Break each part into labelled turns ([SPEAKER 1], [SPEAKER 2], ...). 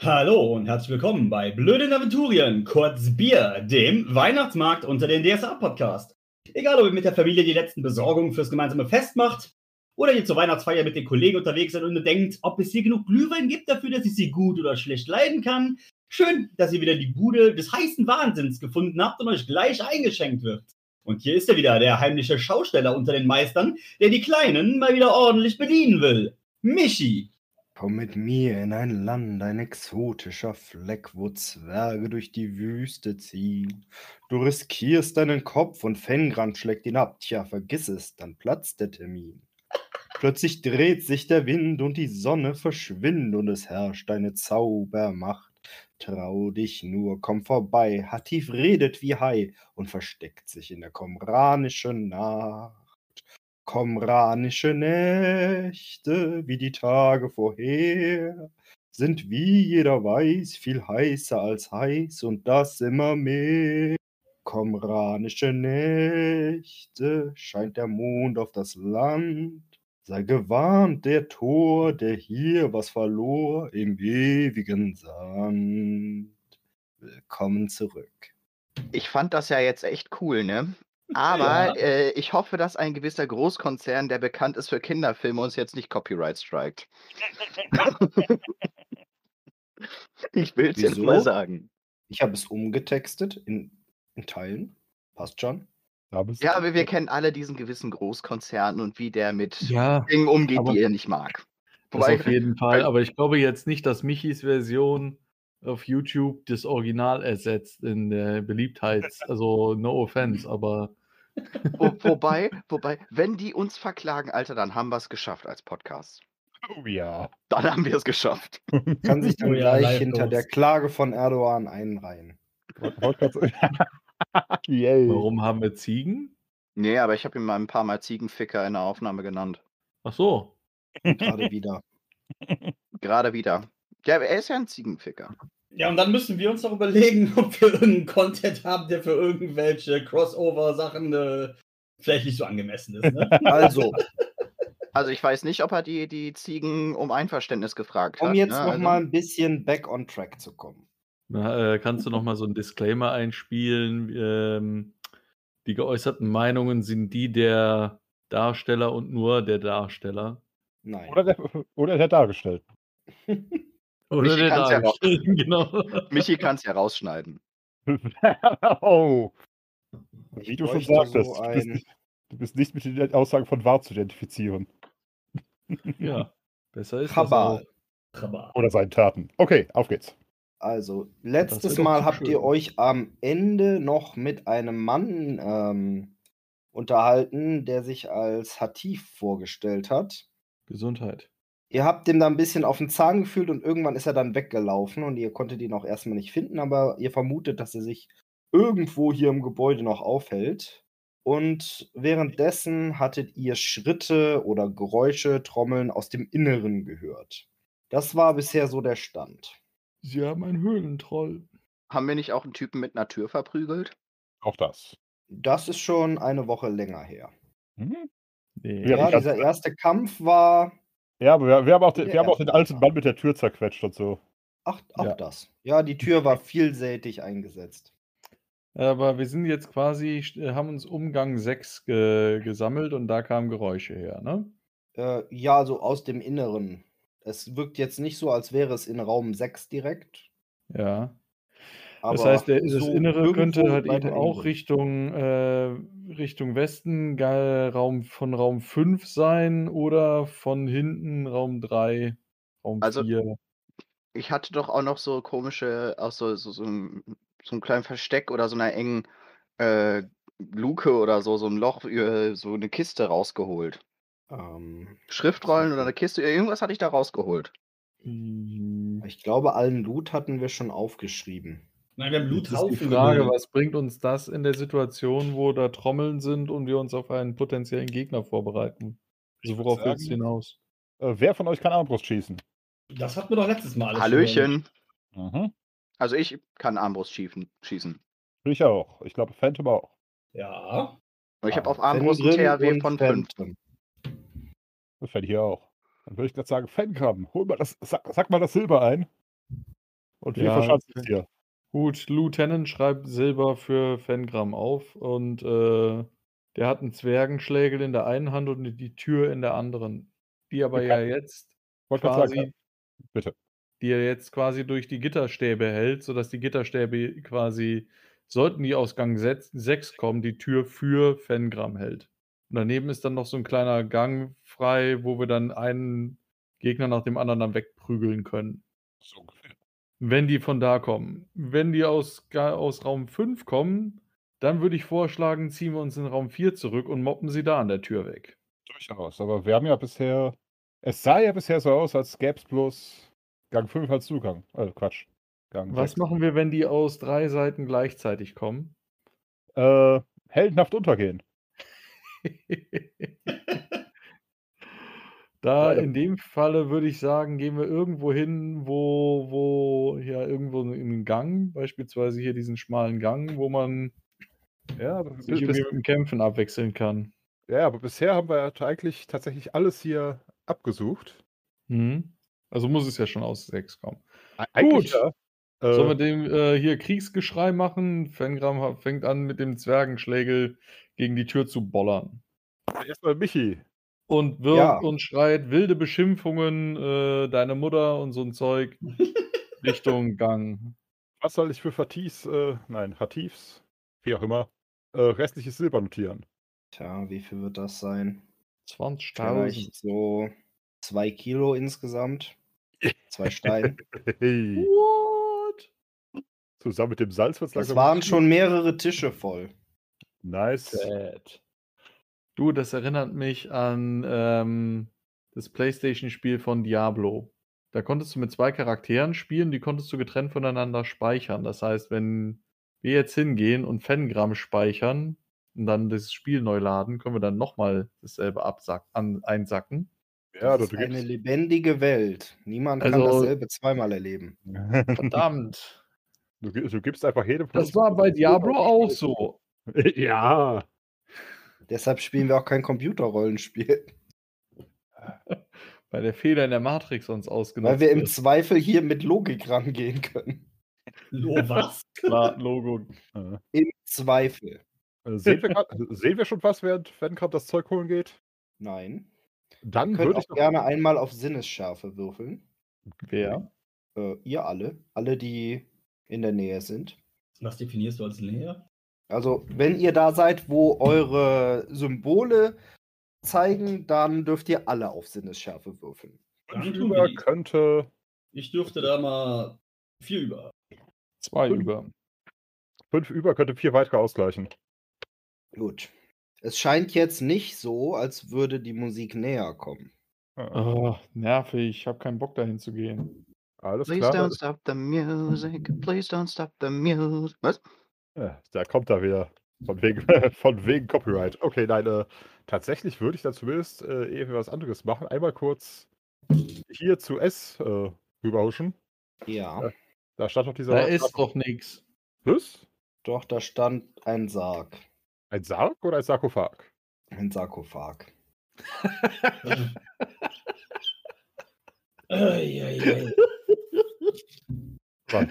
[SPEAKER 1] Hallo und herzlich willkommen bei Blöden Aventurien, kurz Bier, dem Weihnachtsmarkt unter den DSA-Podcast. Egal, ob ihr mit der Familie die letzten Besorgungen fürs gemeinsame Fest macht oder ihr zur Weihnachtsfeier mit den Kollegen unterwegs seid und ihr denkt, ob es hier genug Glühwein gibt dafür, dass ich sie gut oder schlecht leiden kann. Schön, dass ihr wieder die Bude des heißen Wahnsinns gefunden habt und euch gleich eingeschenkt wird. Und hier ist er wieder, der heimliche Schausteller unter den Meistern, der die Kleinen mal wieder ordentlich bedienen will. Michi.
[SPEAKER 2] Komm mit mir in ein Land, ein exotischer Fleck, wo Zwerge durch die Wüste ziehen. Du riskierst deinen Kopf und Fengran schlägt ihn ab. Tja, vergiss es, dann platzt der Termin. Plötzlich dreht sich der Wind und die Sonne verschwindet und es herrscht eine Zaubermacht. Trau dich nur, komm vorbei. Hatif redet wie Hai und versteckt sich in der komranischen Nacht. Komranische Nächte, wie die Tage vorher, sind wie jeder weiß viel heißer als heiß und das immer mehr. Komranische Nächte, scheint der Mond auf das Land. Sei gewarnt, der Tor, der hier was verlor, im ewigen Sand. Willkommen zurück.
[SPEAKER 3] Ich fand das ja jetzt echt cool, ne? Aber
[SPEAKER 1] Ja.
[SPEAKER 3] äh, ich hoffe, dass ein gewisser Großkonzern, der bekannt ist für Kinderfilme, uns jetzt nicht Copyright strikt. ich will es jetzt
[SPEAKER 2] Wieso?
[SPEAKER 3] mal sagen.
[SPEAKER 2] Ich habe es umgetextet in, in Teilen. Passt schon.
[SPEAKER 3] Ja, aber wir kennen alle diesen gewissen Großkonzern und wie der mit
[SPEAKER 4] Ja,
[SPEAKER 3] Dingen umgeht,
[SPEAKER 4] aber-
[SPEAKER 3] die er nicht mag.
[SPEAKER 4] das
[SPEAKER 3] Wobei,
[SPEAKER 4] auf jeden Fall.
[SPEAKER 3] weil-
[SPEAKER 4] Aber ich glaube jetzt nicht, dass Michis Version auf YouTube das Original ersetzt in der Beliebtheits. Also no offense, aber
[SPEAKER 3] wo, wobei, wobei, wenn die uns verklagen, Alter, dann haben wir es geschafft als Podcast.
[SPEAKER 5] Oh ja.
[SPEAKER 3] Dann haben wir es geschafft.
[SPEAKER 2] Kann sich dann
[SPEAKER 1] Oh ja,
[SPEAKER 2] gleich
[SPEAKER 1] live
[SPEAKER 2] hinter
[SPEAKER 1] los.
[SPEAKER 2] der Klage von Erdogan einreihen.
[SPEAKER 5] Wollt grad so- Yay.
[SPEAKER 4] warum haben wir Ziegen?
[SPEAKER 3] Nee, aber ich habe ihn mal ein paar Mal Ziegenficker in der Aufnahme genannt.
[SPEAKER 4] Ach so.
[SPEAKER 2] Gerade wieder.
[SPEAKER 3] Gerade wieder. Ja, aber er ist ja ein Ziegenficker.
[SPEAKER 1] Ja, und dann müssen wir uns noch überlegen, ob wir irgendeinen Content haben, der für irgendwelche Crossover-Sachen äh, vielleicht nicht so angemessen ist. Ne?
[SPEAKER 2] Also,
[SPEAKER 3] Also ich weiß nicht, ob er die, die Ziegen um Einverständnis gefragt hat.
[SPEAKER 2] um jetzt
[SPEAKER 3] ne?
[SPEAKER 2] noch
[SPEAKER 3] also,
[SPEAKER 2] mal ein bisschen back on track zu kommen.
[SPEAKER 4] Na, äh, kannst du noch mal so einen Disclaimer einspielen? Ähm, die geäußerten Meinungen sind die der Darsteller und nur der Darsteller.
[SPEAKER 2] Nein.
[SPEAKER 5] Oder der, oder der dargestellt.
[SPEAKER 4] Oder
[SPEAKER 3] Michi
[SPEAKER 4] der
[SPEAKER 3] kann's ja
[SPEAKER 4] Darsteller.
[SPEAKER 3] auch.
[SPEAKER 4] genau.
[SPEAKER 3] Michi kann es ja rausschneiden.
[SPEAKER 5] oh. Wie
[SPEAKER 2] Ich
[SPEAKER 5] du schon
[SPEAKER 2] bräuchte so
[SPEAKER 5] sagtest, du, bist
[SPEAKER 2] ein-
[SPEAKER 5] nicht, du bist nicht mit den Aussagen von Wahr zu identifizieren.
[SPEAKER 4] Ja, besser ist
[SPEAKER 2] Kabal.
[SPEAKER 4] das. auch.
[SPEAKER 1] Aber
[SPEAKER 5] Oder seinen Taten. Okay, auf geht's.
[SPEAKER 2] Also,
[SPEAKER 4] wird
[SPEAKER 2] letztes
[SPEAKER 4] doch
[SPEAKER 2] Mal
[SPEAKER 4] zu
[SPEAKER 2] habt ihr
[SPEAKER 4] schön.
[SPEAKER 2] euch am Ende noch mit einem Mann ähm, unterhalten, der sich als Hatif vorgestellt hat.
[SPEAKER 4] Gesundheit.
[SPEAKER 2] Ihr habt dem da ein bisschen auf den Zahn gefühlt und irgendwann ist er dann weggelaufen und ihr konntet ihn auch erstmal nicht finden, aber ihr vermutet, dass er sich irgendwo hier im Gebäude noch aufhält. Und währenddessen hattet ihr Schritte oder Geräusche, Trommeln aus dem Inneren gehört. Das war bisher so der Stand.
[SPEAKER 4] Sie haben einen Höhlentroll.
[SPEAKER 3] Haben wir nicht auch einen Typen mit einer Tür verprügelt?
[SPEAKER 5] Auch das.
[SPEAKER 2] Das ist schon eine Woche länger her.
[SPEAKER 5] Hm?
[SPEAKER 4] Nee.
[SPEAKER 2] Ja,
[SPEAKER 5] Ja, ich hab-
[SPEAKER 2] dieser erste Kampf war.
[SPEAKER 5] Ja, aber wir, wir haben auch den,
[SPEAKER 2] Ja,
[SPEAKER 5] wir haben
[SPEAKER 2] ja.
[SPEAKER 5] auch den alten Mann mit der Tür zerquetscht und so.
[SPEAKER 2] Ach, auch
[SPEAKER 4] Ja.
[SPEAKER 2] das. Ja, die Tür war vielseitig eingesetzt.
[SPEAKER 4] Aber wir sind jetzt quasi, st- äh, haben uns Umgang 6 ge gesammelt und da kamen Geräusche her, ne?
[SPEAKER 2] Äh, ja, so aus dem Inneren. Es wirkt jetzt nicht so, als wäre es in Raum 6 direkt.
[SPEAKER 4] Ja.
[SPEAKER 2] Aber
[SPEAKER 4] das heißt, der, das
[SPEAKER 2] so
[SPEAKER 4] Innere könnte
[SPEAKER 2] irgendwo
[SPEAKER 4] halt eben
[SPEAKER 2] weiter
[SPEAKER 4] auch
[SPEAKER 2] irgendwo.
[SPEAKER 4] Richtung, äh, Richtung Westen, geil, Raum von Raum 5 sein oder von hinten Raum 3, Raum
[SPEAKER 3] Also-
[SPEAKER 4] 4.
[SPEAKER 3] Ich hatte doch auch noch so komische, auch so, so, so, ein, so einen kleinen Versteck oder so einer engen äh, Luke oder so, so ein Loch, äh, so eine Kiste rausgeholt.
[SPEAKER 2] Ähm,
[SPEAKER 3] Schriftrollen oder eine Kiste, äh, irgendwas hatte ich da rausgeholt.
[SPEAKER 4] Hm,
[SPEAKER 2] ich glaube, allen Loot hatten wir schon aufgeschrieben.
[SPEAKER 1] nein, wir haben
[SPEAKER 4] Jetzt ist die
[SPEAKER 1] Bluthaufen.
[SPEAKER 4] Frage,
[SPEAKER 1] gebildet.
[SPEAKER 4] was bringt uns das in der Situation, wo da Trommeln sind und wir uns auf einen potenziellen Gegner vorbereiten? Also
[SPEAKER 5] Ich würd
[SPEAKER 4] worauf willst du
[SPEAKER 5] sagen-
[SPEAKER 4] hinaus?
[SPEAKER 5] Äh, wer von euch kann Armbrust schießen?
[SPEAKER 1] Das hatten wir doch letztes Mal. alles schon.
[SPEAKER 3] Hallöchen.
[SPEAKER 5] Mhm.
[SPEAKER 3] Also ich kann Armbrust schießen. schießen.
[SPEAKER 5] Ich auch. Ich glaube, Phantom auch.
[SPEAKER 1] Ja.
[SPEAKER 3] Und ich habe
[SPEAKER 5] Ah,
[SPEAKER 3] auf Armbrust ein
[SPEAKER 2] Fenrir
[SPEAKER 3] THW
[SPEAKER 2] und
[SPEAKER 3] von 5.
[SPEAKER 2] Phantom.
[SPEAKER 5] Das fände ich hier auch. Dann würde ich gerade sagen, Fengram, hol mal das, sack, sack mal das Silber ein. Und wir
[SPEAKER 4] Ja,
[SPEAKER 5] verschanzen
[SPEAKER 4] okay.
[SPEAKER 5] uns hier.
[SPEAKER 4] Gut, Lieutenant schreibt Silber für Fengram auf und äh, der hat einen Zwergenschlägel in der einen Hand und die Tür in der anderen, die aber ja jetzt
[SPEAKER 5] Wollte gerade sagen,
[SPEAKER 4] quasi,
[SPEAKER 5] Bitte.
[SPEAKER 4] die er jetzt quasi durch die Gitterstäbe hält, sodass die Gitterstäbe quasi, sollten die aus Gang 6 kommen, die Tür für Fengram hält. Und daneben ist dann noch so ein kleiner Gang frei, wo wir dann einen Gegner nach dem anderen dann wegprügeln können
[SPEAKER 5] so ungefähr.
[SPEAKER 4] wenn die von da kommen. Wenn die aus, Ga- aus Raum 5 kommen, dann würde ich vorschlagen, ziehen wir uns in Raum 4 zurück und mobben sie da an der Tür weg.
[SPEAKER 5] Durchaus. Aber wir haben ja bisher. Es sah ja bisher so aus, als gäbe es bloß Gang 5 als Zugang. Äh, Quatsch. Gang
[SPEAKER 4] Was
[SPEAKER 5] sechs.
[SPEAKER 4] machen wir, wenn die aus drei Seiten gleichzeitig kommen?
[SPEAKER 5] Äh, heldenhaft untergehen.
[SPEAKER 4] da
[SPEAKER 5] Leider.
[SPEAKER 4] in dem Falle würde ich sagen, gehen wir irgendwo hin, wo, wo, ja, irgendwo in einen Gang, beispielsweise hier diesen schmalen Gang, wo man
[SPEAKER 5] Ja, aber
[SPEAKER 4] sich
[SPEAKER 5] bis-
[SPEAKER 4] irgendwie mit dem Kämpfen abwechseln kann.
[SPEAKER 5] Ja, aber bisher haben wir ja eigentlich tatsächlich alles hier abgesucht.
[SPEAKER 4] Mhm. Also muss es ja schon aus 6 kommen.
[SPEAKER 5] E- Eigentlich
[SPEAKER 4] Gut.
[SPEAKER 5] Ja. Äh,
[SPEAKER 4] Sollen wir dem äh, hier Kriegsgeschrei machen? Fengram ha- fängt an, mit dem Zwergenschlägel gegen die Tür zu bollern.
[SPEAKER 5] erstmal Michi.
[SPEAKER 4] Und wirkt
[SPEAKER 2] Ja.
[SPEAKER 4] und schreit wilde Beschimpfungen, äh, deine Mutter und so ein Zeug Richtung Gang.
[SPEAKER 5] Was soll ich für Fatis, äh, nein, Hatifs, wie auch immer, äh, restliches Silber notieren?
[SPEAKER 2] Tja, wie viel wird das sein?
[SPEAKER 4] 20.000.
[SPEAKER 2] Vielleicht so zwei Kilo insgesamt. Zwei Steine.
[SPEAKER 5] Hey,
[SPEAKER 4] What?
[SPEAKER 5] zusammen mit dem Salz wird's
[SPEAKER 2] Das
[SPEAKER 5] langsam.
[SPEAKER 2] waren schon Äh, mehrere Tische voll.
[SPEAKER 5] Nice.
[SPEAKER 4] Sad. Du, das erinnert mich an ähm, das PlayStation-Spiel von Diablo. Da konntest du mit zwei Charakteren spielen, die konntest du getrennt voneinander speichern. Das heißt, wenn wir jetzt hingehen und Fangramm speichern und dann das Spiel neu laden, können wir dann nochmal dasselbe absack an einsacken.
[SPEAKER 5] Ja, du,
[SPEAKER 2] das
[SPEAKER 5] du
[SPEAKER 2] ist eine
[SPEAKER 5] gibst.
[SPEAKER 2] lebendige Welt. Niemand kann
[SPEAKER 4] Also-
[SPEAKER 2] dasselbe zweimal erleben.
[SPEAKER 4] Verdammt.
[SPEAKER 5] Du, gi- du gibst einfach jedem von
[SPEAKER 4] Das
[SPEAKER 5] uns-
[SPEAKER 4] war bei Diablo auch so.
[SPEAKER 5] Ja.
[SPEAKER 2] Deshalb spielen wir auch kein Computerrollenspiel,
[SPEAKER 4] Weil der Fehler in der Matrix sonst ausgenutzt
[SPEAKER 2] weil wir im
[SPEAKER 4] ist.
[SPEAKER 2] Zweifel hier mit Logik rangehen können.
[SPEAKER 1] Oh, was?
[SPEAKER 4] Klar, Logo.
[SPEAKER 5] Äh,
[SPEAKER 2] Im Zweifel.
[SPEAKER 5] Sehen wir, grad, sehen wir schon was, während Fan gerade das Zeug holen geht?
[SPEAKER 2] Nein.
[SPEAKER 5] Dann
[SPEAKER 2] Wir können
[SPEAKER 5] Hm, würde ich
[SPEAKER 2] auch
[SPEAKER 5] noch.
[SPEAKER 2] gerne einmal auf Sinnesschärfe würfeln.
[SPEAKER 4] Wer?
[SPEAKER 2] Äh, ihr alle. Alle, die in der Nähe sind.
[SPEAKER 1] Was definierst du als leer?
[SPEAKER 2] Also, wenn ihr da seid, wo eure Symbole zeigen, dann dürft ihr alle auf Sinnesschärfe würfeln.
[SPEAKER 5] fünf
[SPEAKER 1] Danke,
[SPEAKER 5] über
[SPEAKER 1] Michi.
[SPEAKER 5] könnte
[SPEAKER 1] Ich dürfte da mal vier über.
[SPEAKER 4] Zwei
[SPEAKER 5] Fünf.
[SPEAKER 4] über.
[SPEAKER 5] fünf über könnte vier weitere ausgleichen.
[SPEAKER 2] Gut. Es scheint jetzt nicht so, als würde die Musik näher kommen.
[SPEAKER 5] Ah,
[SPEAKER 4] Oh, nervig, ich habe keinen Bock dahin zu gehen.
[SPEAKER 5] Alles
[SPEAKER 3] Please
[SPEAKER 5] klar.
[SPEAKER 3] don't stop the music. Please don't stop the music. Was?
[SPEAKER 5] Ja, Äh, Da kommt er wieder. Von wegen, von wegen Copyright. Okay, nein, äh, tatsächlich würde ich da zumindest, äh, ehe wir was anderes machen, einmal kurz hier zu S äh, rüberhuschen.
[SPEAKER 2] Ja,
[SPEAKER 5] Ja. Da stand doch dieser.
[SPEAKER 4] Da ist doch nichts.
[SPEAKER 5] Was?
[SPEAKER 2] doch, da stand ein Sarg.
[SPEAKER 5] Ein Sarg oder ein Sarkophag?
[SPEAKER 2] Ein Sarkophag.
[SPEAKER 1] Eieiei.
[SPEAKER 5] Was?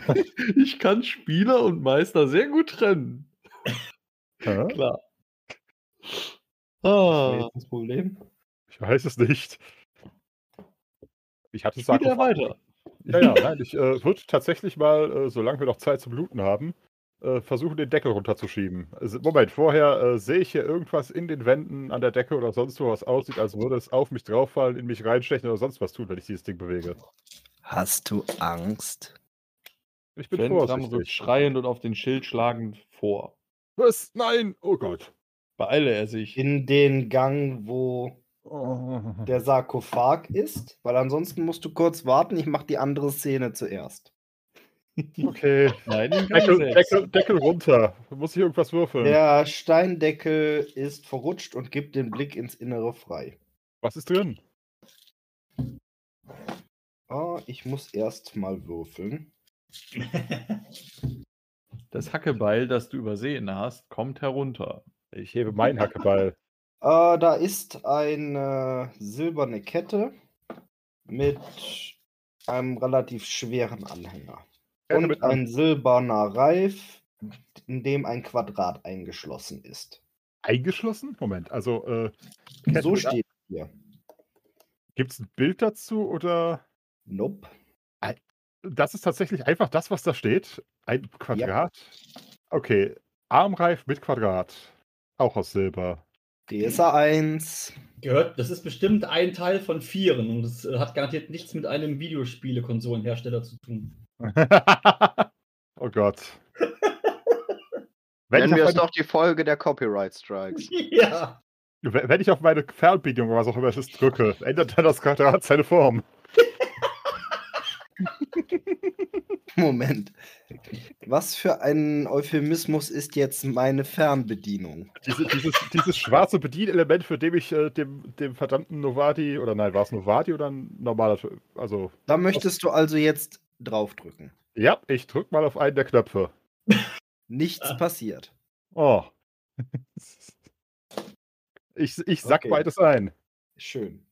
[SPEAKER 4] Ich kann Spieler und Meister sehr gut trennen.
[SPEAKER 5] Hä?
[SPEAKER 4] Klar.
[SPEAKER 2] Was
[SPEAKER 4] Ah,
[SPEAKER 2] ist das Problem?
[SPEAKER 5] ich weiß es nicht. Ich hatte
[SPEAKER 4] geht er
[SPEAKER 5] Sarkophag.
[SPEAKER 4] weiter.
[SPEAKER 5] Ja, ja, nein, ich äh, würde tatsächlich mal, äh, solange wir noch Zeit zum Bluten haben, äh, versuchen, den Deckel runterzuschieben. Also, Moment, vorher äh, sehe ich hier irgendwas in den Wänden, an der Decke oder sonst wo, was aussieht, als würde es auf mich drauffallen, in mich reinstechen oder sonst was tun, wenn ich dieses Ding bewege.
[SPEAKER 2] Hast du Angst?
[SPEAKER 5] Ich bin
[SPEAKER 4] Fendram rückt
[SPEAKER 5] vorsichtig.
[SPEAKER 4] schreiend und auf den Schild schlagend vor.
[SPEAKER 5] Was? Nein! Oh Gott.
[SPEAKER 4] Beeile er sich.
[SPEAKER 2] In den Gang, wo
[SPEAKER 5] Oh.
[SPEAKER 2] der Sarkophag ist, weil ansonsten musst du kurz warten. Ich mache die andere Szene zuerst.
[SPEAKER 5] Okay.
[SPEAKER 4] Nein, den Gang
[SPEAKER 5] Deckel,
[SPEAKER 4] selbst.
[SPEAKER 5] Deckel, Deckel runter. Muss ich irgendwas würfeln?
[SPEAKER 2] Der Steindeckel ist verrutscht und gibt den Blick ins Innere frei.
[SPEAKER 5] Was ist drin?
[SPEAKER 2] Ah, ich muss erst mal würfeln.
[SPEAKER 4] Das Hackebeil, das du übersehen hast, kommt herunter.
[SPEAKER 5] Ich hebe meinen Hackeball.
[SPEAKER 2] Ah, da ist eine silberne Kette mit einem relativ schweren Anhänger.
[SPEAKER 5] Vorne
[SPEAKER 2] und
[SPEAKER 5] mit
[SPEAKER 2] ein silberner Reif, in dem ein Quadrat eingeschlossen ist.
[SPEAKER 5] eingeschlossen? Moment, also äh,
[SPEAKER 2] So steht hier.
[SPEAKER 5] gibt es ein Bild dazu oder?
[SPEAKER 2] Nope.
[SPEAKER 5] Das ist tatsächlich einfach das, was da steht. Ein Quadrat. Okay, Armreif mit Quadrat. Auch aus Silber.
[SPEAKER 2] DSA 1.
[SPEAKER 1] Gehört, das ist bestimmt ein Teil von Vieren und es äh, hat garantiert nichts mit einem Videospiele-Konsolenhersteller zu tun.
[SPEAKER 5] oh Gott.
[SPEAKER 3] Nennen
[SPEAKER 5] ich
[SPEAKER 3] wir
[SPEAKER 5] auf
[SPEAKER 3] es doch die Folge der Copyright Strikes.
[SPEAKER 1] ja.
[SPEAKER 5] Wenn wenn ich auf meine Fernbedienung oder was auch immer es ist drücke, ändert dann das Quadrat seine Form.
[SPEAKER 2] Moment. Was für ein Euphemismus ist jetzt meine Fernbedienung?
[SPEAKER 5] Diese, dieses, dieses schwarze Bedienelement, für dem ich äh, dem, dem verdammten Novati, oder nein, war es Novati oder ein normaler, T- also
[SPEAKER 2] Da möchtest du also jetzt draufdrücken.
[SPEAKER 5] ja, ich drück mal auf einen der Knöpfe.
[SPEAKER 2] Nichts passiert.
[SPEAKER 5] Oh. Ich, ich sack
[SPEAKER 2] Okay.
[SPEAKER 5] beides ein.
[SPEAKER 2] Schön.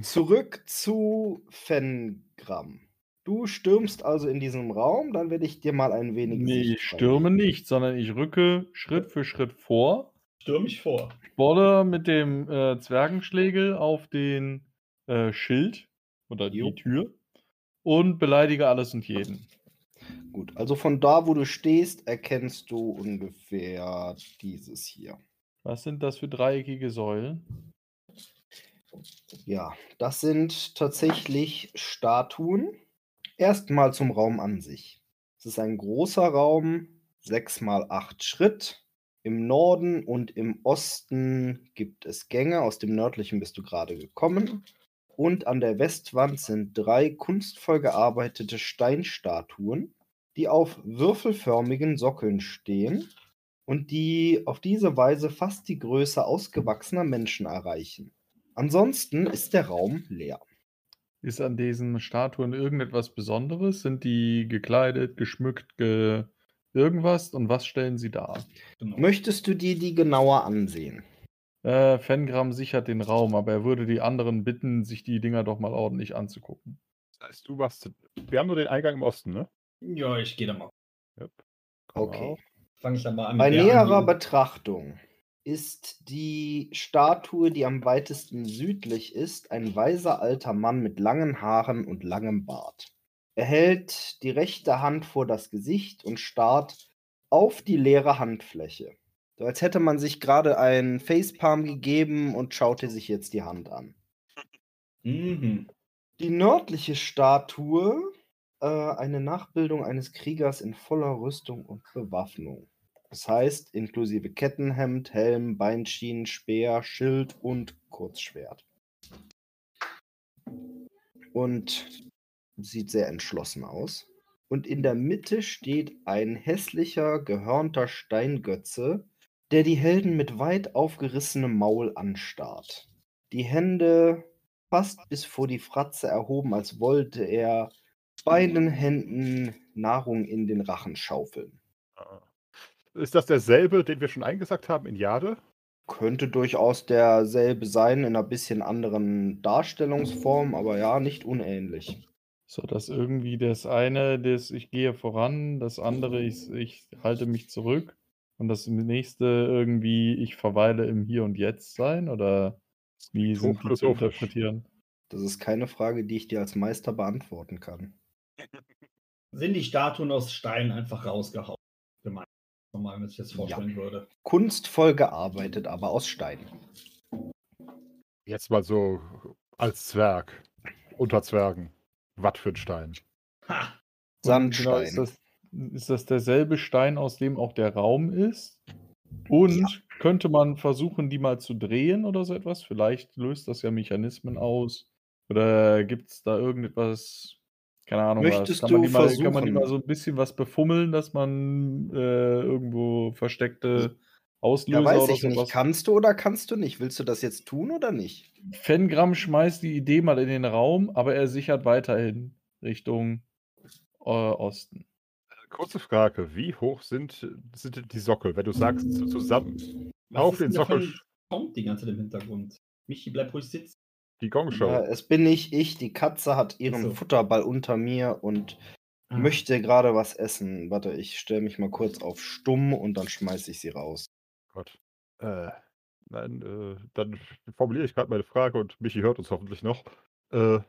[SPEAKER 2] Zurück zu Fengram. Du stürmst also in diesem Raum, dann werde ich dir mal ein wenig.
[SPEAKER 4] Nee,
[SPEAKER 2] Sicht
[SPEAKER 4] ich stürme
[SPEAKER 2] zeigen.
[SPEAKER 4] nicht, sondern ich rücke Schritt für Schritt vor.
[SPEAKER 1] Stürm ich vor.
[SPEAKER 4] Border mit dem äh, Zwergenschlägel auf den äh, Schild oder
[SPEAKER 2] Jo.
[SPEAKER 4] die Tür und beleidige alles und jeden.
[SPEAKER 2] Gut, also von da, wo du stehst, erkennst du ungefähr dieses hier.
[SPEAKER 4] Was sind das für dreieckige Säulen?
[SPEAKER 2] Ja, das sind tatsächlich Statuen. Erstmal zum Raum an sich. Es ist ein großer Raum, 6 mal 8 Schritt. Im Norden und im Osten gibt es Gänge, aus dem nördlichen bist du gerade gekommen. Und an der Westwand sind drei kunstvoll gearbeitete Steinstatuen, die auf würfelförmigen Sockeln stehen und die auf diese Weise fast die Größe ausgewachsener Menschen erreichen. Ansonsten ist der Raum leer.
[SPEAKER 4] Ist an diesen Statuen irgendetwas Besonderes? Sind die gekleidet, geschmückt, ge irgendwas? Und was stellen sie dar?
[SPEAKER 1] Genau.
[SPEAKER 2] Möchtest du dir die genauer ansehen?
[SPEAKER 4] Äh, Fengram sichert den Raum, aber er würde die anderen bitten, sich die Dinger doch mal ordentlich anzugucken.
[SPEAKER 5] Das heißt, du machst. Wir haben nur den Eingang im Osten, ne?
[SPEAKER 1] Ja, ich gehe da mal.
[SPEAKER 2] Okay.
[SPEAKER 1] Fange ich dann mal an.
[SPEAKER 2] Bei
[SPEAKER 1] mit der
[SPEAKER 2] näherer
[SPEAKER 1] Anliegen.
[SPEAKER 2] Betrachtung ist die Statue, die am weitesten südlich ist, ein weiser alter Mann mit langen Haaren und langem Bart. Er hält die rechte Hand vor das Gesicht und starrt auf die leere Handfläche. So als hätte man sich gerade einen Facepalm gegeben und schaute sich jetzt die Hand an.
[SPEAKER 1] Mhm.
[SPEAKER 2] Die nördliche Statue, äh, eine Nachbildung eines Kriegers in voller Rüstung und Bewaffnung. Das heißt, inklusive Kettenhemd, Helm, Beinschienen, Speer, Schild und Kurzschwert. Und sieht sehr entschlossen aus. Und in der Mitte steht ein hässlicher, gehörnter Steingötze, der die Helden mit weit aufgerissenem Maul anstarrt. Die Hände fast bis vor die Fratze erhoben, als wollte er beiden Händen Nahrung in den Rachen schaufeln.
[SPEAKER 5] Ah. Ist das derselbe, den wir schon eingesagt haben in Jade?
[SPEAKER 2] Könnte durchaus derselbe sein, in einer bisschen anderen Darstellungsform, aber ja, nicht unähnlich.
[SPEAKER 4] So, dass irgendwie das eine, das ich gehe voran, das andere, ich, ich halte mich zurück und das nächste irgendwie, ich verweile im Hier und Jetzt sein oder wie sind die zu
[SPEAKER 5] hochphilosophisch.
[SPEAKER 4] interpretieren?
[SPEAKER 2] Das ist keine Frage, die ich dir als Meister beantworten kann.
[SPEAKER 1] Sind die Statuen aus Stein einfach rausgehauen? Gemeint. Normal, wenn ich das vorstellen würde.
[SPEAKER 2] Kunstvoll gearbeitet, aber aus Stein.
[SPEAKER 5] Jetzt mal so als Zwerg. Unter Zwergen. Was für ein Stein.
[SPEAKER 1] Ha!
[SPEAKER 4] Und genau,
[SPEAKER 2] Sandstein.
[SPEAKER 4] ist, das, ist das derselbe Stein, aus dem auch der Raum ist? Und könnte man versuchen, die mal zu drehen oder so etwas? Vielleicht löst das ja Mechanismen aus. Oder gibt es da irgendetwas? Keine Ahnung,
[SPEAKER 2] Möchtest
[SPEAKER 4] was. Kann, man
[SPEAKER 2] du
[SPEAKER 4] die mal, kann man die
[SPEAKER 2] versuchen?
[SPEAKER 4] mal so ein bisschen was befummeln, dass man äh, irgendwo versteckte Auslöser
[SPEAKER 2] Also, Ja, weiß
[SPEAKER 4] oder
[SPEAKER 2] ich nicht.
[SPEAKER 4] sowas?
[SPEAKER 2] Kannst du oder kannst du nicht? Willst du das jetzt tun oder nicht?
[SPEAKER 4] Fengram schmeißt die Idee mal in den Raum, aber er sichert weiterhin Richtung äh, Osten.
[SPEAKER 5] Kurze Frage, wie hoch sind, sind denn die Sockel, wenn du sagst, zu- zusammen?
[SPEAKER 1] Was
[SPEAKER 5] Auf
[SPEAKER 1] ist
[SPEAKER 5] den
[SPEAKER 1] denn da für ein
[SPEAKER 5] Sockel,
[SPEAKER 1] Sound die ganze Zeit im Hintergrund. Michi, bleib ruhig sitzen.
[SPEAKER 5] die Gongshow.
[SPEAKER 2] Äh, es bin nicht ich, die Katze hat ihren
[SPEAKER 1] so.
[SPEAKER 2] Futterball unter mir und
[SPEAKER 1] Ah. Hm.
[SPEAKER 2] möchte gerade was essen. Warte, ich stelle mich mal kurz auf stumm und dann schmeiße ich sie raus.
[SPEAKER 5] Gott. Äh, nein, äh, dann formuliere ich gerade meine Frage und Michi hört uns hoffentlich noch. Äh,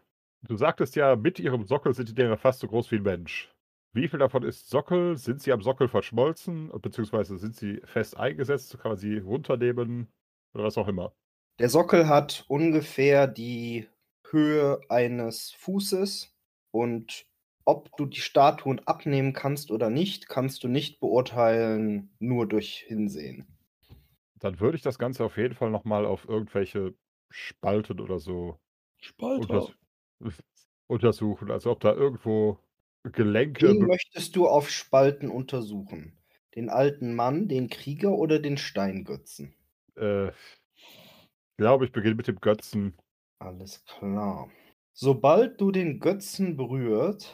[SPEAKER 5] du sagtest ja, mit ihrem Sockel sind die Dinger fast so groß wie ein Mensch. Wie viel davon ist Sockel? Sind sie am Sockel verschmolzen? Beziehungsweise sind sie fest eingesetzt? Kann man sie runternehmen? Oder was auch immer.
[SPEAKER 2] Der Sockel hat ungefähr die Höhe eines Fußes und ob du die Statuen abnehmen kannst oder nicht, kannst du nicht beurteilen, nur durch Hinsehen.
[SPEAKER 5] Dann würde ich das Ganze auf jeden Fall nochmal auf irgendwelche Spalten oder so
[SPEAKER 4] Spalter.
[SPEAKER 5] unters untersuchen. Also ob da irgendwo Gelenke.
[SPEAKER 2] Wen
[SPEAKER 5] be-
[SPEAKER 2] möchtest du auf Spalten untersuchen? Den alten Mann, den Krieger oder den Steingötzen?
[SPEAKER 5] Äh, ich glaube, ich beginne mit dem Götzen.
[SPEAKER 2] Alles klar. Sobald du den Götzen berührt,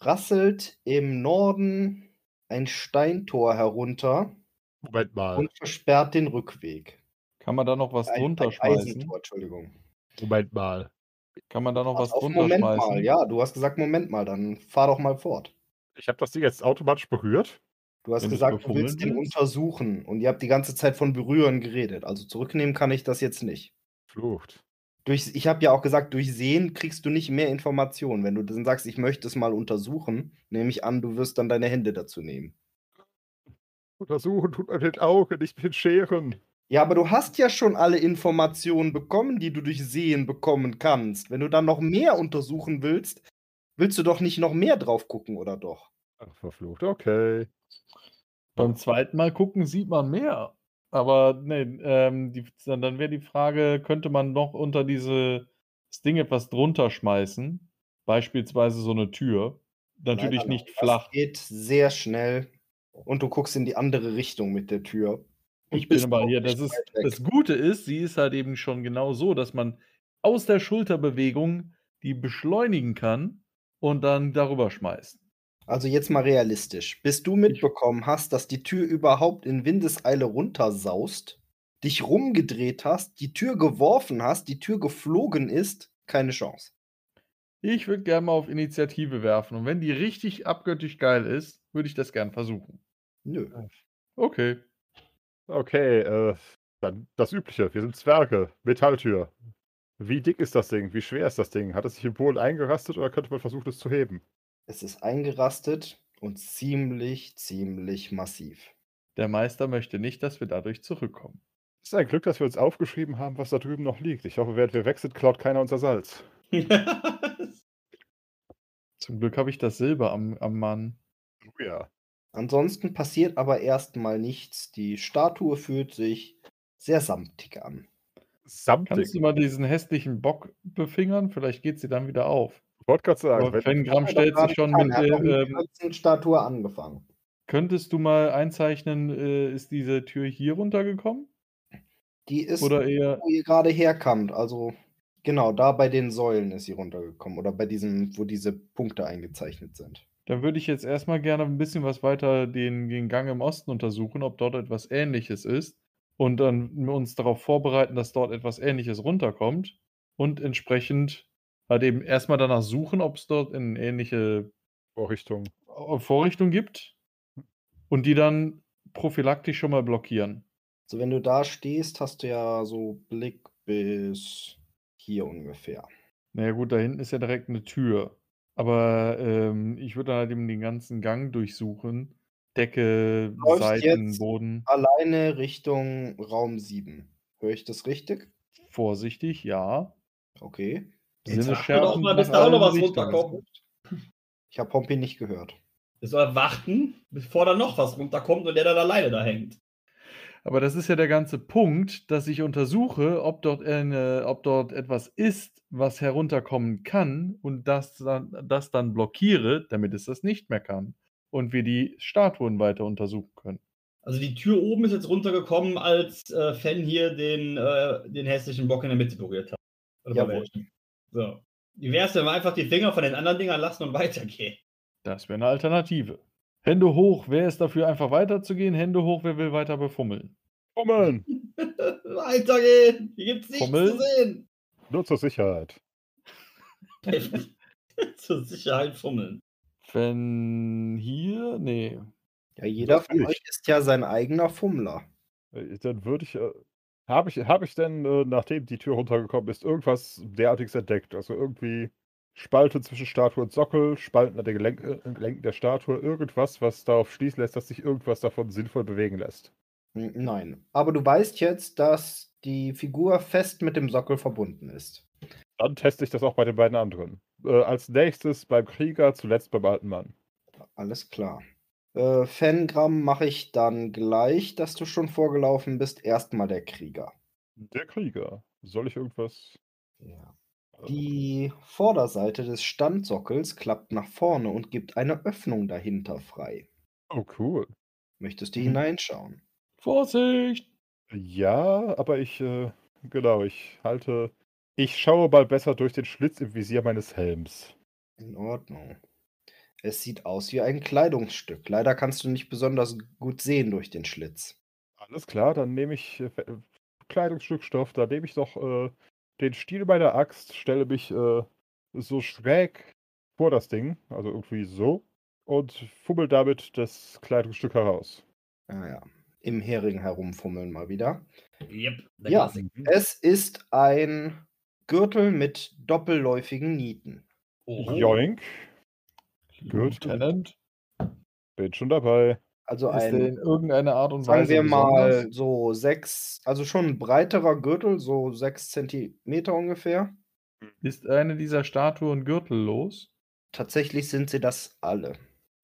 [SPEAKER 2] rasselt im Norden ein Steintor herunter
[SPEAKER 5] Moment mal,
[SPEAKER 2] und versperrt den Rückweg.
[SPEAKER 4] Kann man da noch Äh. was
[SPEAKER 2] Ein-
[SPEAKER 4] drunter
[SPEAKER 2] ein
[SPEAKER 4] schmeißen?
[SPEAKER 2] Eisentor, Entschuldigung.
[SPEAKER 5] Moment mal.
[SPEAKER 4] Kann man da noch was
[SPEAKER 2] Pass auf,
[SPEAKER 4] drunter
[SPEAKER 2] Moment
[SPEAKER 4] schmeißen?
[SPEAKER 2] mal, ja, du hast gesagt, Moment mal, dann fahr doch mal fort.
[SPEAKER 5] Ich habe das Ding jetzt automatisch berührt.
[SPEAKER 2] Du hast
[SPEAKER 4] Wenn du's
[SPEAKER 2] gesagt, du
[SPEAKER 4] überfummeln
[SPEAKER 2] willst den
[SPEAKER 4] willst?
[SPEAKER 2] untersuchen und ihr habt die ganze Zeit von Berühren geredet. Also zurücknehmen kann ich das jetzt nicht.
[SPEAKER 5] Flucht.
[SPEAKER 2] Durch, ich habe ja auch gesagt, durch Sehen kriegst du nicht mehr Informationen. Wenn du dann sagst, ich möchte es mal untersuchen, nehme ich an, du wirst dann deine Hände dazu nehmen.
[SPEAKER 5] Untersuchen tut man mit den Augen, nicht mit den Scheren.
[SPEAKER 2] Ja, aber du hast ja schon alle Informationen bekommen, die du durch Sehen bekommen kannst. Wenn du dann noch mehr untersuchen willst, willst du doch nicht noch mehr drauf gucken, oder doch?
[SPEAKER 5] Ach, verflucht, okay.
[SPEAKER 4] Beim zweiten Mal gucken sieht man mehr. Aber nee, ähm, die, dann, dann wäre die Frage, könnte man noch unter diese, das Ding etwas drunter schmeißen? Beispielsweise so eine Tür. Natürlich
[SPEAKER 2] Leider
[SPEAKER 4] nicht
[SPEAKER 2] nein.
[SPEAKER 4] flach.
[SPEAKER 2] Das geht sehr schnell und du guckst in die andere Richtung mit der Tür. Und
[SPEAKER 4] Ich bin
[SPEAKER 2] bist
[SPEAKER 4] aber
[SPEAKER 2] auch
[SPEAKER 4] hier, das
[SPEAKER 2] nicht
[SPEAKER 4] ist
[SPEAKER 2] weit weg.
[SPEAKER 4] das Gute ist, sie ist halt eben schon genau so, dass man aus der Schulterbewegung die beschleunigen kann und dann darüber schmeißt.
[SPEAKER 2] Also jetzt mal realistisch. Bis du mitbekommen hast, dass die Tür überhaupt in Windeseile runtersaust, dich rumgedreht hast, die Tür geworfen hast, die Tür geflogen ist, keine Chance.
[SPEAKER 4] Ich würde gerne mal auf Initiative werfen und wenn die richtig abgöttisch geil ist, würde ich das gern versuchen.
[SPEAKER 2] Nö.
[SPEAKER 4] Okay.
[SPEAKER 5] Okay, äh, dann das Übliche. Wir sind Zwerge, Metalltür. Wie dick ist das Ding? Wie schwer ist das Ding? Hat es sich im Boden eingerastet oder könnte man versuchen, es zu heben?
[SPEAKER 2] Es ist eingerastet und ziemlich, ziemlich massiv.
[SPEAKER 4] Der Meister möchte nicht, dass wir dadurch zurückkommen.
[SPEAKER 5] Es ist ein Glück, dass wir uns aufgeschrieben haben, was da drüben noch liegt. Ich hoffe, während wir weg sind, klaut keiner unser Salz.
[SPEAKER 4] Zum Glück habe ich das Silber am, am Mann.
[SPEAKER 5] Oh ja.
[SPEAKER 2] Ansonsten passiert aber erstmal nichts. Die Statue fühlt sich sehr samtig an.
[SPEAKER 5] Samtig.
[SPEAKER 4] Kannst du mal diesen hässlichen Bock befingern? Vielleicht geht sie dann wieder auf.
[SPEAKER 5] Ich wollte gerade
[SPEAKER 4] Aber
[SPEAKER 5] sagen, wenn,
[SPEAKER 4] Fengram stellt sich schon mit
[SPEAKER 2] der
[SPEAKER 4] der, ähm,
[SPEAKER 2] Statue angefangen.
[SPEAKER 4] Könntest du mal einzeichnen, äh, ist diese Tür hier runtergekommen?
[SPEAKER 2] Die ist
[SPEAKER 4] Oder eher.
[SPEAKER 2] wo ihr gerade herkommt. Also genau, da bei den Säulen ist sie runtergekommen oder bei diesem, wo diese Punkte eingezeichnet sind.
[SPEAKER 4] Dann würde ich jetzt erstmal gerne ein bisschen was weiter den, den Gang im Osten untersuchen, ob dort etwas Ähnliches ist. Und dann uns darauf vorbereiten, dass dort etwas Ähnliches runterkommt. Und entsprechend halt eben erstmal danach suchen, ob es dort eine ähnliche
[SPEAKER 5] Vorrichtung.
[SPEAKER 4] äh, Vorrichtung gibt. Und die dann prophylaktisch schon mal blockieren.
[SPEAKER 2] So, wenn du da stehst, hast du ja so Blick bis hier ungefähr.
[SPEAKER 4] Naja gut, da hinten ist ja direkt eine Tür. Aber ähm, ich würde dann halt eben den ganzen Gang durchsuchen. Decke,
[SPEAKER 2] Läufst
[SPEAKER 4] Seiten,
[SPEAKER 2] jetzt-
[SPEAKER 4] Boden.
[SPEAKER 2] Alleine Richtung Raum 7. Höre ich das richtig?
[SPEAKER 4] Vorsichtig, ja.
[SPEAKER 2] Okay.
[SPEAKER 1] Jetzt
[SPEAKER 4] Sinne
[SPEAKER 1] warten wir doch
[SPEAKER 4] schärfen
[SPEAKER 1] mal,
[SPEAKER 4] nach
[SPEAKER 1] bis da auch noch was
[SPEAKER 4] allen Richtungen.
[SPEAKER 1] runterkommt.
[SPEAKER 2] Ich habe Pompi nicht gehört.
[SPEAKER 1] Wir sollen warten, bevor da noch was runterkommt und der dann alleine da hängt.
[SPEAKER 4] Aber das ist ja der ganze Punkt, dass ich untersuche, ob dort, eine, ob dort etwas ist, was herunterkommen kann und das dann, das dann blockiere, damit es das nicht mehr kann. Und wir die Statuen weiter untersuchen können.
[SPEAKER 1] Also die Tür oben ist jetzt runtergekommen, als äh, Fan hier den, äh, den hässlichen Bock in der Mitte berührt hat. Oder
[SPEAKER 2] Jawohl.
[SPEAKER 1] welchen. So. Wie wär's, wenn wir einfach die Finger von den anderen Dingern lassen und weitergehen?
[SPEAKER 4] Das wäre eine Alternative. Hände hoch, wer ist dafür, einfach weiterzugehen? Hände hoch, wer will weiter befummeln?
[SPEAKER 5] Fummeln!
[SPEAKER 1] weitergehen! Hier gibt's nichts
[SPEAKER 4] Fummeln?
[SPEAKER 1] zu sehen!
[SPEAKER 5] Nur zur Sicherheit.
[SPEAKER 1] Zur Sicherheit fummeln.
[SPEAKER 4] Wenn hier, nee.
[SPEAKER 2] Ja, jeder
[SPEAKER 5] Das
[SPEAKER 2] von
[SPEAKER 5] nicht.
[SPEAKER 2] euch ist ja sein eigener Fummler.
[SPEAKER 5] Äh, Dann würde ich. Äh, habe ich, hab ich denn, äh, nachdem die Tür runtergekommen ist, irgendwas derartiges entdeckt? Also irgendwie Spalte zwischen Statue und Sockel, Spalten an den Gelenk, äh, Gelenken der Statue, irgendwas, was darauf schließen lässt, dass sich irgendwas davon sinnvoll bewegen lässt.
[SPEAKER 2] N- Nein. Aber du weißt jetzt, dass die Figur fest mit dem Sockel verbunden ist.
[SPEAKER 5] Dann teste ich das auch bei den beiden anderen. Äh, als nächstes beim Krieger, zuletzt beim alten Mann.
[SPEAKER 2] Alles klar. Äh, Fangramm mache ich dann gleich, dass du schon vorgelaufen bist. Erstmal der Krieger.
[SPEAKER 5] Der Krieger. Soll ich irgendwas.
[SPEAKER 2] Ja.
[SPEAKER 5] äh,
[SPEAKER 2] Die Vorderseite des Standsockels klappt nach vorne und gibt eine Öffnung dahinter frei.
[SPEAKER 5] Oh, cool.
[SPEAKER 2] Möchtest du
[SPEAKER 4] Mhm.
[SPEAKER 2] hineinschauen?
[SPEAKER 4] Vorsicht!
[SPEAKER 5] Ja, aber ich, äh, genau, ich halte. Ich schaue mal besser durch den Schlitz im Visier meines Helms.
[SPEAKER 2] In Ordnung. Es sieht aus wie ein Kleidungsstück. Leider kannst du nicht besonders gut sehen durch den Schlitz.
[SPEAKER 5] Alles klar, dann nehme ich äh, Fe- äh, Kleidungsstück Stoff, da nehme ich noch äh, den Stiel meiner Axt, stelle mich äh, so schräg vor das Ding, also irgendwie so, und fummel damit das Kleidungsstück heraus.
[SPEAKER 2] Ah ja. Im Hering herumfummeln mal wieder.
[SPEAKER 1] Yep, der
[SPEAKER 2] Ja. Äh,
[SPEAKER 1] Klassiker.
[SPEAKER 2] Es ist ein Gürtel mit doppelläufigen Nieten.
[SPEAKER 5] Oh.
[SPEAKER 1] Oho.
[SPEAKER 5] Joink, Gut.
[SPEAKER 4] Lieutenant,
[SPEAKER 5] bin schon dabei.
[SPEAKER 2] Also
[SPEAKER 4] ist der
[SPEAKER 2] ein,
[SPEAKER 4] in irgendeiner Art und
[SPEAKER 2] sagen
[SPEAKER 4] Weise
[SPEAKER 2] wir
[SPEAKER 4] besonders?
[SPEAKER 2] mal, so sechs, also schon ein breiterer Gürtel, so sechs Zentimeter ungefähr.
[SPEAKER 4] Ist eine dieser Statuen gürtellos?
[SPEAKER 2] Tatsächlich sind sie das alle.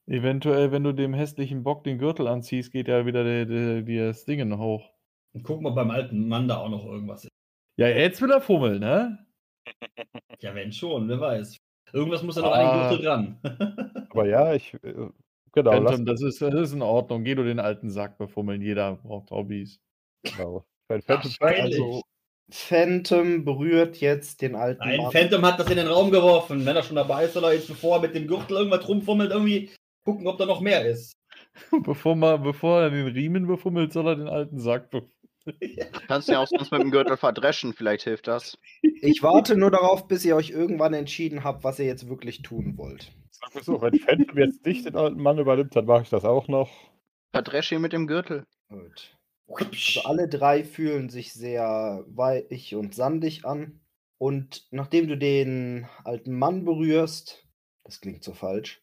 [SPEAKER 4] Eventuell, wenn du dem hässlichen Bock den Gürtel anziehst, geht ja wieder der, der, der, das Dingen hoch.
[SPEAKER 1] Und gucken, ob beim alten Mann da auch noch irgendwas ist.
[SPEAKER 4] Ja, jetzt will er fummeln, ne?
[SPEAKER 1] Ja, wenn schon, wer weiß. Irgendwas muss da noch an den
[SPEAKER 4] Ah.
[SPEAKER 1] Gürtel dran.
[SPEAKER 5] Aber ja, ich, äh, genau, lass
[SPEAKER 4] Phantom, das ist, das ist in Ordnung. Geh du den alten Sack befummeln. Jeder braucht Hobbys.
[SPEAKER 5] genau. Wenn Phantom
[SPEAKER 1] Wahrscheinlich.
[SPEAKER 5] also,
[SPEAKER 2] Phantom berührt jetzt den alten
[SPEAKER 1] Ein
[SPEAKER 2] Mann.
[SPEAKER 1] Phantom hat das in den Raum geworfen. Wenn er schon dabei ist, soll er jetzt, bevor er mit dem Gürtel irgendwas rumfummelt, irgendwie gucken, ob da noch mehr ist.
[SPEAKER 4] Bevor, man, bevor er den Riemen befummelt, soll er den alten Sack befummeln.
[SPEAKER 3] Kannst du ja auch sonst mit dem Gürtel verdreschen, vielleicht hilft das.
[SPEAKER 2] Ich warte nur darauf, bis ihr euch irgendwann entschieden habt, was ihr jetzt wirklich tun wollt.
[SPEAKER 5] sagen wir so, wenn Phantom jetzt nicht den alten Mann übernimmt, dann mache ich das auch noch.
[SPEAKER 3] Verdresche ihn mit dem Gürtel.
[SPEAKER 2] Gut. Also alle drei fühlen sich sehr weich und sandig an. Und nachdem du den alten Mann berührst, das klingt so falsch,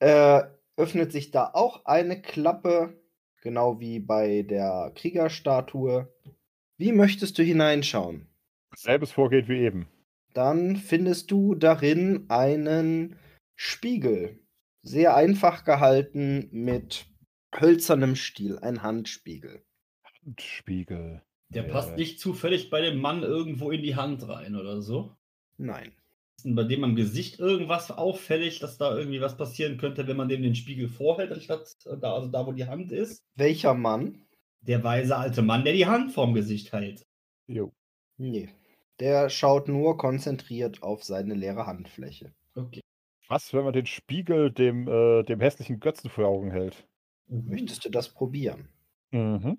[SPEAKER 2] äh, öffnet sich da auch eine Klappe, genau wie bei der Kriegerstatue. Wie möchtest du hineinschauen?
[SPEAKER 5] Selbes Vorgehen wie eben.
[SPEAKER 2] dann findest du darin einen Spiegel. Sehr einfach gehalten mit hölzernem Stiel, ein Handspiegel.
[SPEAKER 5] Handspiegel.
[SPEAKER 1] Der
[SPEAKER 5] Ja.
[SPEAKER 1] passt nicht zufällig bei dem Mann irgendwo in die Hand rein oder so.
[SPEAKER 2] Nein.
[SPEAKER 1] Ist denn bei dem am Gesicht irgendwas auffällig, dass da irgendwie was passieren könnte, wenn man dem den Spiegel vorhält, anstatt äh, da, also da, wo die Hand ist?
[SPEAKER 2] Welcher Mann?
[SPEAKER 1] Der weise alte Mann, der die Hand vorm Gesicht hält.
[SPEAKER 5] Jo.
[SPEAKER 2] Nee. Der schaut nur konzentriert auf seine leere Handfläche.
[SPEAKER 1] Okay.
[SPEAKER 5] Was, wenn man den Spiegel dem, äh, dem hässlichen Götzen vor Augen hält?
[SPEAKER 1] Oh, Hm.
[SPEAKER 2] Möchtest du das probieren?
[SPEAKER 5] Mhm.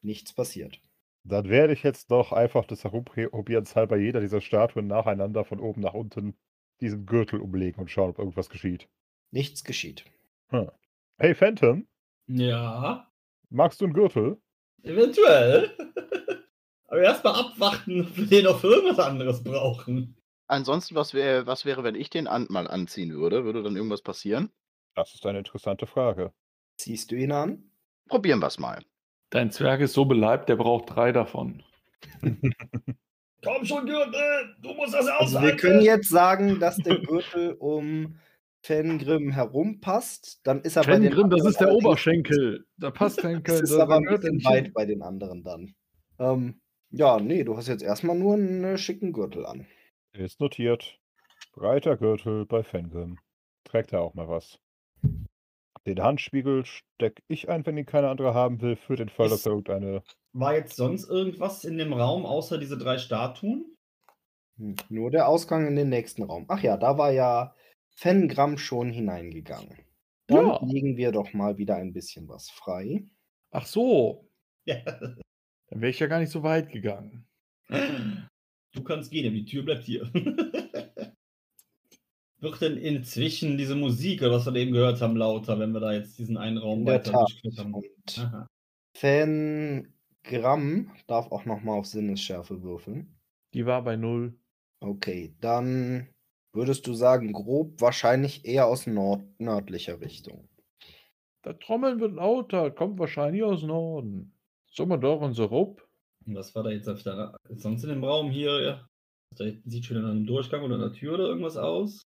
[SPEAKER 2] Nichts passiert.
[SPEAKER 5] Dann werde ich jetzt noch einfach des Herumprobierens halber jeder dieser Statuen nacheinander von oben nach unten diesen Gürtel umlegen und schauen, ob irgendwas geschieht.
[SPEAKER 2] Nichts geschieht.
[SPEAKER 5] Hey Phantom,
[SPEAKER 1] Ja,
[SPEAKER 5] magst du einen Gürtel?
[SPEAKER 1] eventuell. Aber erstmal abwarten, ob wir den noch für irgendwas anderes brauchen.
[SPEAKER 3] Ansonsten, was, wär, was wäre, wenn ich den an, mal anziehen würde? Würde dann irgendwas passieren?
[SPEAKER 5] Das ist eine interessante Frage.
[SPEAKER 2] Ziehst du ihn an?
[SPEAKER 3] Probieren wir es mal.
[SPEAKER 4] Dein Zwerg ist so beleibt, der braucht drei davon.
[SPEAKER 1] Komm schon, Gürtel, du musst das
[SPEAKER 2] Also
[SPEAKER 1] aushalten.
[SPEAKER 2] wir können jetzt sagen, dass der Gürtel um Fengrim herumpasst. Dann ist er bei den
[SPEAKER 4] Fengrim, das
[SPEAKER 2] anderen
[SPEAKER 4] ist der
[SPEAKER 2] allerdings-
[SPEAKER 4] Oberschenkel. Da passt kein
[SPEAKER 2] Das ist aber ein bisschen weit bei den anderen dann. Ähm, ja, nee, du hast jetzt erstmal nur einen äh, schicken Gürtel an.
[SPEAKER 5] Ist notiert. Breiter Gürtel bei Fangrim. Trägt er auch mal was. Den Handspiegel stecke ich ein, wenn ihn keiner andere haben will, für den Fall, dass
[SPEAKER 1] Ist-
[SPEAKER 5] er irgendeine
[SPEAKER 1] War jetzt sonst irgendwas in dem Raum außer diese drei Statuen?
[SPEAKER 2] Hm, Nur der Ausgang in den nächsten Raum. Ach ja, da war ja Fengram schon hineingegangen. Dann
[SPEAKER 4] Ja.
[SPEAKER 2] legen wir doch mal wieder ein bisschen was frei.
[SPEAKER 4] Ach so,
[SPEAKER 1] Ja.
[SPEAKER 4] dann wäre ich ja gar nicht so weit gegangen.
[SPEAKER 1] Du kannst gehen, aber die Tür bleibt hier. wird denn inzwischen diese Musik, oder was wir da eben gehört haben, lauter, wenn wir da jetzt diesen einen Raum
[SPEAKER 2] In der
[SPEAKER 1] weiter
[SPEAKER 2] Tat.
[SPEAKER 1] durchklettern?
[SPEAKER 2] Und
[SPEAKER 1] Aha.
[SPEAKER 2] Fangramm darf auch nochmal auf Sinnesschärfe würfeln.
[SPEAKER 4] Die war bei null.
[SPEAKER 2] Okay, dann würdest du sagen, grob wahrscheinlich eher aus nord nördlicher Richtung.
[SPEAKER 4] Da Trommeln wird lauter, kommt wahrscheinlich aus Norden. Sommer doch und Sirup.
[SPEAKER 1] Und Was war da jetzt auf der, sonst in dem Raum hier? Ja? Da sieht schon an einem Durchgang oder einer Tür oder irgendwas aus.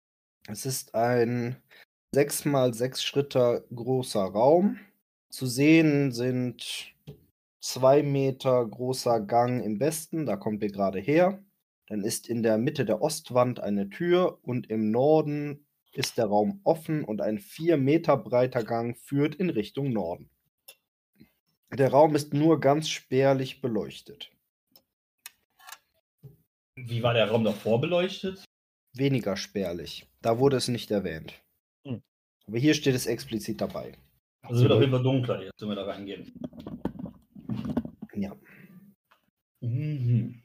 [SPEAKER 2] Es ist ein 6 mal 6 Schritter großer Raum. Zu sehen sind 2 Meter großer Gang im Westen, da kommt ihr gerade her. Dann ist in der Mitte der Ostwand eine Tür und im Norden ist der Raum offen und ein 4 Meter breiter Gang führt in Richtung Norden. Der Raum ist nur ganz spärlich beleuchtet.
[SPEAKER 1] Wie war der Raum davor beleuchtet?
[SPEAKER 2] Weniger spärlich. Da wurde es nicht erwähnt.
[SPEAKER 5] Hm.
[SPEAKER 2] Aber hier steht es explizit dabei.
[SPEAKER 1] Also es wird auf jeden Fall dunkler jetzt, wenn wir da reingehen.
[SPEAKER 2] Ja.
[SPEAKER 1] Mhm.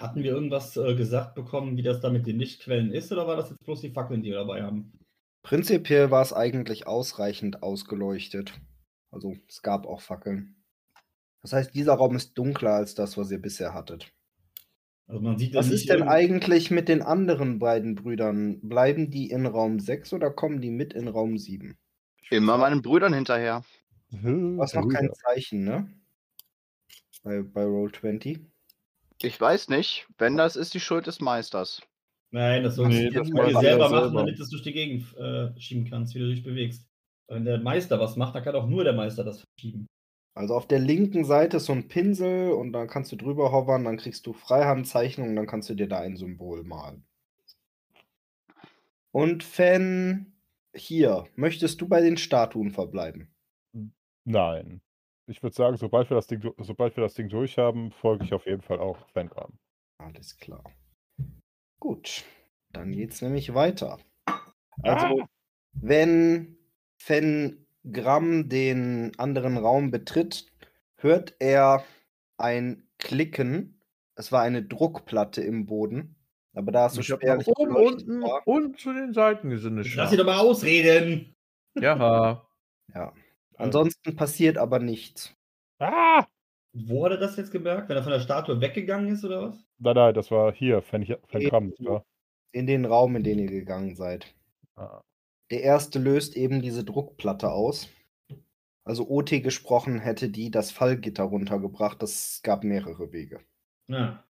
[SPEAKER 1] Hatten wir irgendwas äh, gesagt bekommen, wie das da mit den Lichtquellen ist, oder war das jetzt bloß die Fackeln, die wir dabei haben?
[SPEAKER 2] Prinzipiell war es eigentlich ausreichend ausgeleuchtet. Also es gab auch Fackeln. Das heißt, dieser Raum ist dunkler als das, was ihr bisher hattet.
[SPEAKER 1] Also man sieht
[SPEAKER 2] Was
[SPEAKER 1] dann
[SPEAKER 2] ist
[SPEAKER 1] nicht
[SPEAKER 2] denn
[SPEAKER 1] irgend-
[SPEAKER 2] eigentlich mit den anderen beiden Brüdern? Bleiben die in Raum 6 oder kommen die mit in Raum 7?
[SPEAKER 3] Immer meinen Brüdern hinterher.
[SPEAKER 2] Du hast noch kein Zeichen, ne? Bei, bei Roll 20.
[SPEAKER 3] Ich weiß nicht. Wenn das ist, die Schuld des Meisters.
[SPEAKER 1] Nein, das sollst
[SPEAKER 5] Nee,
[SPEAKER 1] du
[SPEAKER 5] das
[SPEAKER 1] dir
[SPEAKER 5] machen wir
[SPEAKER 1] selber
[SPEAKER 5] selber.
[SPEAKER 1] machen, damit es durch die Gegend äh, schieben kannst, wie du dich bewegst. Wenn der Meister was macht, dann kann auch nur der Meister das verschieben.
[SPEAKER 2] Also auf der linken Seite ist so ein Pinsel und dann kannst du drüber hovern, dann kriegst du Freihandzeichnung und dann kannst du dir da ein Symbol malen. Und Fan, hier, möchtest du bei den Statuen verbleiben?
[SPEAKER 5] Nein. Ich würde sagen, sobald wir, das Ding, du- sobald wir das Ding durch haben, folge ich auf jeden Fall auch Fangram.
[SPEAKER 2] Alles klar. Gut, dann geht's nämlich weiter. Also,
[SPEAKER 4] Ah.
[SPEAKER 2] wenn Fengram den anderen Raum betritt, hört er ein Klicken. Es war eine Druckplatte im Boden, aber da es so
[SPEAKER 4] Ich hab nach
[SPEAKER 2] spärlich
[SPEAKER 4] oben,
[SPEAKER 2] beleuchtet
[SPEAKER 4] unten
[SPEAKER 2] war-
[SPEAKER 4] und zu den Seiten gesinnt.
[SPEAKER 1] Lass sie doch mal ausreden!
[SPEAKER 4] Ja,
[SPEAKER 2] Ansonsten passiert aber nichts.
[SPEAKER 5] Ah!
[SPEAKER 1] Wo hat er das jetzt gemerkt? Wenn er von der Statue weggegangen ist oder was?
[SPEAKER 5] Nein, nein, das war hier, Fan- Fangram, nicht wahr?
[SPEAKER 2] In den Raum, in den ihr gegangen seid.
[SPEAKER 5] Ah.
[SPEAKER 2] Der erste löst eben diese Druckplatte aus. Also OT gesprochen hätte die das Fallgitter runtergebracht. Das gab mehrere Wege.
[SPEAKER 1] Ja.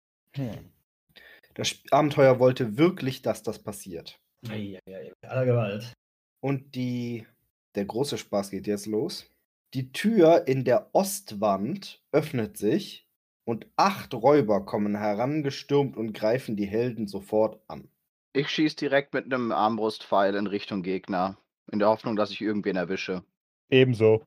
[SPEAKER 2] Das Sp- Abenteuer wollte wirklich, dass das passiert.
[SPEAKER 1] Eieiei, mit aller Gewalt.
[SPEAKER 2] Und die, der große Spaß geht jetzt los. Die Tür in der Ostwand öffnet sich und acht Räuber kommen herangestürmt und greifen die Helden sofort an.
[SPEAKER 3] Ich schieße direkt mit einem Armbrustpfeil in Richtung Gegner. In der Hoffnung, dass ich irgendwen erwische.
[SPEAKER 5] Ebenso.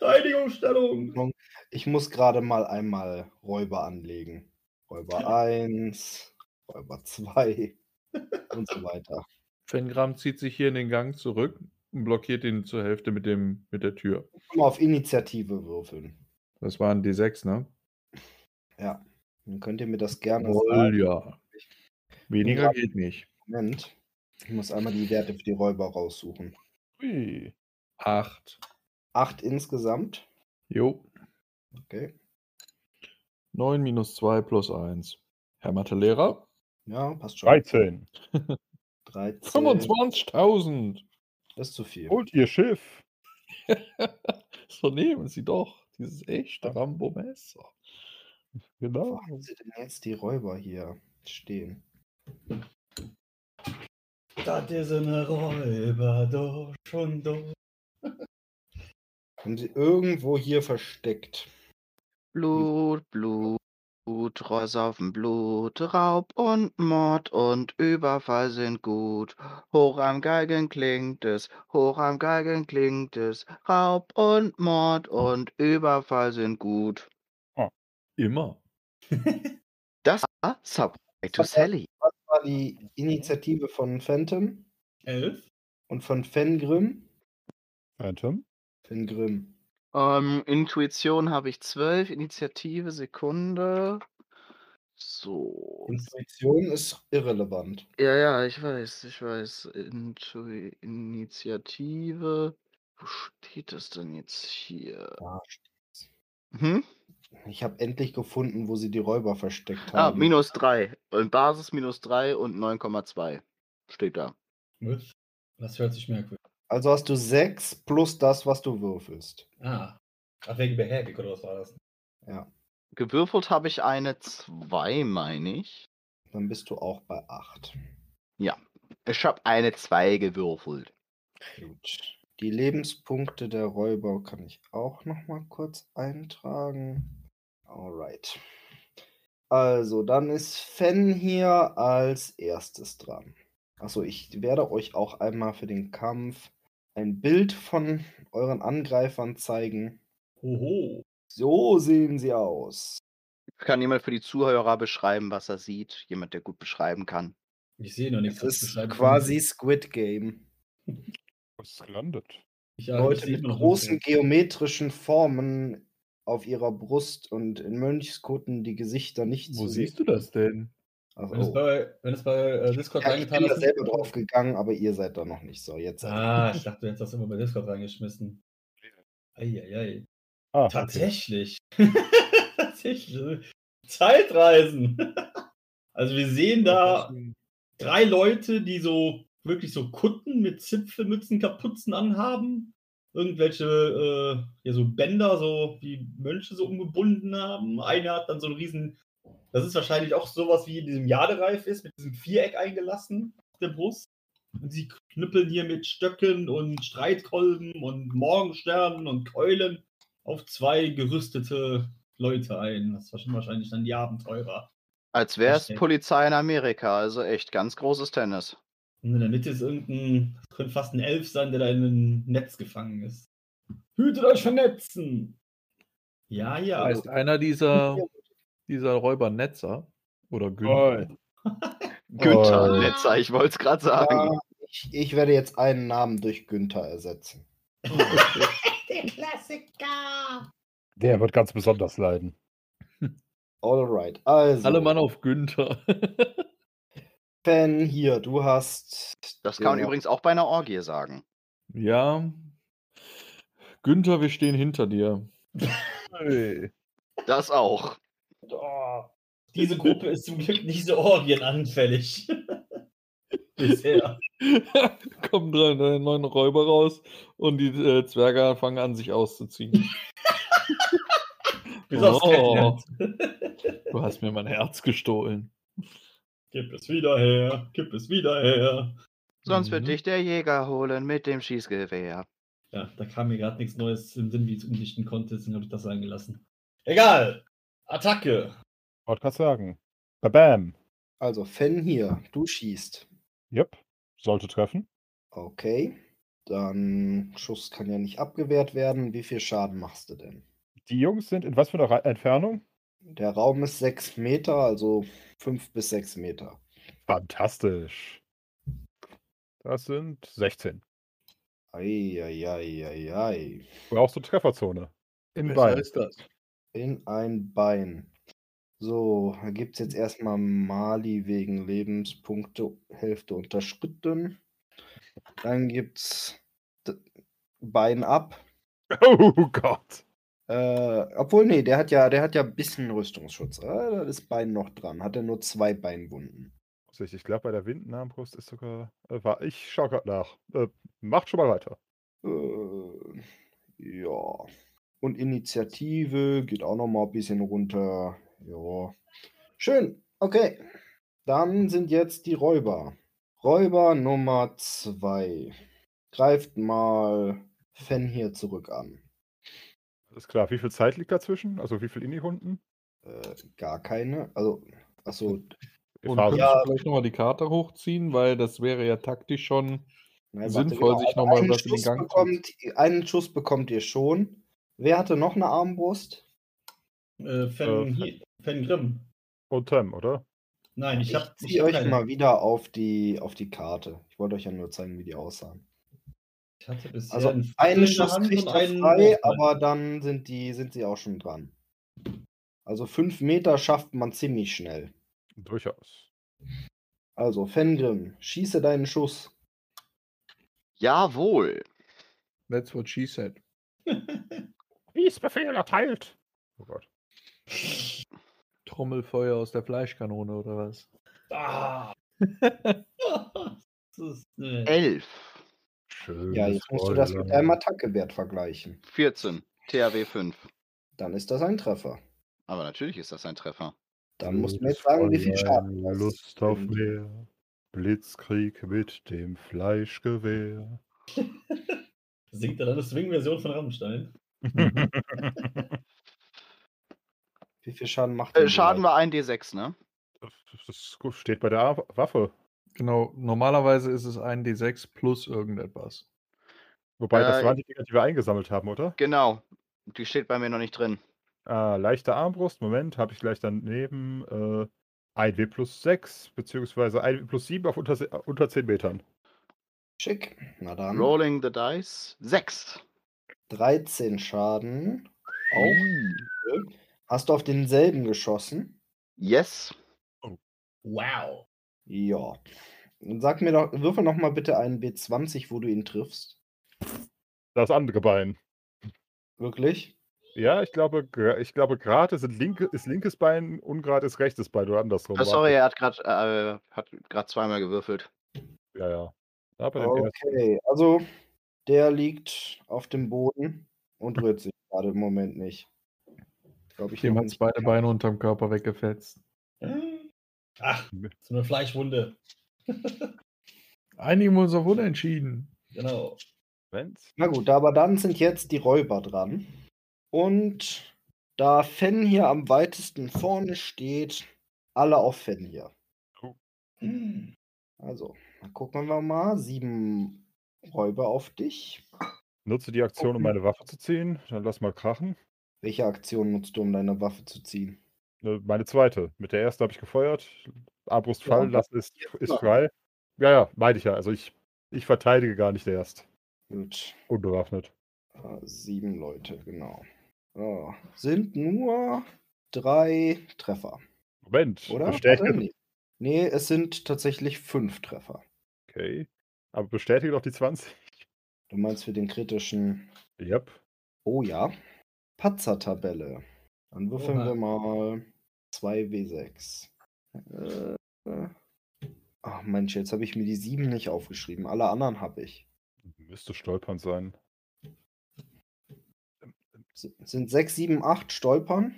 [SPEAKER 1] Verteidigungsstellung!
[SPEAKER 2] Ich muss gerade mal einmal Räuber anlegen. Räuber 1, Räuber 2 und so weiter.
[SPEAKER 4] Fengram zieht sich hier in den Gang zurück und blockiert ihn zur Hälfte mit, dem, mit der Tür.
[SPEAKER 2] Mal auf Initiative würfeln.
[SPEAKER 4] Das war ein D6, ne?
[SPEAKER 2] Dann könnt ihr mir das gerne
[SPEAKER 4] Wohl,
[SPEAKER 2] sagen.
[SPEAKER 4] ja. Weniger geht nicht.
[SPEAKER 2] Moment. Ich muss einmal die Werte für die Räuber raussuchen.
[SPEAKER 5] Ui.
[SPEAKER 4] Acht.
[SPEAKER 2] Acht insgesamt.
[SPEAKER 4] Jo.
[SPEAKER 2] Okay.
[SPEAKER 4] 9 minus 2 plus 1. Herr Mathelehrer?
[SPEAKER 2] Ja, passt schon.
[SPEAKER 5] 13.
[SPEAKER 2] 13.
[SPEAKER 4] 25.000!
[SPEAKER 2] Das ist zu viel.
[SPEAKER 5] Holt ihr Schiff.
[SPEAKER 4] so nehmen Sie doch dieses echte Rambo-Messer.
[SPEAKER 5] Genau.
[SPEAKER 2] Wo haben sie denn jetzt die Räuber hier stehen?
[SPEAKER 1] Das ist ein Räuber, doch schon durch.
[SPEAKER 2] Haben sie irgendwo hier versteckt?
[SPEAKER 3] Hm. Blut, Blut, Blut, Reusaufen, Blut, Raub und Mord und Überfall sind gut. Hoch am Geigen klingt es, hoch am Geigen klingt es. Raub und Mord und Überfall sind gut.
[SPEAKER 4] Immer.
[SPEAKER 3] Das war Subway to
[SPEAKER 2] Was war-
[SPEAKER 3] Sally.
[SPEAKER 2] Was war die Initiative von Phantom
[SPEAKER 1] Elf?
[SPEAKER 2] und von Fengrim?
[SPEAKER 5] Phantom.
[SPEAKER 2] Fengrim.
[SPEAKER 3] Ähm, Intuition habe ich 12, Initiative, Sekunde. So.
[SPEAKER 2] Intuition ist irrelevant.
[SPEAKER 3] Ja, ja, ich weiß, ich weiß. Intui Initiative. Wo steht das denn jetzt hier?
[SPEAKER 2] Da
[SPEAKER 3] Hm?
[SPEAKER 2] Ich habe endlich gefunden, wo sie die Räuber versteckt
[SPEAKER 3] Ah,
[SPEAKER 2] haben.
[SPEAKER 3] minus 3. Und Basis minus 3 und 9,2. Steht da.
[SPEAKER 1] Was? Das hört sich merkwürdig
[SPEAKER 2] Also hast du 6 plus das, was du würfelst.
[SPEAKER 1] an. Ah. Ach, wegen Behäbig oder was war das?
[SPEAKER 3] Gewürfelt habe ich eine 2, meine ich.
[SPEAKER 2] Dann bist du auch bei 8.
[SPEAKER 3] Ich habe eine 2 gewürfelt.
[SPEAKER 2] Gut. Die Lebenspunkte der Räuber kann ich auch noch mal kurz eintragen. Alright. Also, dann ist Fenn hier als erstes dran. Achso, ich werde euch auch einmal für den Kampf ein Bild von euren Angreifern zeigen.
[SPEAKER 1] Hoho.
[SPEAKER 2] So sehen sie aus.
[SPEAKER 3] Kann jemand für die Zuhörer beschreiben, was er sieht? Jemand, der gut beschreiben kann.
[SPEAKER 1] Ich sehe noch nichts.
[SPEAKER 2] Das ist
[SPEAKER 1] Beschreibung.
[SPEAKER 2] quasi Squid Game.
[SPEAKER 5] Was landet?
[SPEAKER 1] Ich, ja, ich
[SPEAKER 2] Leute
[SPEAKER 1] sehe
[SPEAKER 2] mit
[SPEAKER 1] immer noch
[SPEAKER 2] großen
[SPEAKER 1] nichts.
[SPEAKER 2] geometrischen Formen auf ihrer Brust und in Mönchskutten die Gesichter nicht
[SPEAKER 4] Wo
[SPEAKER 2] zu
[SPEAKER 4] siehst du das denn?
[SPEAKER 2] Ach,
[SPEAKER 1] Wenn es
[SPEAKER 2] oh.
[SPEAKER 1] bei, wenn es bei äh, Discord
[SPEAKER 2] ja, ich
[SPEAKER 1] reingetan
[SPEAKER 2] bin da
[SPEAKER 1] hast.
[SPEAKER 2] selber drauf gegangen, aber ihr seid da noch nicht so. Jetzt
[SPEAKER 1] Ah, ich dachte, jetzt hast du immer bei Discord reingeschmissen. Eieiei.
[SPEAKER 5] Ah, okay.
[SPEAKER 1] Tatsächlich. Tatsächlich. Zeitreisen. also wir sehen da drei Leute, die so wirklich so Kutten mit Zipfelmützen, Kapuzen anhaben. Irgendwelche, äh, ja, so Bänder, so wie Mönche so umgebunden haben. Einer hat dann so einen riesen, das ist wahrscheinlich auch sowas wie in diesem Jadereif ist, mit diesem Viereck eingelassen auf der Brust. Und sie knüppeln hier mit Stöcken und Streitkolben und Morgensternen und Keulen auf zwei gerüstete Leute ein. Das waren wahrscheinlich dann die Abenteurer.
[SPEAKER 3] Als wäre es
[SPEAKER 1] Verstehe.
[SPEAKER 3] Polizei in Amerika. Also echt ganz großes Tennis.
[SPEAKER 1] Und in der Mitte ist irgendein, das könnte fast ein Elf sein, der da in einem Netz gefangen ist. Hütet euch vernetzen! Ja, ja. Also
[SPEAKER 4] Heißt einer dieser, dieser Räuber Netzer oder
[SPEAKER 5] Oi.
[SPEAKER 4] Günther?
[SPEAKER 3] Günther
[SPEAKER 5] Oh.
[SPEAKER 3] Netzer, ich wollte es gerade sagen.
[SPEAKER 2] Ja, ich, ich werde jetzt einen Namen durch Günther ersetzen.
[SPEAKER 1] Der Klassiker!
[SPEAKER 5] Der wird ganz besonders leiden.
[SPEAKER 2] Alright, also.
[SPEAKER 4] Alle Mann auf Günther.
[SPEAKER 2] Fan hier, du hast.
[SPEAKER 3] Das kann man
[SPEAKER 2] den-
[SPEAKER 3] übrigens auch bei einer Orgie sagen.
[SPEAKER 4] ja. Günther, wir stehen hinter dir.
[SPEAKER 3] Das auch.
[SPEAKER 1] Oh, diese Gruppe ist zum Glück nicht so orgienanfällig. Bisher.
[SPEAKER 4] Kommen drei neue- neun Räuber raus und die äh, Zwerge fangen an, sich auszuziehen.
[SPEAKER 1] Bis aufs
[SPEAKER 4] Oh.
[SPEAKER 1] Kettnetz.
[SPEAKER 4] Du hast mir mein Herz gestohlen.
[SPEAKER 1] Gib es wieder her, gib es wieder her.
[SPEAKER 3] Sonst wird
[SPEAKER 4] Mhm.
[SPEAKER 3] dich der Jäger holen mit dem Schießgewehr.
[SPEAKER 1] Ja, da kam mir gerade nichts Neues im Sinn, wie ich es umdichten konnte, deswegen habe ich das eingelassen. Egal! Attacke!
[SPEAKER 5] Was kannst du sagen? Babam.
[SPEAKER 2] Also, Fan hier, du schießt.
[SPEAKER 5] Yep. Sollte treffen.
[SPEAKER 2] Okay. Dann Schuss kann ja nicht abgewehrt werden. Wie viel Schaden machst du denn?
[SPEAKER 5] Die Jungs sind in was für einer Re Entfernung?
[SPEAKER 2] Der Raum ist 6 Meter, also 5 bis 6 Meter.
[SPEAKER 5] Fantastisch. Das sind 16.
[SPEAKER 2] Eieieiei.
[SPEAKER 5] Brauchst du Trefferzone. In
[SPEAKER 4] Besser
[SPEAKER 5] beiden.
[SPEAKER 4] ist das.
[SPEAKER 2] In ein Bein. So, da gibt es jetzt erstmal Mali wegen Lebenspunkte, Hälfte unterschritten. Dann gibt's d- Bein ab.
[SPEAKER 5] Oh Gott.
[SPEAKER 2] Äh, obwohl, nee, der hat ja, der hat ja ein bisschen Rüstungsschutz. Äh, da ist Bein noch dran. Hat er nur zwei Beinwunden.
[SPEAKER 5] Vorsicht, Ich glaube, bei der Windenarmbrust ist sogar. Äh, war, ich schaue gerade nach. Äh, macht schon mal weiter.
[SPEAKER 2] Äh, ja. Und Initiative geht auch noch mal ein bisschen runter. Ja. Schön. Okay. Dann sind jetzt die Räuber. Räuber Nummer 2. Greift mal Fen hier zurück an.
[SPEAKER 5] Alles klar. Wie viel Zeit liegt dazwischen? Also wie viel Indie-Hunden?
[SPEAKER 2] Äh, gar keine. Also, achso.
[SPEAKER 4] Und
[SPEAKER 5] Phase.
[SPEAKER 4] könntest
[SPEAKER 2] Ja.
[SPEAKER 4] du vielleicht nochmal die Karte hochziehen, weil das wäre ja taktisch schon.
[SPEAKER 2] Nein, genau.
[SPEAKER 4] Sinnvoll, sich noch mal
[SPEAKER 2] einen,
[SPEAKER 4] was in den
[SPEAKER 2] Schuss
[SPEAKER 4] Gang zu-
[SPEAKER 2] bekommt, einen Schuss bekommt ihr schon. Wer hatte noch eine Armbrust?
[SPEAKER 1] Äh,
[SPEAKER 5] Äh,
[SPEAKER 1] Fen,
[SPEAKER 5] Fen-
[SPEAKER 1] Fen Grimm.
[SPEAKER 5] Und Tem, oder?
[SPEAKER 1] Nein, ich habe
[SPEAKER 2] ich ziehe euch mal wieder auf die, auf die Karte. Ich wollte euch ja nur zeigen, wie die aussahen.
[SPEAKER 1] Ich hatte bisher
[SPEAKER 2] Also
[SPEAKER 1] einen Viertel in
[SPEAKER 2] einen
[SPEAKER 1] der
[SPEAKER 2] Schuss
[SPEAKER 1] Hand
[SPEAKER 2] kriegt
[SPEAKER 1] und
[SPEAKER 2] er
[SPEAKER 1] einen
[SPEAKER 2] frei,
[SPEAKER 1] Wurf.
[SPEAKER 2] aber dann sind die sind sie auch schon dran. Also fünf Meter schafft man ziemlich schnell.
[SPEAKER 5] Durchaus.
[SPEAKER 2] Also, Fengrim, schieße deinen Schuss.
[SPEAKER 3] Jawohl.
[SPEAKER 4] That's what she said.
[SPEAKER 5] Schießbefehl erteilt. Oh Gott.
[SPEAKER 4] Trommelfeuer aus der Fleischkanone oder was?
[SPEAKER 1] Ah. das ist, äh,
[SPEAKER 3] Elf.
[SPEAKER 5] Schön.
[SPEAKER 2] Ja, jetzt musst du das mit deinem Attackewert vergleichen.
[SPEAKER 3] 14. THW 5.
[SPEAKER 2] Dann ist das ein Treffer.
[SPEAKER 3] Aber natürlich ist das ein Treffer.
[SPEAKER 2] Dann musst du mir jetzt sagen, wie viel Schaden. das
[SPEAKER 5] Lust auf
[SPEAKER 2] sind.
[SPEAKER 5] mehr. Blitzkrieg mit dem Fleischgewehr.
[SPEAKER 1] singt er dann eine Swing-Version von Rammstein?
[SPEAKER 2] Wie viel Schaden macht
[SPEAKER 3] Äh,
[SPEAKER 2] denn
[SPEAKER 3] Schaden
[SPEAKER 2] der?
[SPEAKER 3] war 1d6, ne?
[SPEAKER 5] Das steht bei der Waffe.
[SPEAKER 4] Genau, normalerweise ist es ein D6 plus irgendetwas.
[SPEAKER 5] Wobei, das
[SPEAKER 3] Äh,
[SPEAKER 5] waren die Dinger, die wir eingesammelt haben, oder?
[SPEAKER 3] Genau. Die steht bei mir noch nicht drin.
[SPEAKER 5] Ah, leichte Armbrust, Moment, habe ich gleich daneben. Äh, 1W plus 6, beziehungsweise 1W plus 7 auf unter, se- äh, unter 10 Metern.
[SPEAKER 2] Schick. Na dann.
[SPEAKER 3] Rolling the dice. 6.
[SPEAKER 2] 13 Schaden.
[SPEAKER 3] Oh.
[SPEAKER 2] Hast du auf denselben geschossen?
[SPEAKER 3] Yes.
[SPEAKER 1] Wow.
[SPEAKER 2] Ja. Sag mir doch, würfel noch mal bitte einen B20, wo du ihn triffst.
[SPEAKER 5] Das andere Bein.
[SPEAKER 2] Wirklich?
[SPEAKER 5] Ja, ich glaube, gra- ich glaube gerade sind linke, ist linkes Bein, ungerade ist rechtes Bein oder andersrum.
[SPEAKER 3] Ah, sorry, er hat gerade äh, hat grad zweimal gewürfelt.
[SPEAKER 5] Ja, ja. Da bei dem
[SPEAKER 2] Oh.
[SPEAKER 5] ersten-
[SPEAKER 2] Okay, also der liegt auf dem Boden und rührt sich gerade im Moment nicht. Glaube ich,
[SPEAKER 4] Dem
[SPEAKER 2] noch
[SPEAKER 4] hat
[SPEAKER 2] nicht.
[SPEAKER 4] beide Beine unterm Körper weggefetzt.
[SPEAKER 1] Ach, so eine Fleischwunde.
[SPEAKER 4] Einigen wir uns auf Unentschieden.
[SPEAKER 1] Genau.
[SPEAKER 5] Moment.
[SPEAKER 2] Na gut, aber dann sind jetzt die Räuber dran. Und da Fenn hier am weitesten vorne steht, alle auf Fenn hier.
[SPEAKER 5] Oh.
[SPEAKER 1] Hm.
[SPEAKER 2] Also, dann gucken wir mal. Sieben Räuber auf dich.
[SPEAKER 5] Nutze die Aktion, um meine Waffe zu ziehen. Dann lass mal krachen.
[SPEAKER 2] Welche Aktion nutzt du, um deine Waffe zu ziehen?
[SPEAKER 5] Äh, Meine zweite. Mit der ersten habe ich gefeuert. Armbrust
[SPEAKER 2] Ja,
[SPEAKER 5] fallen
[SPEAKER 2] das
[SPEAKER 5] lassen ist, ist
[SPEAKER 2] klar.
[SPEAKER 5] frei. Ja, ja, meine ich ja. Also ich, ich verteidige gar nicht erst.
[SPEAKER 2] Gut,
[SPEAKER 5] Unbewaffnet.
[SPEAKER 2] äh, sieben Leute, genau. Ja, sind nur drei Treffer,
[SPEAKER 5] Moment.
[SPEAKER 2] oder? Warte,
[SPEAKER 5] Bestätige.
[SPEAKER 2] nee. nee, es sind tatsächlich fünf Treffer.
[SPEAKER 5] Okay. Aber bestätige doch die 20.
[SPEAKER 2] Du meinst für den kritischen
[SPEAKER 5] Yep.
[SPEAKER 2] Oh ja. Patzer-Tabelle. Dann würfeln
[SPEAKER 1] Oha.
[SPEAKER 2] wir mal 2W6. Äh, äh. Ach Mensch, jetzt habe ich mir die 7 nicht aufgeschrieben. Alle anderen habe ich.
[SPEAKER 5] Müsste stolpern sein.
[SPEAKER 2] S- Sind 6, 7, 8 Stolpern?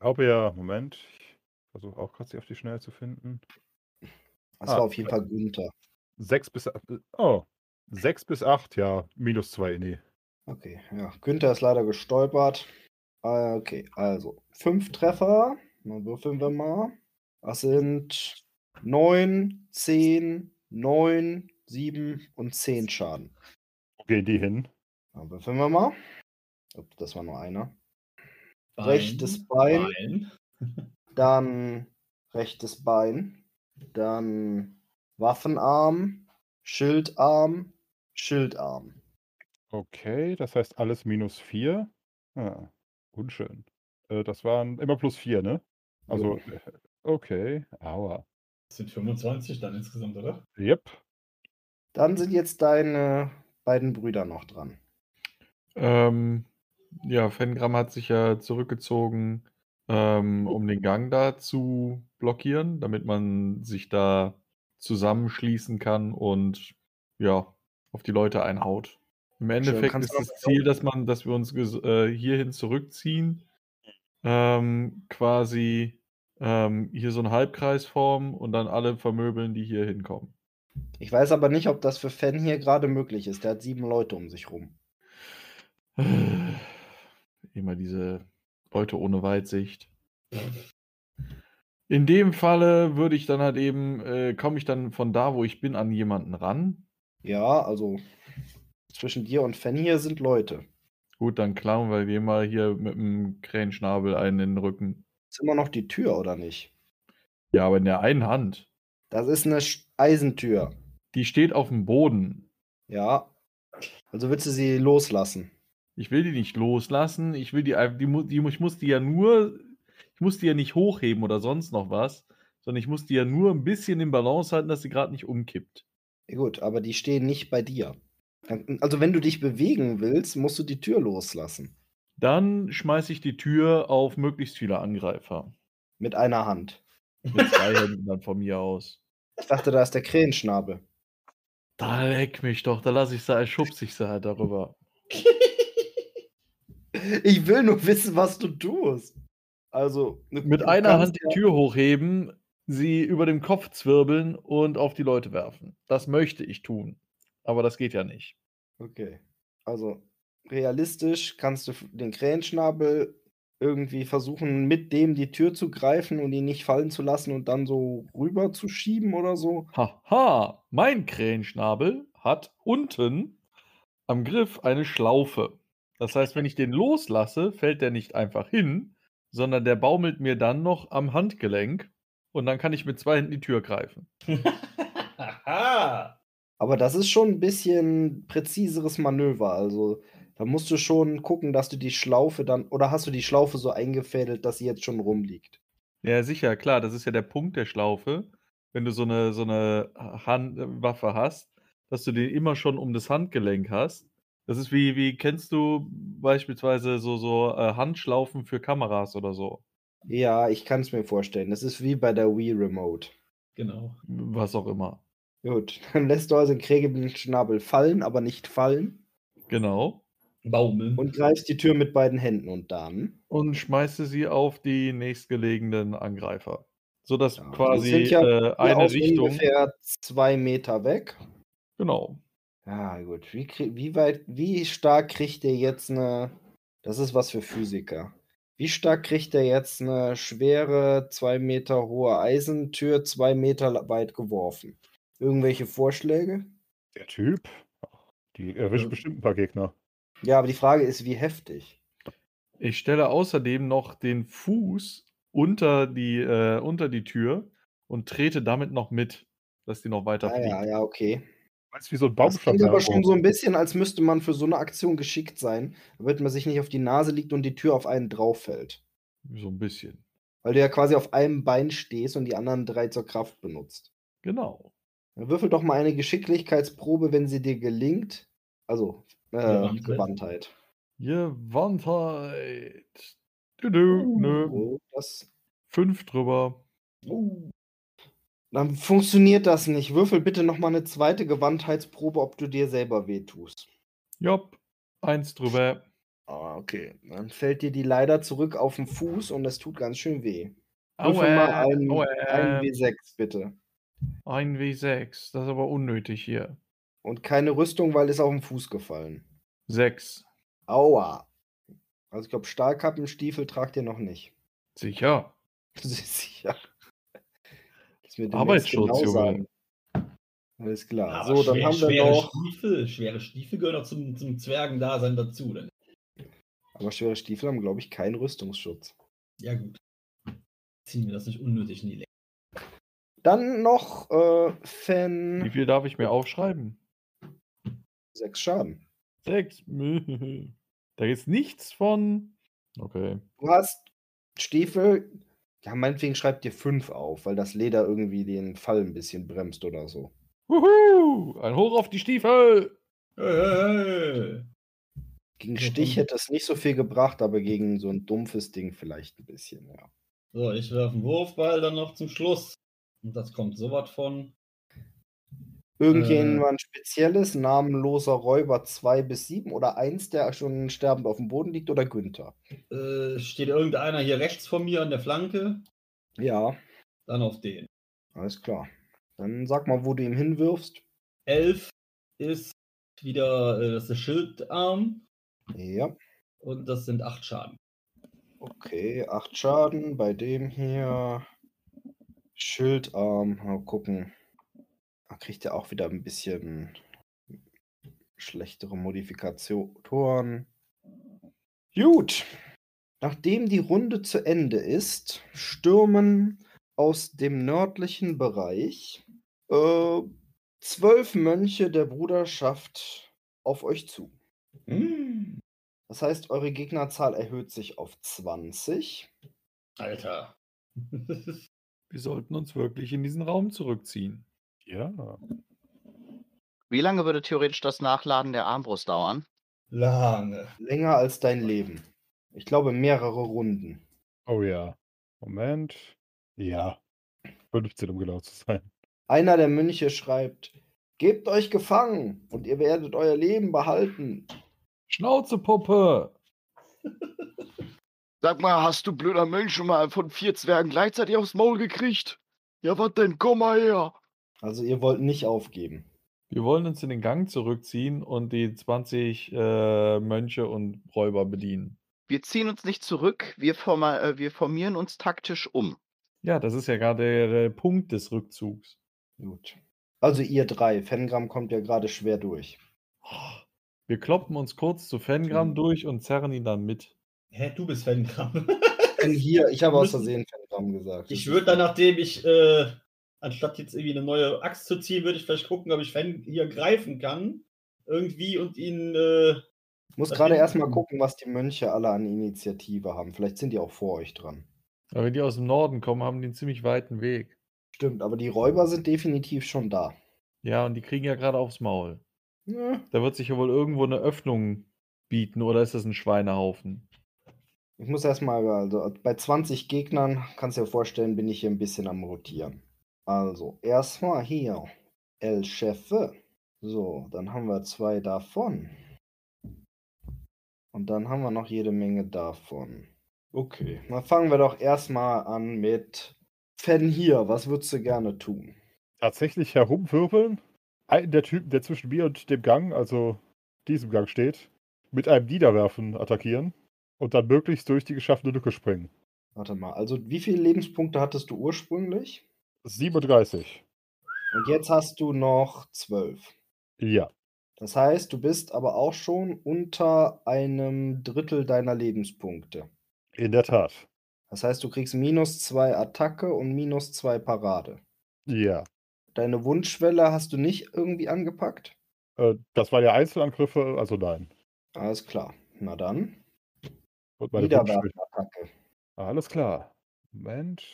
[SPEAKER 5] Glaube ja, Moment. Ich versuche auch gerade sie auf die Schnelle zu finden.
[SPEAKER 2] Das
[SPEAKER 5] Ah,
[SPEAKER 2] war auf jeden Fall Günther.
[SPEAKER 5] 6 bis. Oh. 6 bis 8, ja. Minus 2, nee.
[SPEAKER 2] Okay, ja. Günther ist leider gestolpert. Äh, Okay, also 5 Treffer. Dann würfeln wir mal. Das sind 9, 10, 9, 7 und 10 Schaden.
[SPEAKER 5] Wo gehen die hin?
[SPEAKER 2] Dann würfeln wir mal. Ob Das war nur einer.
[SPEAKER 1] Bein,
[SPEAKER 2] Rechtes Bein.
[SPEAKER 1] Bein.
[SPEAKER 2] Dann rechtes Bein. Dann Waffenarm, Schildarm, Schildarm.
[SPEAKER 5] Okay, das heißt alles minus 4. Ah, unschön. Äh, das waren immer plus 4, ne? Also, äh, okay. Aua.
[SPEAKER 1] Das sind 25 dann insgesamt, oder?
[SPEAKER 5] Yep.
[SPEAKER 2] Dann sind jetzt deine beiden Brüder noch dran.
[SPEAKER 4] Ähm, ja, Fengram hat sich ja zurückgezogen,
[SPEAKER 2] Mhm.
[SPEAKER 4] ähm, um den Gang da zu blockieren, damit man sich da zusammenschließen kann und ja, auf die Leute einhaut. Im Endeffekt
[SPEAKER 2] kannst
[SPEAKER 4] ist
[SPEAKER 2] du
[SPEAKER 4] das
[SPEAKER 2] noch-
[SPEAKER 4] Ziel, dass man, dass wir uns ges- äh, hierhin zurückziehen, ähm, quasi ähm, hier so einen Halbkreis formen und dann alle vermöbeln, die hier hinkommen.
[SPEAKER 2] Ich weiß aber nicht, ob das für Fan hier gerade möglich ist. Der hat sieben Leute um sich rum.
[SPEAKER 4] Immer diese Leute ohne Weitsicht. In dem Falle würde ich dann halt eben, äh, komme ich dann von da, wo ich bin, an jemanden ran.
[SPEAKER 2] Ja, also zwischen dir und Fan hier sind Leute.
[SPEAKER 4] Gut, dann klauen wir dem mal hier mit dem Krähenschnabel einen in den Rücken.
[SPEAKER 2] Ist immer noch die Tür, oder nicht?
[SPEAKER 4] Ja, aber in der einen Hand.
[SPEAKER 2] Das ist eine Sch- Eisentür.
[SPEAKER 4] Die steht auf dem Boden.
[SPEAKER 2] Ja. Also willst du sie loslassen?
[SPEAKER 4] Ich will die nicht loslassen. Ich will die, ein- die, mu- die ich muss die ja nur Ich muss die ja nicht hochheben oder sonst noch was, sondern ich muss die ja nur ein bisschen in Balance halten, dass sie gerade nicht umkippt.
[SPEAKER 2] Ja, Gut, aber die stehen nicht bei dir. Also wenn du dich bewegen willst, musst du die Tür loslassen.
[SPEAKER 4] Dann schmeiße ich die Tür auf möglichst viele Angreifer.
[SPEAKER 2] Mit einer Hand.
[SPEAKER 4] Mit zwei Händen dann von mir aus.
[SPEAKER 2] Ich dachte, da ist der Krähenschnabel.
[SPEAKER 4] Da leck mich doch, da lasse ich sie, schubse ich sie halt darüber.
[SPEAKER 2] Ich will nur wissen, was du tust. Also
[SPEAKER 4] Mit
[SPEAKER 2] du
[SPEAKER 4] einer
[SPEAKER 2] kannst
[SPEAKER 4] Hand die Tür hochheben, sie über dem Kopf zwirbeln und auf die Leute werfen. Das möchte ich tun. Aber das geht ja nicht.
[SPEAKER 2] Okay. Also realistisch kannst du f- den Krähenschnabel irgendwie versuchen, mit dem die Tür zu greifen und ihn nicht fallen zu lassen und dann so rüber zu schieben oder so.
[SPEAKER 4] Haha, mein Krähenschnabel hat unten am Griff eine Schlaufe. Das heißt, wenn ich den loslasse, fällt der nicht einfach hin, sondern der baumelt mir dann noch am Handgelenk und dann kann ich mit zwei Händen die Tür greifen.
[SPEAKER 1] Haha.
[SPEAKER 2] Aber das ist schon ein bisschen präziseres Manöver. Also da musst du schon gucken, dass du die Schlaufe dann oder hast du die Schlaufe so eingefädelt, dass sie jetzt schon rumliegt.
[SPEAKER 4] Ja, sicher, klar, das ist ja der Punkt der Schlaufe, wenn du so eine, so eine Hand äh, Waffe hast, dass du den immer schon um das Handgelenk hast. Das ist wie, wie kennst du beispielsweise so, so äh, Handschlaufen für Kameras oder so?
[SPEAKER 2] Ja, ich kann es mir vorstellen. Das ist wie bei der Wii Remote.
[SPEAKER 1] Genau.
[SPEAKER 4] Was auch immer.
[SPEAKER 2] Gut, dann lässt du also den Krähenschnabel fallen, aber nicht fallen.
[SPEAKER 4] Genau.
[SPEAKER 1] Baumeln.
[SPEAKER 2] und greifst die Tür mit beiden Händen und dann.
[SPEAKER 4] Und schmeiße sie auf die nächstgelegenen Angreifer. Sodass
[SPEAKER 2] Ja, die
[SPEAKER 4] quasi
[SPEAKER 2] sind ja
[SPEAKER 4] äh, eine
[SPEAKER 2] aus
[SPEAKER 4] Richtung.
[SPEAKER 2] ungefähr zwei Meter weg.
[SPEAKER 4] Genau.
[SPEAKER 2] Ja, gut. Wie, krie- wie weit, wie stark kriegt der jetzt eine. Das ist was für Physiker. Wie stark kriegt der jetzt eine schwere, zwei Meter hohe Eisentür, zwei Meter la- weit geworfen? Irgendwelche Vorschläge?
[SPEAKER 5] Der Typ, die erwischt
[SPEAKER 1] Ja.
[SPEAKER 5] bestimmt ein paar Gegner.
[SPEAKER 2] Ja, aber die Frage ist, wie heftig?
[SPEAKER 4] Ich stelle außerdem noch den Fuß unter die, äh, unter die Tür und trete damit noch mit, dass die noch weiter
[SPEAKER 2] Ah,
[SPEAKER 4] fliegt.
[SPEAKER 2] ja, ja, okay.
[SPEAKER 5] Weißt wie so ein
[SPEAKER 2] Das
[SPEAKER 5] Baumstamm
[SPEAKER 2] klingt aber
[SPEAKER 5] da
[SPEAKER 2] schon so ein bisschen, als müsste man für so eine Aktion geschickt sein, damit man sich nicht auf die Nase liegt und die Tür auf einen drauf fällt.
[SPEAKER 4] So ein bisschen.
[SPEAKER 2] Weil du ja quasi auf einem Bein stehst und die anderen drei zur Kraft benutzt.
[SPEAKER 4] Genau.
[SPEAKER 2] Dann würfel doch mal eine Geschicklichkeitsprobe, wenn sie dir gelingt. Also, äh,
[SPEAKER 1] Gewandtheit.
[SPEAKER 2] Gewandtheit.
[SPEAKER 4] Gewandtheit. halt. Du, du, nö.
[SPEAKER 2] Oh, das,
[SPEAKER 4] Fünf drüber.
[SPEAKER 1] Oh.
[SPEAKER 2] dann funktioniert das nicht. Würfel bitte noch mal eine zweite Gewandtheitsprobe, ob du dir selber wehtust.
[SPEAKER 4] Jopp. Eins drüber.
[SPEAKER 2] Ah, okay. Dann fällt dir die leider zurück auf den Fuß und das tut ganz schön weh. Würfel
[SPEAKER 4] äh,
[SPEAKER 2] mal einen,
[SPEAKER 4] aua.
[SPEAKER 2] einen W6 bitte.
[SPEAKER 4] Ein W6, das ist aber unnötig hier.
[SPEAKER 2] Und keine Rüstung, weil ist auf den Fuß gefallen.
[SPEAKER 4] Sechs.
[SPEAKER 2] Aua. Also ich glaube, Stahlkappenstiefel tragt ihr noch nicht.
[SPEAKER 4] Sicher.
[SPEAKER 2] Sicher. Das mit dem
[SPEAKER 4] Arbeitsschutz,
[SPEAKER 2] Netz genau
[SPEAKER 4] Junge.
[SPEAKER 2] sagen. Alles klar.
[SPEAKER 1] Aber
[SPEAKER 2] so, dann
[SPEAKER 1] schwer-
[SPEAKER 2] haben wir
[SPEAKER 1] schwere
[SPEAKER 2] noch.
[SPEAKER 1] Stiefel, schwere Stiefel gehören doch zum, zum Zwergendasein dazu. Dann.
[SPEAKER 2] Aber schwere Stiefel haben, glaube ich, keinen Rüstungsschutz.
[SPEAKER 1] Ja, gut. Ziehen wir das nicht unnötig in die Länge.
[SPEAKER 2] Dann noch äh,
[SPEAKER 4] Wie
[SPEAKER 2] Fan
[SPEAKER 4] viel darf ich mir aufschreiben?
[SPEAKER 2] 6 Schaden.
[SPEAKER 4] Sechs. Da ist nichts von. Okay.
[SPEAKER 2] Du hast Stiefel. Ja, meinetwegen schreibt dir 5 auf, weil das Leder irgendwie den Fall ein bisschen bremst oder so.
[SPEAKER 4] Wuhu! Ein Hoch auf die Stiefel!
[SPEAKER 1] Hey, hey, hey.
[SPEAKER 2] Gegen
[SPEAKER 1] Ja,
[SPEAKER 2] Stich
[SPEAKER 1] dann-
[SPEAKER 2] hätte es nicht so viel gebracht, aber gegen so ein dumpfes Ding vielleicht ein bisschen, ja.
[SPEAKER 1] So, ich werfe einen Wurfball dann noch zum Schluss. Und das kommt sowas von.
[SPEAKER 2] Mhm. Irgendjemand spezielles, namenloser Räuber 2 bis 7 oder 1, der schon sterbend auf dem Boden liegt oder Günther?
[SPEAKER 1] Äh, steht irgendeiner hier rechts von mir an der Flanke?
[SPEAKER 2] Ja,
[SPEAKER 1] Dann auf den.
[SPEAKER 2] alles klar. Dann sag mal, wo du ihm hinwirfst.
[SPEAKER 1] Elf ist wieder äh, das ist der Schildarm
[SPEAKER 2] Ja,
[SPEAKER 1] und das sind acht Schaden.
[SPEAKER 2] okay, 8 Schaden bei dem hier. Schildarm, mal gucken. Da kriegt er auch wieder ein bisschen schlechtere Modifikatoren. Gut. Nachdem die Runde zu Ende ist, stürmen aus dem nördlichen Bereich äh, zwölf Mönche der Bruderschaft auf euch zu. Das heißt, eure Gegnerzahl erhöht sich auf 20.
[SPEAKER 1] Alter.
[SPEAKER 4] Wir sollten uns wirklich in diesen Raum zurückziehen.
[SPEAKER 5] Ja.
[SPEAKER 3] Wie lange würde theoretisch das Nachladen der Armbrust dauern?
[SPEAKER 1] Lange.
[SPEAKER 2] Länger als dein Leben. Ich glaube, mehrere Runden.
[SPEAKER 5] Oh ja. Moment. Ja. 15, um genau zu sein.
[SPEAKER 2] Einer der Mönche schreibt: Gebt euch gefangen und ihr werdet euer Leben behalten.
[SPEAKER 4] Schnauze, Puppe!
[SPEAKER 3] Sag mal, hast du blöder Mönch schon mal von vier Zwergen gleichzeitig aufs Maul gekriegt? Ja, was denn? Komm mal her!
[SPEAKER 2] Also, ihr wollt nicht aufgeben.
[SPEAKER 4] Wir wollen uns in den Gang zurückziehen und die 20 äh, Mönche und Räuber bedienen.
[SPEAKER 3] Wir ziehen uns nicht zurück, wir, forma äh, wir formieren uns taktisch um.
[SPEAKER 4] Ja, das ist ja gerade der, der Punkt des Rückzugs.
[SPEAKER 2] Gut. Also, ihr drei. Fengram kommt ja gerade schwer durch.
[SPEAKER 4] Wir kloppen uns kurz zu Fengram durch und zerren ihn dann mit.
[SPEAKER 1] Hä, du bist Fengram.
[SPEAKER 2] Denn hier, ich habe aus
[SPEAKER 1] Müssen-
[SPEAKER 2] Versehen Fengram gesagt.
[SPEAKER 1] Ich
[SPEAKER 2] Das
[SPEAKER 1] würde
[SPEAKER 2] ist-
[SPEAKER 1] dann, nachdem ich, äh, anstatt jetzt irgendwie eine neue Axt zu ziehen, würde ich vielleicht gucken, ob ich Fan hier greifen kann. Irgendwie und ihn, äh,
[SPEAKER 2] muss
[SPEAKER 1] das
[SPEAKER 2] gerade
[SPEAKER 1] geht-
[SPEAKER 2] erstmal gucken, was die Mönche alle an Initiative haben. Vielleicht sind die auch vor euch dran.
[SPEAKER 4] Aber wenn die aus dem Norden kommen, haben die einen ziemlich weiten Weg.
[SPEAKER 2] Stimmt, aber die Räuber sind definitiv schon da.
[SPEAKER 4] Ja, und die kriegen ja gerade aufs Maul.
[SPEAKER 2] Ja,
[SPEAKER 4] Da wird sich ja wohl irgendwo eine Öffnung bieten oder ist das ein Schweinehaufen?
[SPEAKER 2] Ich muss erstmal, also bei 20 Gegnern, kannst dir vorstellen, bin ich hier ein bisschen am Rotieren. Also, erstmal hier. El Chefe. So, dann haben wir zwei davon. Und dann haben wir noch jede Menge davon. Okay. Dann fangen wir doch erstmal an mit Fan hier. Was würdest du gerne tun?
[SPEAKER 5] Tatsächlich herumwirbeln. Einen der Typen, der zwischen mir und dem Gang, also diesem Gang steht, mit einem Niederwerfen attackieren und dann möglichst durch die geschaffene Lücke springen.
[SPEAKER 2] Warte mal, also wie viele Lebenspunkte hattest du ursprünglich?
[SPEAKER 5] 37.
[SPEAKER 2] Und jetzt hast du noch 12.
[SPEAKER 5] Ja.
[SPEAKER 2] Das heißt, du bist aber auch schon unter einem Drittel deiner Lebenspunkte.
[SPEAKER 5] In der Tat.
[SPEAKER 2] Das heißt, du kriegst minus zwei Attacke und minus zwei Parade.
[SPEAKER 5] Ja.
[SPEAKER 2] Deine Wundschwelle hast du nicht irgendwie angepackt?
[SPEAKER 5] Äh, das waren ja Einzelangriffe, also nein.
[SPEAKER 2] Alles klar. Na dann.
[SPEAKER 5] Und meine Wunschwünsche.
[SPEAKER 2] Niederwerfen-Attacke.
[SPEAKER 5] Alles klar. Moment.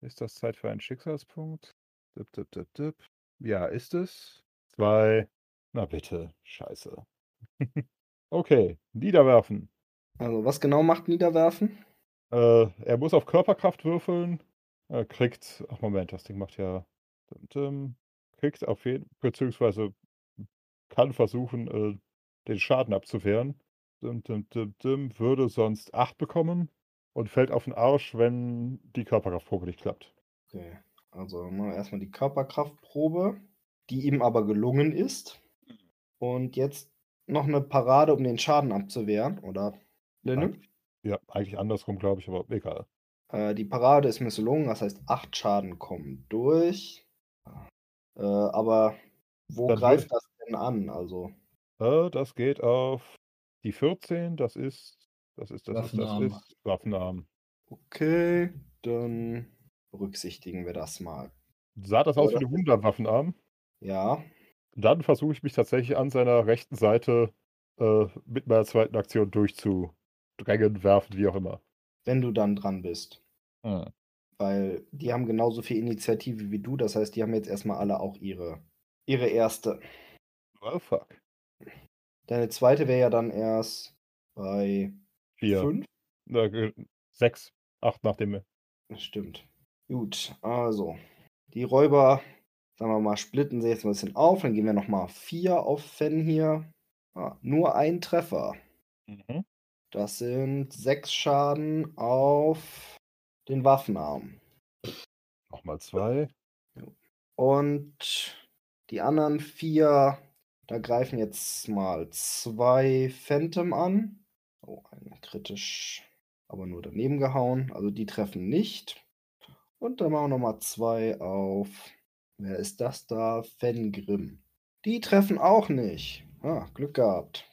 [SPEAKER 5] Ist das Zeit für einen Schicksalspunkt? Dip, dip, dip, dip. Ja, ist es. Zwei. Na bitte. Scheiße. okay. Niederwerfen.
[SPEAKER 2] Also, was genau macht Niederwerfen?
[SPEAKER 5] Äh, er muss auf Körperkraft würfeln. Er kriegt. Ach, Moment. Das Ding macht ja. Dum, dum, kriegt auf jeden. Beziehungsweise kann versuchen, äh, den Schaden abzuwehren. Dum, dum, dum, dum, würde sonst 8 bekommen und fällt auf den Arsch, wenn die Körperkraftprobe nicht klappt.
[SPEAKER 2] Okay. Also, machen wir erstmal die Körperkraftprobe, die ihm aber gelungen ist. Und jetzt noch eine Parade, um den Schaden abzuwehren, oder? Lenne?
[SPEAKER 5] Ja, eigentlich andersrum, glaube ich, aber egal.
[SPEAKER 2] Äh, die Parade ist misslungen, das heißt, acht Schaden kommen durch. Äh, aber wo
[SPEAKER 5] Dann
[SPEAKER 2] greift das denn an? Also,
[SPEAKER 5] Äh, das geht auf die 14, das ist, das ist, das ist, das
[SPEAKER 1] Waffenarm.
[SPEAKER 5] ist Waffenarm.
[SPEAKER 2] okay, dann berücksichtigen wir das mal.
[SPEAKER 5] Sah das aus wie
[SPEAKER 2] Oder?
[SPEAKER 5] eine Wunderwaffenarm?
[SPEAKER 2] Ja,
[SPEAKER 5] Dann versuche ich mich tatsächlich an seiner rechten Seite äh, mit meiner zweiten Aktion durchzudrängen, werfen, wie auch immer.
[SPEAKER 2] wenn du dann dran bist.
[SPEAKER 5] Ah.
[SPEAKER 2] Weil die haben genauso viel Initiative wie du, das heißt, die haben jetzt erstmal alle auch ihre, ihre erste.
[SPEAKER 5] Oh, fuck.
[SPEAKER 2] Deine zweite wäre ja dann erst bei
[SPEAKER 5] Vier,
[SPEAKER 2] fünf.
[SPEAKER 5] na, ge- sechs, acht nach dem. äh,
[SPEAKER 2] Das Stimmt. Gut, also. Die Räuber, sagen wir mal, splitten sie jetzt ein bisschen auf. Dann gehen wir nochmal vier auf Fenn hier. Ah, nur ein Treffer.
[SPEAKER 5] Mhm.
[SPEAKER 2] Das sind sechs Schaden auf den Waffenarm.
[SPEAKER 5] Nochmal zwei.
[SPEAKER 2] Und die anderen vier, da greifen jetzt mal zwei Phantom an. Oh, einer kritisch, aber nur daneben gehauen. Also die treffen nicht. Und dann machen wir nochmal zwei auf. Wer ist das da? Fengrim. Die treffen auch nicht. Ah, Glück gehabt.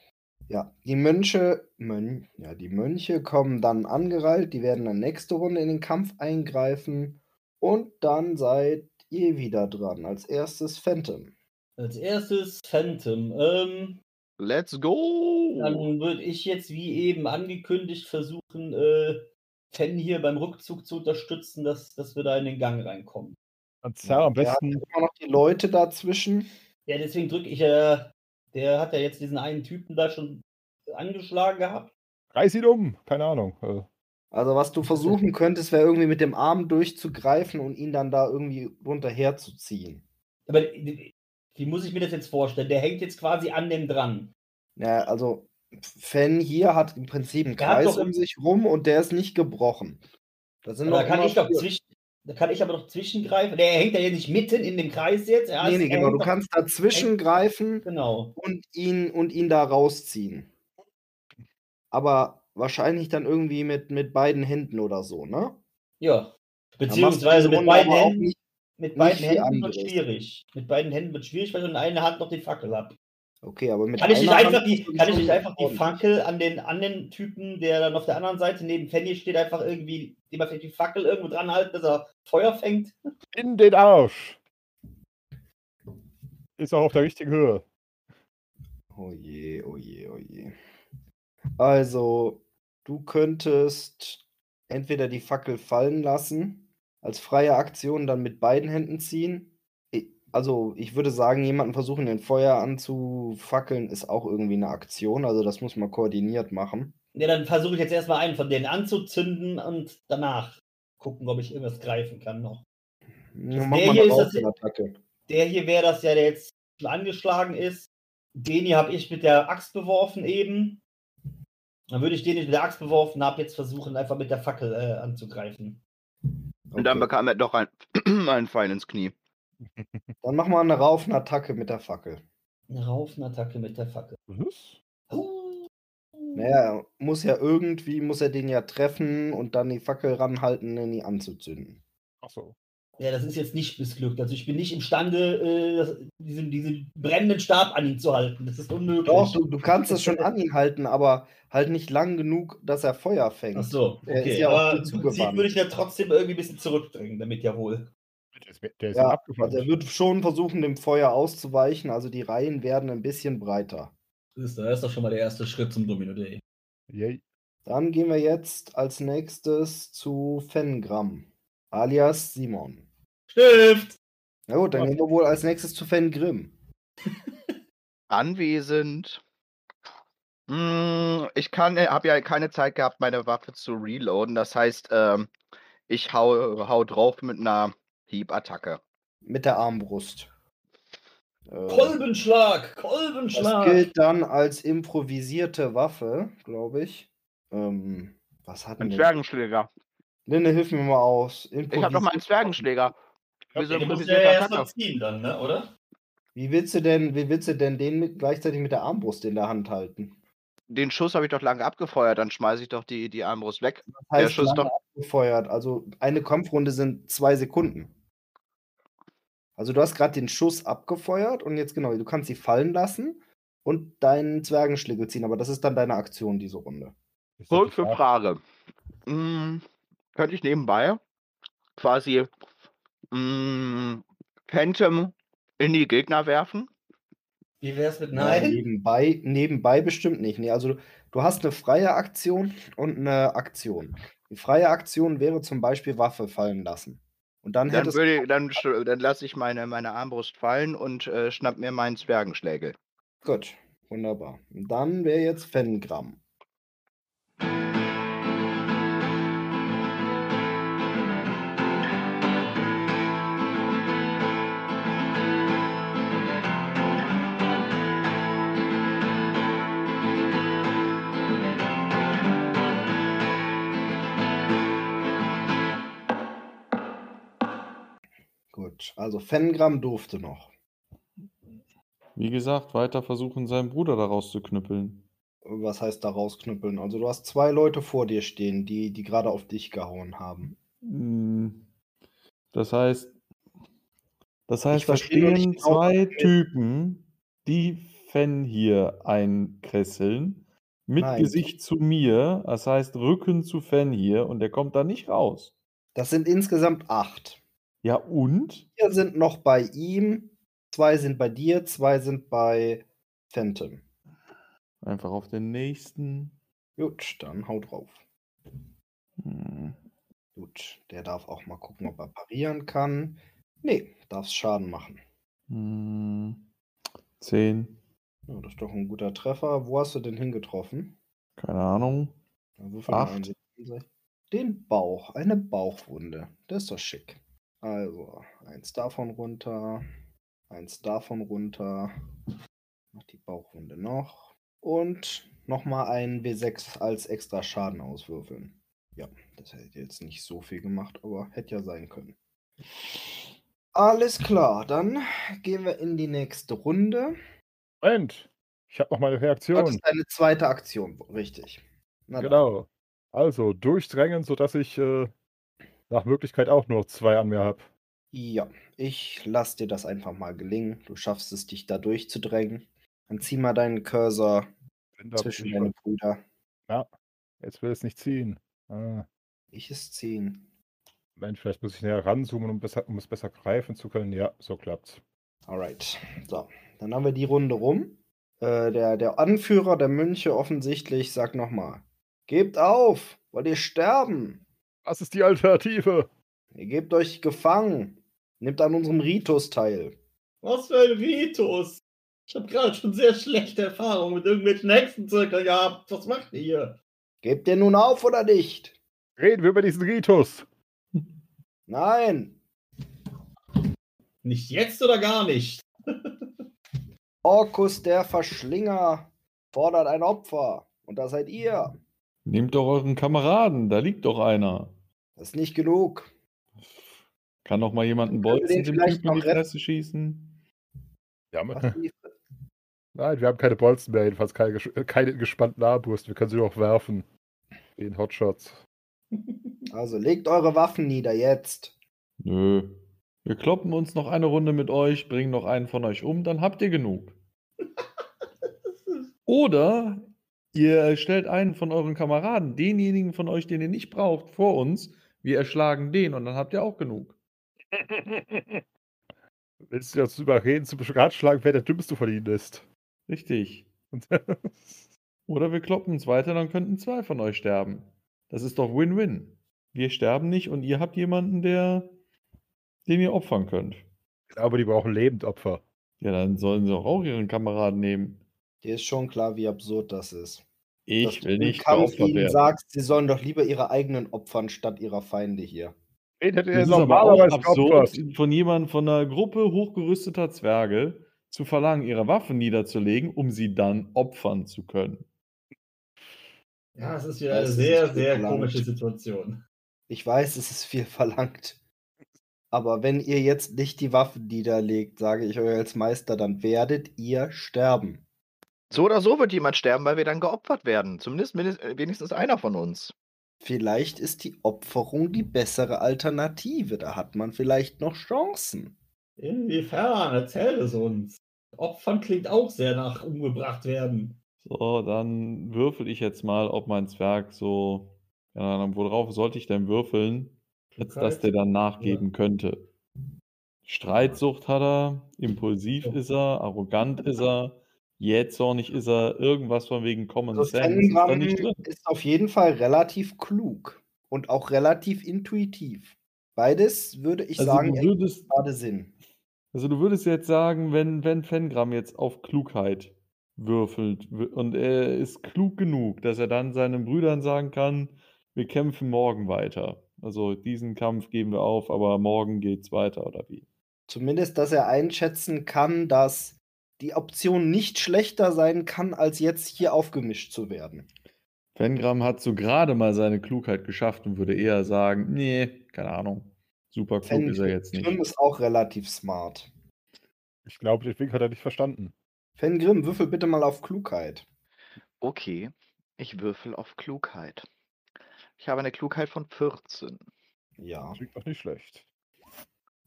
[SPEAKER 2] Ja, die Mönche, Mön, ja, die Mönche kommen dann angereiht. Die werden dann nächste Runde in den Kampf eingreifen. Und dann seid ihr wieder dran. Als erstes Phantom.
[SPEAKER 1] Als erstes Phantom. Ähm,
[SPEAKER 3] Let's go!
[SPEAKER 2] Oh.
[SPEAKER 1] Dann würde ich jetzt wie eben angekündigt versuchen, äh, Ten hier beim Rückzug zu unterstützen, dass, dass wir da in den Gang reinkommen.
[SPEAKER 5] Dann zerr am
[SPEAKER 2] Wir
[SPEAKER 5] besten.
[SPEAKER 2] hatten immer noch die Leute dazwischen.
[SPEAKER 1] Ja, deswegen drücke ich, äh, der hat ja jetzt diesen einen Typen da schon angeschlagen gehabt.
[SPEAKER 5] Reiß ihn um. Keine Ahnung. Äh,
[SPEAKER 2] Also was du versuchen könntest, wäre irgendwie mit dem Arm durchzugreifen und ihn dann da irgendwie runterherzuziehen.
[SPEAKER 1] Aber die- wie muss ich mir das jetzt vorstellen? Der hängt jetzt quasi an dem dran.
[SPEAKER 2] Ja, also Fan hier hat im Prinzip einen
[SPEAKER 1] Der hat
[SPEAKER 2] Kreis
[SPEAKER 1] doch-
[SPEAKER 2] um sich rum und der ist nicht gebrochen. Da sind
[SPEAKER 1] Aber da
[SPEAKER 2] noch
[SPEAKER 1] kann
[SPEAKER 2] immer
[SPEAKER 1] ich doch
[SPEAKER 2] vier-
[SPEAKER 1] zwischen, da kann ich aber doch zwischengreifen. Der hängt ja hier nicht mitten in dem Kreis jetzt. Er
[SPEAKER 2] Nee, nee,
[SPEAKER 1] er
[SPEAKER 2] genau. Du
[SPEAKER 1] hängt doch-
[SPEAKER 2] kannst dazwischen greifen
[SPEAKER 1] Genau.
[SPEAKER 2] und ihn, und ihn da rausziehen. Aber wahrscheinlich dann irgendwie mit, mit beiden Händen oder so, ne?
[SPEAKER 1] Ja.
[SPEAKER 2] Da machst du die
[SPEAKER 1] Beziehungsweise mit
[SPEAKER 2] Runde
[SPEAKER 1] beiden
[SPEAKER 2] aber auch
[SPEAKER 1] Händen.
[SPEAKER 2] nicht-
[SPEAKER 1] Mit beiden
[SPEAKER 2] viel
[SPEAKER 1] Händen wird
[SPEAKER 2] anderes.
[SPEAKER 1] schwierig. Mit beiden Händen wird schwierig, weil ich in einer Hand noch die Fackel habe.
[SPEAKER 2] Okay, aber mit
[SPEAKER 1] Kann ich nicht
[SPEAKER 2] einer Hand
[SPEAKER 1] einfach die,
[SPEAKER 2] hast du
[SPEAKER 1] kann ich
[SPEAKER 2] schon
[SPEAKER 1] nicht einfach die
[SPEAKER 2] gewonnen.
[SPEAKER 1] Fackel an den, an den Typen, der dann auf der anderen Seite neben Fanny steht, einfach irgendwie, dem man vielleicht die Fackel irgendwo dran halten, dass er Feuer fängt?
[SPEAKER 5] in den Arsch. Ist auch auf der richtigen Höhe.
[SPEAKER 2] Oh je, oh je, oh je. Also, du könntest entweder die Fackel fallen lassen, als freie Aktion dann mit beiden Händen ziehen. I- Also, ich würde sagen, jemanden versuchen, den Feuer anzufackeln, ist auch irgendwie eine Aktion. Also, das muss man koordiniert machen.
[SPEAKER 1] Ja, dann versuche ich jetzt erstmal einen von denen anzuzünden und danach gucken, ob ich irgendwas greifen kann noch.
[SPEAKER 2] Nun Mach
[SPEAKER 1] der
[SPEAKER 2] mal
[SPEAKER 1] hier
[SPEAKER 2] eine
[SPEAKER 1] ist das-
[SPEAKER 2] Rauchenattacke.
[SPEAKER 1] Der hier wäre das ja, der jetzt schon angeschlagen ist. Den hier habe ich mit der Axt beworfen eben. Dann würde ich den, den ich mit der Axt beworfen habe, jetzt versuchen, einfach mit der Fackel äh, anzugreifen.
[SPEAKER 3] Und dann
[SPEAKER 2] Okay.
[SPEAKER 3] bekam er doch ein, einen Pfeil ins Knie.
[SPEAKER 2] Dann mach mal eine Raufenattacke mit der Fackel.
[SPEAKER 1] Eine Raufenattacke mit der Fackel.
[SPEAKER 5] Was?
[SPEAKER 1] Huh.
[SPEAKER 2] Naja, muss ja irgendwie, muss er den ja treffen und dann die Fackel ranhalten, um ihn anzuzünden.
[SPEAKER 5] Achso.
[SPEAKER 1] Ja, das ist jetzt nicht missglückt. Also ich bin nicht imstande, äh, das- diesen, diesen brennenden Stab an ihn zu halten. Das ist unmöglich.
[SPEAKER 2] Doch, du, du kannst das schon an ihn halten, aber halt nicht lang genug, dass er Feuer fängt.
[SPEAKER 1] Ach so,
[SPEAKER 2] Er ist
[SPEAKER 1] okay.
[SPEAKER 2] ja auch
[SPEAKER 1] aber
[SPEAKER 2] gut
[SPEAKER 1] im Prinzip
[SPEAKER 2] zugewandt.
[SPEAKER 1] würde ich ja trotzdem irgendwie ein bisschen zurückdrängen, damit ja wohl.
[SPEAKER 5] Der ist, mir- der ist
[SPEAKER 2] Ja,
[SPEAKER 5] mir abgefallen.
[SPEAKER 2] Also er wird schon versuchen, dem Feuer auszuweichen, also die Reihen werden ein bisschen breiter.
[SPEAKER 1] Das ist, das ist doch schon mal der erste Schritt zum Domino Day.
[SPEAKER 5] Yay.
[SPEAKER 2] Dann gehen wir jetzt als nächstes zu Fengram, alias Simon.
[SPEAKER 1] Stift!
[SPEAKER 2] Na gut, dann gehen wir wohl als nächstes zu Fengrim.
[SPEAKER 3] Anwesend. Mm, Ich kann, habe ja keine Zeit gehabt, meine Waffe zu reloaden. Das heißt, ähm, ich hau, hau drauf mit einer Hiebattacke.
[SPEAKER 2] mit der Armbrust. Äh,
[SPEAKER 1] Kolbenschlag!
[SPEAKER 2] Das
[SPEAKER 1] Kolbenschlag!
[SPEAKER 2] gilt dann als improvisierte Waffe, glaube ich. Ähm, was hat
[SPEAKER 1] Hm.
[SPEAKER 3] Ein
[SPEAKER 2] denn
[SPEAKER 3] Zwergenschläger.
[SPEAKER 2] Linde, hilf mir mal aus.
[SPEAKER 3] Ich habe doch mal einen
[SPEAKER 2] Improvisierte
[SPEAKER 3] Zwergenschläger. Wieso
[SPEAKER 1] Ja, den musst du ja
[SPEAKER 3] improvisierte
[SPEAKER 1] erst mal
[SPEAKER 3] Attacke?
[SPEAKER 1] ziehen dann, ne? oder?
[SPEAKER 2] Wie willst du denn, wie willst du denn den mit, gleichzeitig mit der Armbrust in der Hand halten?
[SPEAKER 3] Den Schuss habe ich doch lange abgefeuert. Dann schmeiße ich doch die, die Armbrust weg.
[SPEAKER 2] Das
[SPEAKER 3] Der Schuss
[SPEAKER 2] lange
[SPEAKER 3] doch-
[SPEAKER 2] abgefeuert. Also eine Kampfrunde sind zwei Sekunden. Also du hast gerade den Schuss abgefeuert und jetzt genau, du kannst sie fallen lassen und deinen Zwergenschlägel ziehen, aber das ist dann deine Aktion diese Runde.
[SPEAKER 5] Ist doch die
[SPEAKER 3] Kurze Frage. Mm, könnte ich nebenbei quasi mm, Phantom in die Gegner werfen?
[SPEAKER 1] Wie wär's mit
[SPEAKER 2] Ja,
[SPEAKER 1] Nein?
[SPEAKER 2] nebenbei, nebenbei bestimmt nicht. Nee, also du, du hast eine freie Aktion und eine Aktion. Die freie Aktion wäre zum Beispiel Waffe fallen lassen. Und dann,
[SPEAKER 3] Dann,
[SPEAKER 2] hättest
[SPEAKER 3] würde, ich- dann, sch- dann lasse ich meine, meine Armbrust fallen und äh, schnapp mir meinen Zwergenschlägel.
[SPEAKER 2] Gut, wunderbar. Und Dann wäre jetzt Fengram. Gut, also Fengram durfte noch.
[SPEAKER 4] Wie gesagt, weiter versuchen, seinen Bruder daraus zu knüppeln.
[SPEAKER 2] Was heißt da rausknüppeln? Also du hast zwei Leute vor dir stehen, die, die gerade auf dich gehauen haben.
[SPEAKER 4] Mm, Das heißt, das heißt, da
[SPEAKER 2] verstehe noch nicht
[SPEAKER 4] stehen
[SPEAKER 2] genau, was
[SPEAKER 4] zwei Typen, die Fan hier einkresseln, mit
[SPEAKER 2] Nein.
[SPEAKER 4] Gesicht zu mir, das heißt Rücken zu Fan hier und der kommt da nicht raus.
[SPEAKER 2] Das sind insgesamt acht.
[SPEAKER 4] Ja und?
[SPEAKER 2] Vier sind noch bei ihm, zwei sind bei dir, zwei sind bei Phantom.
[SPEAKER 4] Einfach auf den nächsten.
[SPEAKER 2] Gut, dann hau drauf.
[SPEAKER 4] Hm.
[SPEAKER 2] Gut, der darf auch mal gucken, ob er parieren kann. Nee, darf's Schaden machen.
[SPEAKER 4] Hm, Zehn.
[SPEAKER 2] Ja, das ist doch ein guter Treffer. Wo hast du denn hingetroffen?
[SPEAKER 4] Keine Ahnung.
[SPEAKER 2] Dann würfel mal
[SPEAKER 4] Acht.
[SPEAKER 2] einen Sekunde. Den Bauch, eine Bauchwunde. Das ist doch schick. Also, eins davon runter, eins davon runter. Mach die Bauchwunde noch. Und nochmal einen W6 als extra Schaden auswürfeln. Ja, das hätte jetzt nicht so viel gemacht, aber hätte ja sein können. Alles klar, dann gehen wir in die nächste Runde.
[SPEAKER 5] Moment, ich habe noch meine
[SPEAKER 2] Das
[SPEAKER 5] Reaktion.
[SPEAKER 2] ist eine zweite Aktion, richtig. Na dann.
[SPEAKER 5] Genau. Also, durchdrängen, sodass ich äh, nach Möglichkeit auch nur zwei an mir habe.
[SPEAKER 2] Ja, ich lass dir das einfach mal gelingen. Du schaffst es, dich da durchzudrängen. Dann zieh mal deinen Cursor zwischen deine Brüder.
[SPEAKER 5] Jetzt will es nicht ziehen. Ah,
[SPEAKER 2] Ich es ziehen.
[SPEAKER 5] Moment, vielleicht muss ich näher ranzoomen, um, besser, um es besser greifen zu können. Ja, so klappt's.
[SPEAKER 2] Alright. So, dann haben wir die Runde rum. Äh, der, der Anführer der Mönche offensichtlich sagt nochmal: Gebt auf! Wollt ihr sterben?
[SPEAKER 5] Was ist die Alternative?
[SPEAKER 2] Ihr gebt euch gefangen. Nehmt an unserem Ritus teil.
[SPEAKER 1] Was für ein Ritus! Ich habe gerade schon sehr schlechte Erfahrungen mit irgendwelchen Hexenzirkeln gehabt. Was macht ihr hier?
[SPEAKER 2] Gebt ihr nun auf oder nicht?
[SPEAKER 5] Reden wir über diesen Ritus.
[SPEAKER 2] Nein!
[SPEAKER 1] Nicht jetzt oder gar nicht?
[SPEAKER 2] Orkus der Verschlinger fordert ein Opfer. Und da seid ihr.
[SPEAKER 4] Nehmt doch euren Kameraden, da liegt doch einer.
[SPEAKER 2] Das ist nicht genug.
[SPEAKER 4] Kann doch mal jemand einen
[SPEAKER 2] Können wir
[SPEAKER 4] Bolzen
[SPEAKER 2] den
[SPEAKER 4] dem
[SPEAKER 2] vielleicht
[SPEAKER 4] Typen in die
[SPEAKER 2] noch retten?
[SPEAKER 4] Fresse schießen?
[SPEAKER 5] Ja,
[SPEAKER 2] Was
[SPEAKER 5] Mann.
[SPEAKER 2] die-
[SPEAKER 5] Nein, wir haben keine Bolzen mehr, jedenfalls keine, gesch- äh, keine gespannten Armbrust. Wir können sie doch werfen. Den Hotshots.
[SPEAKER 2] Also legt eure Waffen nieder jetzt.
[SPEAKER 4] Nö. Wir kloppen uns noch eine Runde mit euch, bringen noch einen von euch um, dann habt ihr genug. Oder ihr stellt einen von euren Kameraden, denjenigen von euch, den ihr nicht braucht, vor uns. Wir erschlagen den und dann habt ihr auch genug.
[SPEAKER 5] Willst du dazu überreden, zu beratschlagen, wer der dümmste von ihnen ist?
[SPEAKER 4] Richtig. Oder wir kloppen uns weiter, dann könnten zwei von euch sterben. Das ist doch Win-Win. Wir sterben nicht und ihr habt jemanden, der, den ihr opfern könnt.
[SPEAKER 5] Aber die brauchen lebend Opfer.
[SPEAKER 4] Ja, dann sollen sie doch auch ihren Kameraden nehmen.
[SPEAKER 2] Dir ist schon klar, wie absurd das ist.
[SPEAKER 4] Ich
[SPEAKER 2] Dass
[SPEAKER 4] will
[SPEAKER 2] du im
[SPEAKER 4] nicht
[SPEAKER 2] Kampf
[SPEAKER 4] geopfert
[SPEAKER 2] ihnen
[SPEAKER 4] werden.
[SPEAKER 2] sagst, sie sollen doch lieber ihre eigenen opfern statt ihrer Feinde hier.
[SPEAKER 5] Wen hätte er
[SPEAKER 4] Das ist aber auch
[SPEAKER 5] normalerweise
[SPEAKER 4] absurd,
[SPEAKER 5] geopfert?
[SPEAKER 4] von jemandem von einer Gruppe hochgerüsteter Zwerge zu verlangen, ihre Waffen niederzulegen, um sie dann opfern zu können.
[SPEAKER 1] Ja, es ist wieder eine
[SPEAKER 2] Das ist
[SPEAKER 1] sehr,
[SPEAKER 2] nicht
[SPEAKER 1] sehr
[SPEAKER 2] geplant.
[SPEAKER 1] komische Situation.
[SPEAKER 2] Ich weiß, es ist viel verlangt. Aber wenn ihr jetzt nicht die Waffen niederlegt, sage ich euch als Meister, dann werdet ihr sterben.
[SPEAKER 3] So oder so wird jemand sterben, weil wir dann geopfert werden. Zumindest mindest, äh, wenigstens einer von uns.
[SPEAKER 2] Vielleicht ist die Opferung die bessere Alternative. Da hat man vielleicht noch Chancen.
[SPEAKER 1] Inwiefern? Erzähl es uns. Opfern klingt auch sehr nach umgebracht werden.
[SPEAKER 4] So, dann würfel ich jetzt mal, ob mein Zwerg so, keine Ahnung, worauf sollte ich denn würfeln, als dass der dann nachgeben könnte. Streitsucht hat er, impulsiv ist er, arrogant ist er, jähzornig ist er, irgendwas von wegen Common
[SPEAKER 2] Also
[SPEAKER 4] Sense ist da
[SPEAKER 2] Fengram
[SPEAKER 4] nicht drin.
[SPEAKER 2] ist auf jeden Fall relativ klug und auch relativ intuitiv. Beides würde ich
[SPEAKER 4] Also
[SPEAKER 2] sagen,
[SPEAKER 4] du
[SPEAKER 2] ergibt
[SPEAKER 4] würdest,
[SPEAKER 2] gerade Sinn.
[SPEAKER 4] Also du würdest jetzt sagen, wenn, wenn Fengram jetzt auf Klugheit würfelt wü- und er ist klug genug, dass er dann seinen Brüdern sagen kann, wir kämpfen morgen weiter. Also diesen Kampf geben wir auf, aber morgen geht's weiter oder wie?
[SPEAKER 2] Zumindest, dass er einschätzen kann, dass die Option nicht schlechter sein kann, als jetzt hier aufgemischt zu werden.
[SPEAKER 4] Fengram hat so gerade mal seine Klugheit geschafft und würde eher sagen, nee, keine Ahnung, super klug ist er jetzt
[SPEAKER 2] Fengrim
[SPEAKER 4] nicht.
[SPEAKER 2] ist auch relativ smart.
[SPEAKER 5] Ich glaube, den Wink hat er nicht verstanden.
[SPEAKER 2] Fengrim, würfel bitte mal auf Klugheit.
[SPEAKER 3] Okay, ich würfel auf Klugheit. Ich habe eine Klugheit von 14.
[SPEAKER 2] Ja.
[SPEAKER 5] Klingt doch nicht schlecht.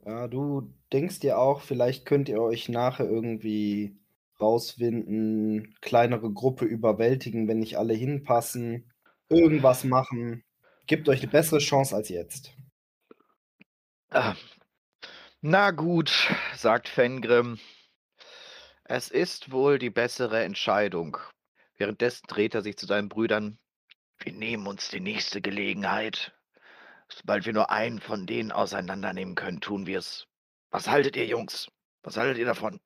[SPEAKER 2] ja. Äh, Du denkst dir auch, vielleicht könnt ihr euch nachher irgendwie rauswinden, kleinere Gruppe überwältigen, wenn nicht alle hinpassen, irgendwas machen. Gibt euch eine bessere Chance als jetzt.
[SPEAKER 3] Ah. Na gut, sagt Fengrim. Es ist wohl die bessere Entscheidung. Währenddessen dreht er sich zu seinen Brüdern. Wir nehmen uns die nächste Gelegenheit, Sobald wir nur einen von denen auseinandernehmen können, tun wir es. Was haltet ihr, Jungs? Was haltet ihr davon?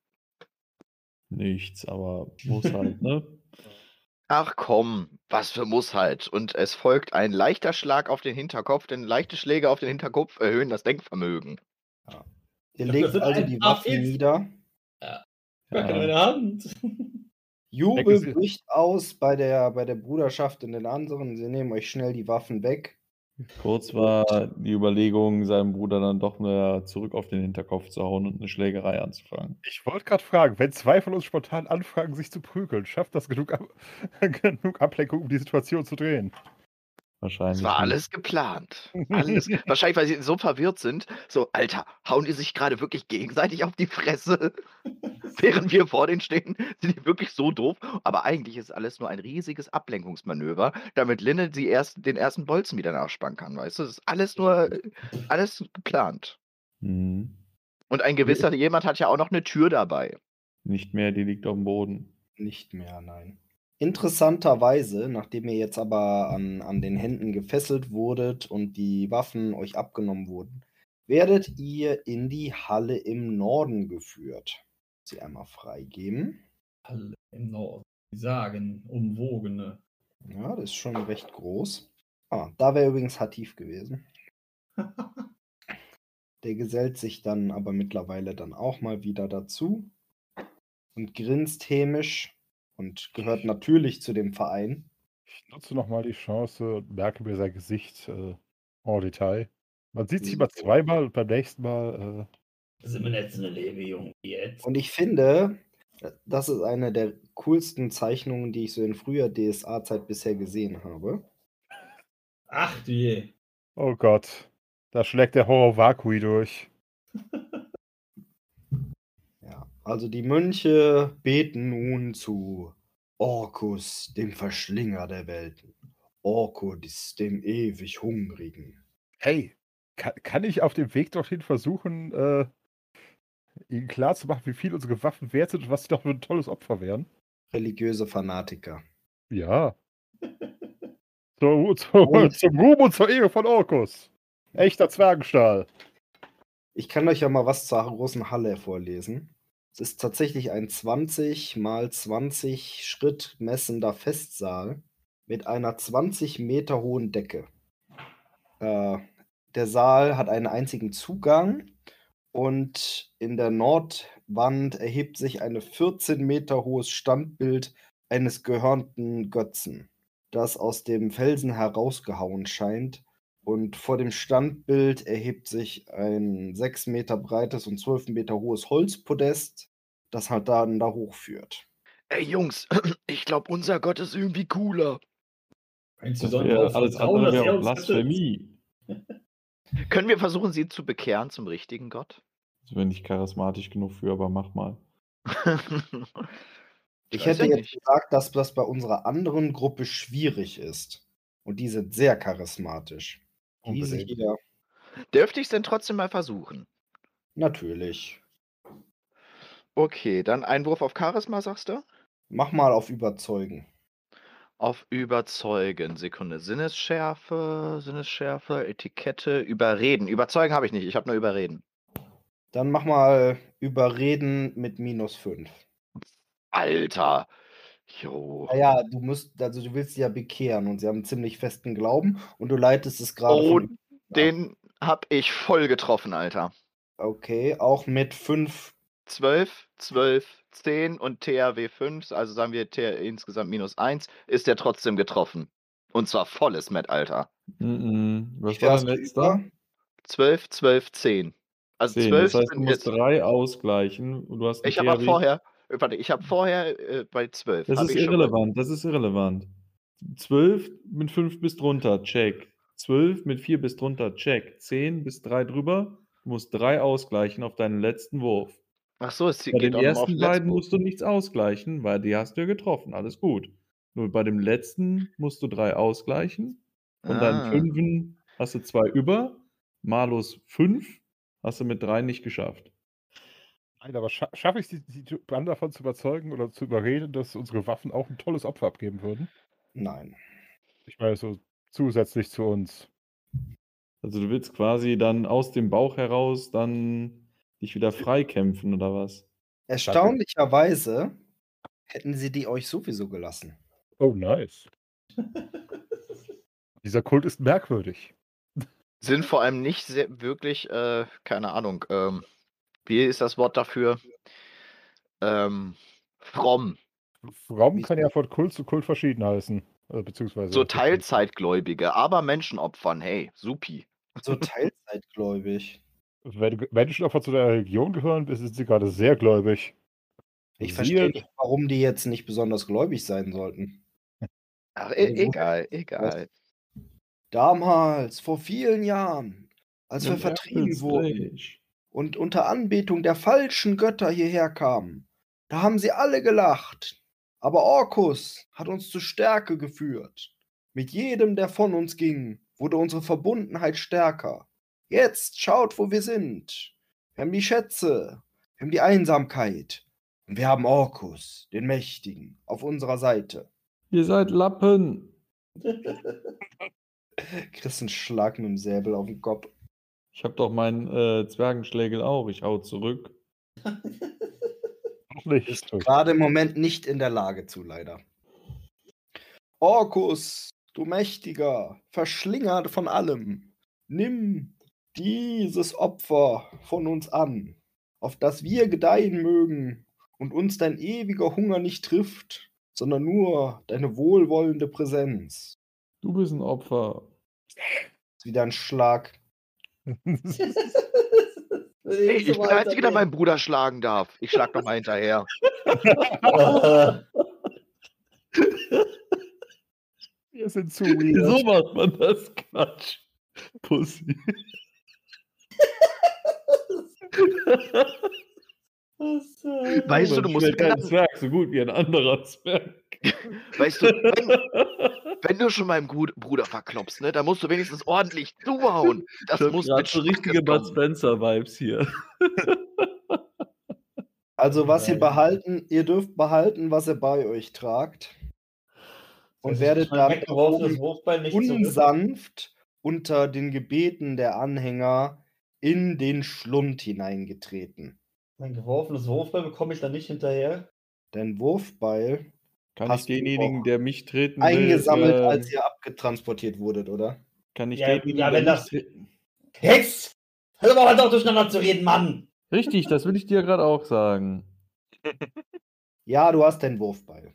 [SPEAKER 4] Nichts, aber muss halt, ne?
[SPEAKER 3] Ach komm, was für Muss halt. Und es folgt ein leichter Schlag auf den Hinterkopf, denn leichte Schläge auf den Hinterkopf erhöhen das Denkvermögen.
[SPEAKER 1] Ja,
[SPEAKER 2] Ihr
[SPEAKER 1] das
[SPEAKER 2] legt
[SPEAKER 1] sind
[SPEAKER 2] also
[SPEAKER 1] ein-
[SPEAKER 2] die
[SPEAKER 1] auf
[SPEAKER 2] Waffen
[SPEAKER 1] jetzt.
[SPEAKER 2] nieder.
[SPEAKER 1] Gar keine
[SPEAKER 4] Ja.
[SPEAKER 1] Hand.
[SPEAKER 5] Wecken
[SPEAKER 2] Jubel
[SPEAKER 5] Sie-
[SPEAKER 2] bricht aus bei der, bei der Bruderschaft in den anderen. Sie nehmen euch schnell die Waffen weg.
[SPEAKER 4] Kurz war die Überlegung, seinem Bruder dann doch mehr zurück auf den Hinterkopf zu hauen und eine Schlägerei anzufangen.
[SPEAKER 5] Ich wollte gerade fragen, wenn zwei von uns spontan anfragen, sich zu prügeln, schafft das genug, Ab genug Ablenkung, um die Situation zu drehen?
[SPEAKER 4] Wahrscheinlich.
[SPEAKER 3] Es war
[SPEAKER 4] nicht.
[SPEAKER 3] alles geplant. Alles. Wahrscheinlich, weil sie so verwirrt sind. So, Alter, hauen die sich gerade wirklich gegenseitig auf die Fresse, während wir vor denen stehen? Sind die wirklich so doof? Aber eigentlich ist alles nur ein riesiges Ablenkungsmanöver, damit Linne die ersten, den ersten Bolzen wieder nachspannen kann, weißt du? Das ist alles nur, äh, alles geplant.
[SPEAKER 4] Mhm.
[SPEAKER 3] Und ein gewisser jemand hat ja auch noch eine Tür dabei.
[SPEAKER 4] Nicht mehr, die liegt auf dem Boden.
[SPEAKER 2] Nicht mehr, nein. Interessanterweise, nachdem ihr jetzt aber an, an den Händen gefesselt wurdet und die Waffen euch abgenommen wurden, werdet ihr in die Halle im Norden geführt. Sie einmal freigeben.
[SPEAKER 1] Alle im Norden. Die Sagen, umwogene.
[SPEAKER 2] Ja, das ist schon recht groß. Ah, da wäre übrigens Hatif gewesen. Der gesellt sich dann aber mittlerweile dann auch mal wieder dazu und grinst hämisch und gehört natürlich zu dem Verein.
[SPEAKER 5] Ich nutze nochmal die Chance und merke mir sein Gesicht äh, en Detail. Man sieht sich
[SPEAKER 2] Mhm.
[SPEAKER 5] immer zweimal und beim nächsten Mal. äh,
[SPEAKER 1] Das sind wir jetzt in der Lebe, Junge. Jetzt.
[SPEAKER 2] Und ich finde, das ist eine der coolsten Zeichnungen, die ich so in früher DSA-Zeit bisher gesehen habe.
[SPEAKER 1] Ach du je.
[SPEAKER 5] Äh, oh Gott, da schlägt der Horror Vakui durch.
[SPEAKER 2] Ja, also die Mönche beten nun zu Orkus, dem Verschlinger der Welten. Orkudis, dem ewig Hungrigen.
[SPEAKER 5] Hey, kann, kann ich auf dem Weg dorthin versuchen, äh, ihnen klarzumachen, wie viel unsere Waffen wert sind und was sie doch für ein tolles Opfer wären?
[SPEAKER 2] Religiöse Fanatiker.
[SPEAKER 5] Ja. Zur, zur,
[SPEAKER 2] Und-
[SPEAKER 5] Zum Ruhm und zur Ehre von Orkus. Echter Zwergenstahl.
[SPEAKER 2] Ich kann euch ja mal was zur großen Halle vorlesen. Es ist tatsächlich ein 20 mal 20 Schritt messender Festsaal mit einer 20 Meter hohen Decke. Äh, der Saal hat einen einzigen Zugang und in der Nordwand erhebt sich ein 14 Meter hohes Standbild eines gehörnten Götzen, das aus dem Felsen herausgehauen scheint und vor dem Standbild erhebt sich ein 6 Meter breites und 12 Meter hohes Holzpodest, das halt dann da hochführt.
[SPEAKER 3] Ey Jungs, ich glaube, unser Gott ist irgendwie cooler.
[SPEAKER 1] Insbesondere
[SPEAKER 4] Ja,
[SPEAKER 1] auch
[SPEAKER 4] alles
[SPEAKER 1] Vertrauen,
[SPEAKER 4] andere
[SPEAKER 1] dass
[SPEAKER 4] wäre
[SPEAKER 1] er
[SPEAKER 4] auch
[SPEAKER 1] uns
[SPEAKER 4] Blasphemie.
[SPEAKER 3] Können wir versuchen, sie zu bekehren zum richtigen Gott?
[SPEAKER 4] Das wäre Also nicht charismatisch genug für, aber mach mal.
[SPEAKER 2] Ich
[SPEAKER 3] weiß
[SPEAKER 2] hätte
[SPEAKER 3] ja
[SPEAKER 2] jetzt gesagt, dass das bei unserer anderen Gruppe schwierig ist. Und die sind sehr charismatisch. Wie sich
[SPEAKER 5] Unbedingt.
[SPEAKER 2] jeder.
[SPEAKER 3] Dürfte ich es denn trotzdem mal versuchen?
[SPEAKER 2] Natürlich.
[SPEAKER 3] Okay, dann Einwurf auf Charisma, sagst du?
[SPEAKER 2] Mach mal auf Überzeugen.
[SPEAKER 3] Auf Überzeugen. Sekunde. Sinnesschärfe, Sinnesschärfe, Etikette, Überreden. Überzeugen habe ich nicht, ich habe nur Überreden.
[SPEAKER 2] Dann mach mal Überreden mit minus 5.
[SPEAKER 3] Alter.
[SPEAKER 4] Ah
[SPEAKER 3] Jo.
[SPEAKER 2] Naja, du musst, also du willst sie ja bekehren und sie haben einen ziemlich festen Glauben und du leitest es gerade.
[SPEAKER 3] Oh,
[SPEAKER 2] von-
[SPEAKER 3] den habe ich voll getroffen, Alter.
[SPEAKER 2] Okay, auch mit 5
[SPEAKER 3] 12, 12, 10 und THW 5, also sagen wir T insgesamt minus 1, ist der trotzdem getroffen. Und zwar volles Met, Alter.
[SPEAKER 4] Mhm. Was
[SPEAKER 2] Ich
[SPEAKER 4] war
[SPEAKER 2] wär's
[SPEAKER 4] dein letzter?
[SPEAKER 2] drüber.
[SPEAKER 3] 12, 12, 10. Also
[SPEAKER 4] Zehn.
[SPEAKER 3] 12
[SPEAKER 4] Das heißt, du
[SPEAKER 3] sind
[SPEAKER 4] musst
[SPEAKER 3] jetzt.
[SPEAKER 4] drei ausgleichen. und Du hast einen
[SPEAKER 3] Ich habe
[SPEAKER 4] THW.
[SPEAKER 3] vorher. äh, Warte, ich habe vorher äh, bei 12.
[SPEAKER 4] Das
[SPEAKER 3] hab
[SPEAKER 4] ist
[SPEAKER 3] ich schon-
[SPEAKER 4] irrelevant, das ist irrelevant. 12 mit 5 bis drunter, check. 12 mit 4 bis drunter, check. 10 bis 3 drüber, du musst 3 ausgleichen auf deinen letzten Wurf.
[SPEAKER 3] Ach so, es
[SPEAKER 4] Bei
[SPEAKER 3] geht
[SPEAKER 4] den
[SPEAKER 3] auch nochmal auf
[SPEAKER 4] ersten
[SPEAKER 3] den
[SPEAKER 4] beiden
[SPEAKER 3] letzten.
[SPEAKER 4] musst du nichts ausgleichen, weil die hast du ja getroffen, alles gut. Nur bei dem letzten musst du 3 ausgleichen und
[SPEAKER 3] Ah.
[SPEAKER 4] deinen Fünfen hast du 2 über, malus 5 hast du mit 3 nicht geschafft.
[SPEAKER 5] Nein, aber scha schaffe ich die, die Bande davon zu überzeugen oder zu überreden, dass unsere Waffen auch ein tolles Opfer abgeben würden?
[SPEAKER 2] Nein.
[SPEAKER 5] Ich meine, so zusätzlich zu uns.
[SPEAKER 4] Also du willst quasi dann aus dem Bauch heraus dann dich wieder freikämpfen oder was?
[SPEAKER 2] Erstaunlicherweise hätten sie die euch sowieso gelassen.
[SPEAKER 5] Oh, nice. Dieser Kult ist merkwürdig.
[SPEAKER 3] Sind vor allem nicht sehr, wirklich, äh, keine Ahnung, ähm, wie ist das Wort dafür? Ähm, fromm.
[SPEAKER 5] Fromm kann ja von Kult zu Kult verschieden heißen. äh, Beziehungsweise.
[SPEAKER 3] So Teilzeitgläubige, aber Menschen opfern. Hey, supi.
[SPEAKER 2] So Teilzeitgläubig.
[SPEAKER 5] Wenn Menschenopfer zu der Religion gehören, sind sie gerade sehr gläubig.
[SPEAKER 2] Ich
[SPEAKER 5] Wir-
[SPEAKER 2] verstehe nicht, warum die jetzt nicht besonders gläubig sein sollten.
[SPEAKER 3] Ach, e
[SPEAKER 4] Also,
[SPEAKER 2] Ja, gut.
[SPEAKER 3] egal, egal.
[SPEAKER 2] Damals, vor vielen Jahren, als wir vertrieben wurden und unter Anbetung der falschen Götter hierher kamen, da haben sie alle gelacht. Aber Orkus hat uns zu Stärke geführt. Mit jedem, der von uns ging, wurde unsere Verbundenheit stärker. Jetzt schaut, wo wir sind. Wir haben die Schätze, wir haben die Einsamkeit und wir haben Orkus, den Mächtigen, auf unserer Seite.
[SPEAKER 4] Ihr seid Lappen.
[SPEAKER 2] Chris einen Schlag mit dem Säbel auf den Kopf.
[SPEAKER 4] Ich hab doch meinen äh, Zwergenschlägel auch. Ich hau zurück.
[SPEAKER 5] Noch nicht.
[SPEAKER 2] Bist gerade im Moment nicht in der Lage zu, leider. Orkus, du Mächtiger, verschlingert von allem, nimm dieses Opfer von uns an, auf das wir gedeihen mögen und uns dein ewiger Hunger nicht trifft, sondern nur deine wohlwollende Präsenz.
[SPEAKER 4] Du bist ein Opfer.
[SPEAKER 2] Ist wieder ein Schlag.
[SPEAKER 3] Hey, ich bin der Einzige, der meinen Bruder schlagen darf. Ich schlag nochmal hinterher.
[SPEAKER 5] Wir sind zu
[SPEAKER 4] So macht man das Quatsch. Pussy.
[SPEAKER 3] Weißt du, du
[SPEAKER 4] Man
[SPEAKER 3] musst
[SPEAKER 4] stellt keinen
[SPEAKER 3] ändern.
[SPEAKER 4] Zwerg so gut wie ein anderer Zwerg.
[SPEAKER 3] Weißt du, wenn, wenn du schon meinen Gru- Bruder verklopst, ne, dann musst du wenigstens ordentlich zuhauen. Das
[SPEAKER 4] Ich hab
[SPEAKER 3] muss
[SPEAKER 4] grad
[SPEAKER 3] mit
[SPEAKER 4] so
[SPEAKER 3] Stärke
[SPEAKER 4] richtige Bud
[SPEAKER 3] kommen.
[SPEAKER 4] Spencer-Vibes hier.
[SPEAKER 2] Also was ihr
[SPEAKER 1] Nein.
[SPEAKER 2] behalten, ihr dürft behalten, was ihr bei euch tragt. Und werdet
[SPEAKER 1] dann
[SPEAKER 2] damit
[SPEAKER 1] weggeworfenes Wurfbein nicht zurück.
[SPEAKER 2] unsanft unter den Gebeten der Anhänger in den Schlund hineingetreten.
[SPEAKER 1] Mein geworfenes Wurfbein bekomme ich dann nicht hinterher.
[SPEAKER 2] Dein Wurfbeil
[SPEAKER 4] Kann
[SPEAKER 2] Hast
[SPEAKER 4] ich
[SPEAKER 2] du
[SPEAKER 4] denjenigen,
[SPEAKER 2] auch
[SPEAKER 4] der mich treten
[SPEAKER 2] eingesammelt,
[SPEAKER 4] will,
[SPEAKER 2] als
[SPEAKER 4] ähm,
[SPEAKER 2] ihr abgetransportiert wurdet, oder?
[SPEAKER 4] kann ich
[SPEAKER 1] Ja,
[SPEAKER 4] denjenigen,
[SPEAKER 1] ja, wenn
[SPEAKER 4] der
[SPEAKER 1] das-
[SPEAKER 4] mich tre-
[SPEAKER 1] Hex! Hör doch mal halt auch durcheinander zu reden, Mann!
[SPEAKER 4] Richtig, das will ich dir gerade auch sagen.
[SPEAKER 2] Ja, du hast dein Wurfbeil.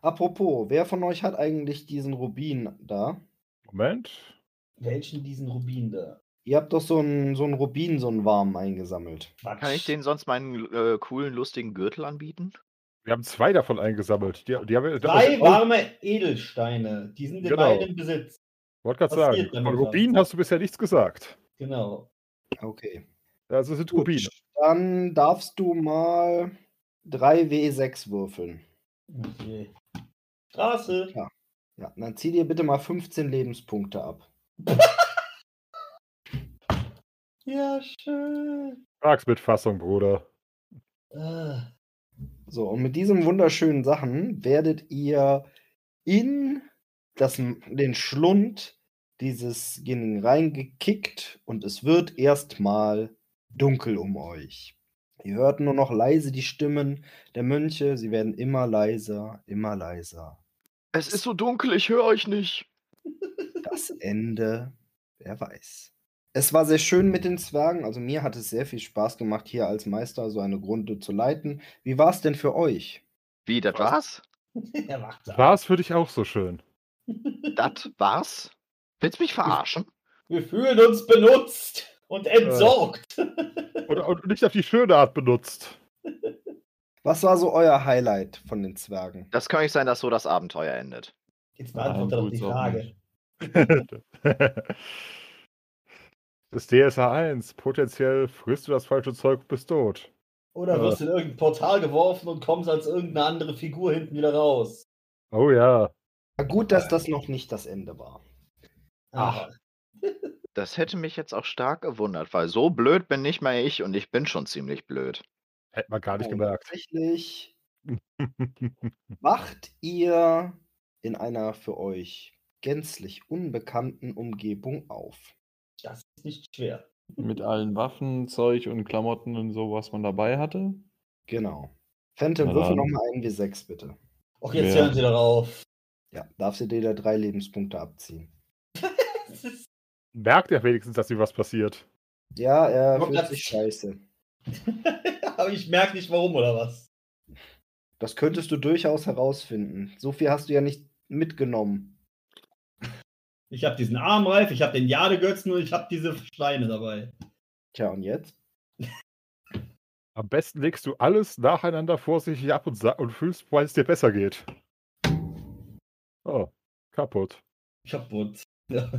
[SPEAKER 2] Apropos, wer von euch hat eigentlich diesen Rubin da?
[SPEAKER 5] Moment.
[SPEAKER 1] Welchen diesen Rubin da?
[SPEAKER 2] Ihr habt doch so einen, so einen Rubin, so einen warmen eingesammelt.
[SPEAKER 1] Quatsch.
[SPEAKER 3] Kann ich denen sonst meinen äh, coolen, lustigen Gürtel anbieten?
[SPEAKER 5] Wir haben zwei davon eingesammelt. Die, die haben wir,
[SPEAKER 1] Drei
[SPEAKER 5] oh,
[SPEAKER 1] warme Edelsteine. Die sind in
[SPEAKER 5] Genau.
[SPEAKER 1] meinem Besitz.
[SPEAKER 5] wollte gerade
[SPEAKER 1] passiert
[SPEAKER 5] sagen,
[SPEAKER 1] damit
[SPEAKER 5] von
[SPEAKER 1] was.
[SPEAKER 5] Rubin hast du bisher nichts gesagt.
[SPEAKER 1] Genau.
[SPEAKER 2] Okay.
[SPEAKER 5] Also sind
[SPEAKER 2] Gut,
[SPEAKER 5] Rubine.
[SPEAKER 2] dann darfst du mal 3W6 würfeln.
[SPEAKER 1] Okay. Oh Straße.
[SPEAKER 2] Ja, dann zieh dir bitte mal 15 Lebenspunkte ab.
[SPEAKER 1] Ja, schön.
[SPEAKER 5] Frag's mit Fassung, Bruder.
[SPEAKER 1] Ah.
[SPEAKER 2] So, und mit diesen wunderschönen Sachen werdet ihr in das, den Schlund dieses Ginning reingekickt und es wird erstmal dunkel um euch. Ihr hört nur noch leise die Stimmen der Mönche, sie werden immer leiser, immer leiser.
[SPEAKER 3] Es ist so dunkel, ich höre euch nicht.
[SPEAKER 2] Das Ende, wer weiß. Es war sehr schön mit den Zwergen, also mir hat es sehr viel Spaß gemacht, hier als Meister so eine Runde zu leiten. Wie war es denn für euch?
[SPEAKER 3] Wie, das war's?
[SPEAKER 1] er wacht ab.
[SPEAKER 5] War es für dich auch so schön?
[SPEAKER 3] Das war's? Willst mich verarschen?
[SPEAKER 1] Wir fühlen uns benutzt und entsorgt.
[SPEAKER 5] Und, und nicht auf die schöne Art benutzt.
[SPEAKER 2] Was war so euer Highlight von den Zwergen?
[SPEAKER 3] Das kann nicht sein, dass so das Abenteuer endet.
[SPEAKER 1] Jetzt
[SPEAKER 4] Nein,
[SPEAKER 1] beantwortet doch die
[SPEAKER 4] tut's auch
[SPEAKER 1] Frage.
[SPEAKER 4] nicht.
[SPEAKER 5] das DSA 1. Potenziell frisst du das falsche Zeug, bist tot.
[SPEAKER 1] Oder wirst in irgendein Portal geworfen und kommst als irgendeine andere Figur hinten wieder raus.
[SPEAKER 5] Oh ja.
[SPEAKER 2] Na gut, dass das noch nicht das Ende war.
[SPEAKER 1] Ach.
[SPEAKER 3] Das hätte mich jetzt auch stark gewundert, weil so blöd bin nicht mehr ich und ich bin schon ziemlich blöd.
[SPEAKER 5] Hätte man gar nicht
[SPEAKER 2] Oh,
[SPEAKER 5] gemerkt.
[SPEAKER 2] Tatsächlich wacht ihr in einer für euch gänzlich unbekannten Umgebung auf.
[SPEAKER 1] Das ist nicht schwer.
[SPEAKER 4] Mit allen Waffen, Zeug und Klamotten und so, was man dabei hatte.
[SPEAKER 2] Genau. Phantom,
[SPEAKER 4] Na
[SPEAKER 2] würfel
[SPEAKER 4] dann.
[SPEAKER 2] nochmal einen W6, bitte.
[SPEAKER 1] Och, jetzt
[SPEAKER 4] Ja.
[SPEAKER 1] hören Sie darauf.
[SPEAKER 2] Ja, darfst du dir da drei Lebenspunkte abziehen.
[SPEAKER 1] Das ist-
[SPEAKER 5] Merkt er wenigstens, dass ihm was passiert.
[SPEAKER 2] Ja, er
[SPEAKER 1] Aber
[SPEAKER 2] fühlt
[SPEAKER 1] das-
[SPEAKER 2] sich scheiße.
[SPEAKER 1] Aber ich merke nicht warum oder was.
[SPEAKER 2] Das könntest du durchaus herausfinden. So viel hast du ja nicht mitgenommen.
[SPEAKER 1] Ich habe diesen Armreif, ich habe den Jadegötzen und ich habe diese Steine dabei.
[SPEAKER 2] Tja, und jetzt?
[SPEAKER 5] Am besten legst du alles nacheinander vorsichtig ab und, sa- und fühlst, weil es dir besser geht. Oh, kaputt.
[SPEAKER 1] Ich hab Wund. Ja.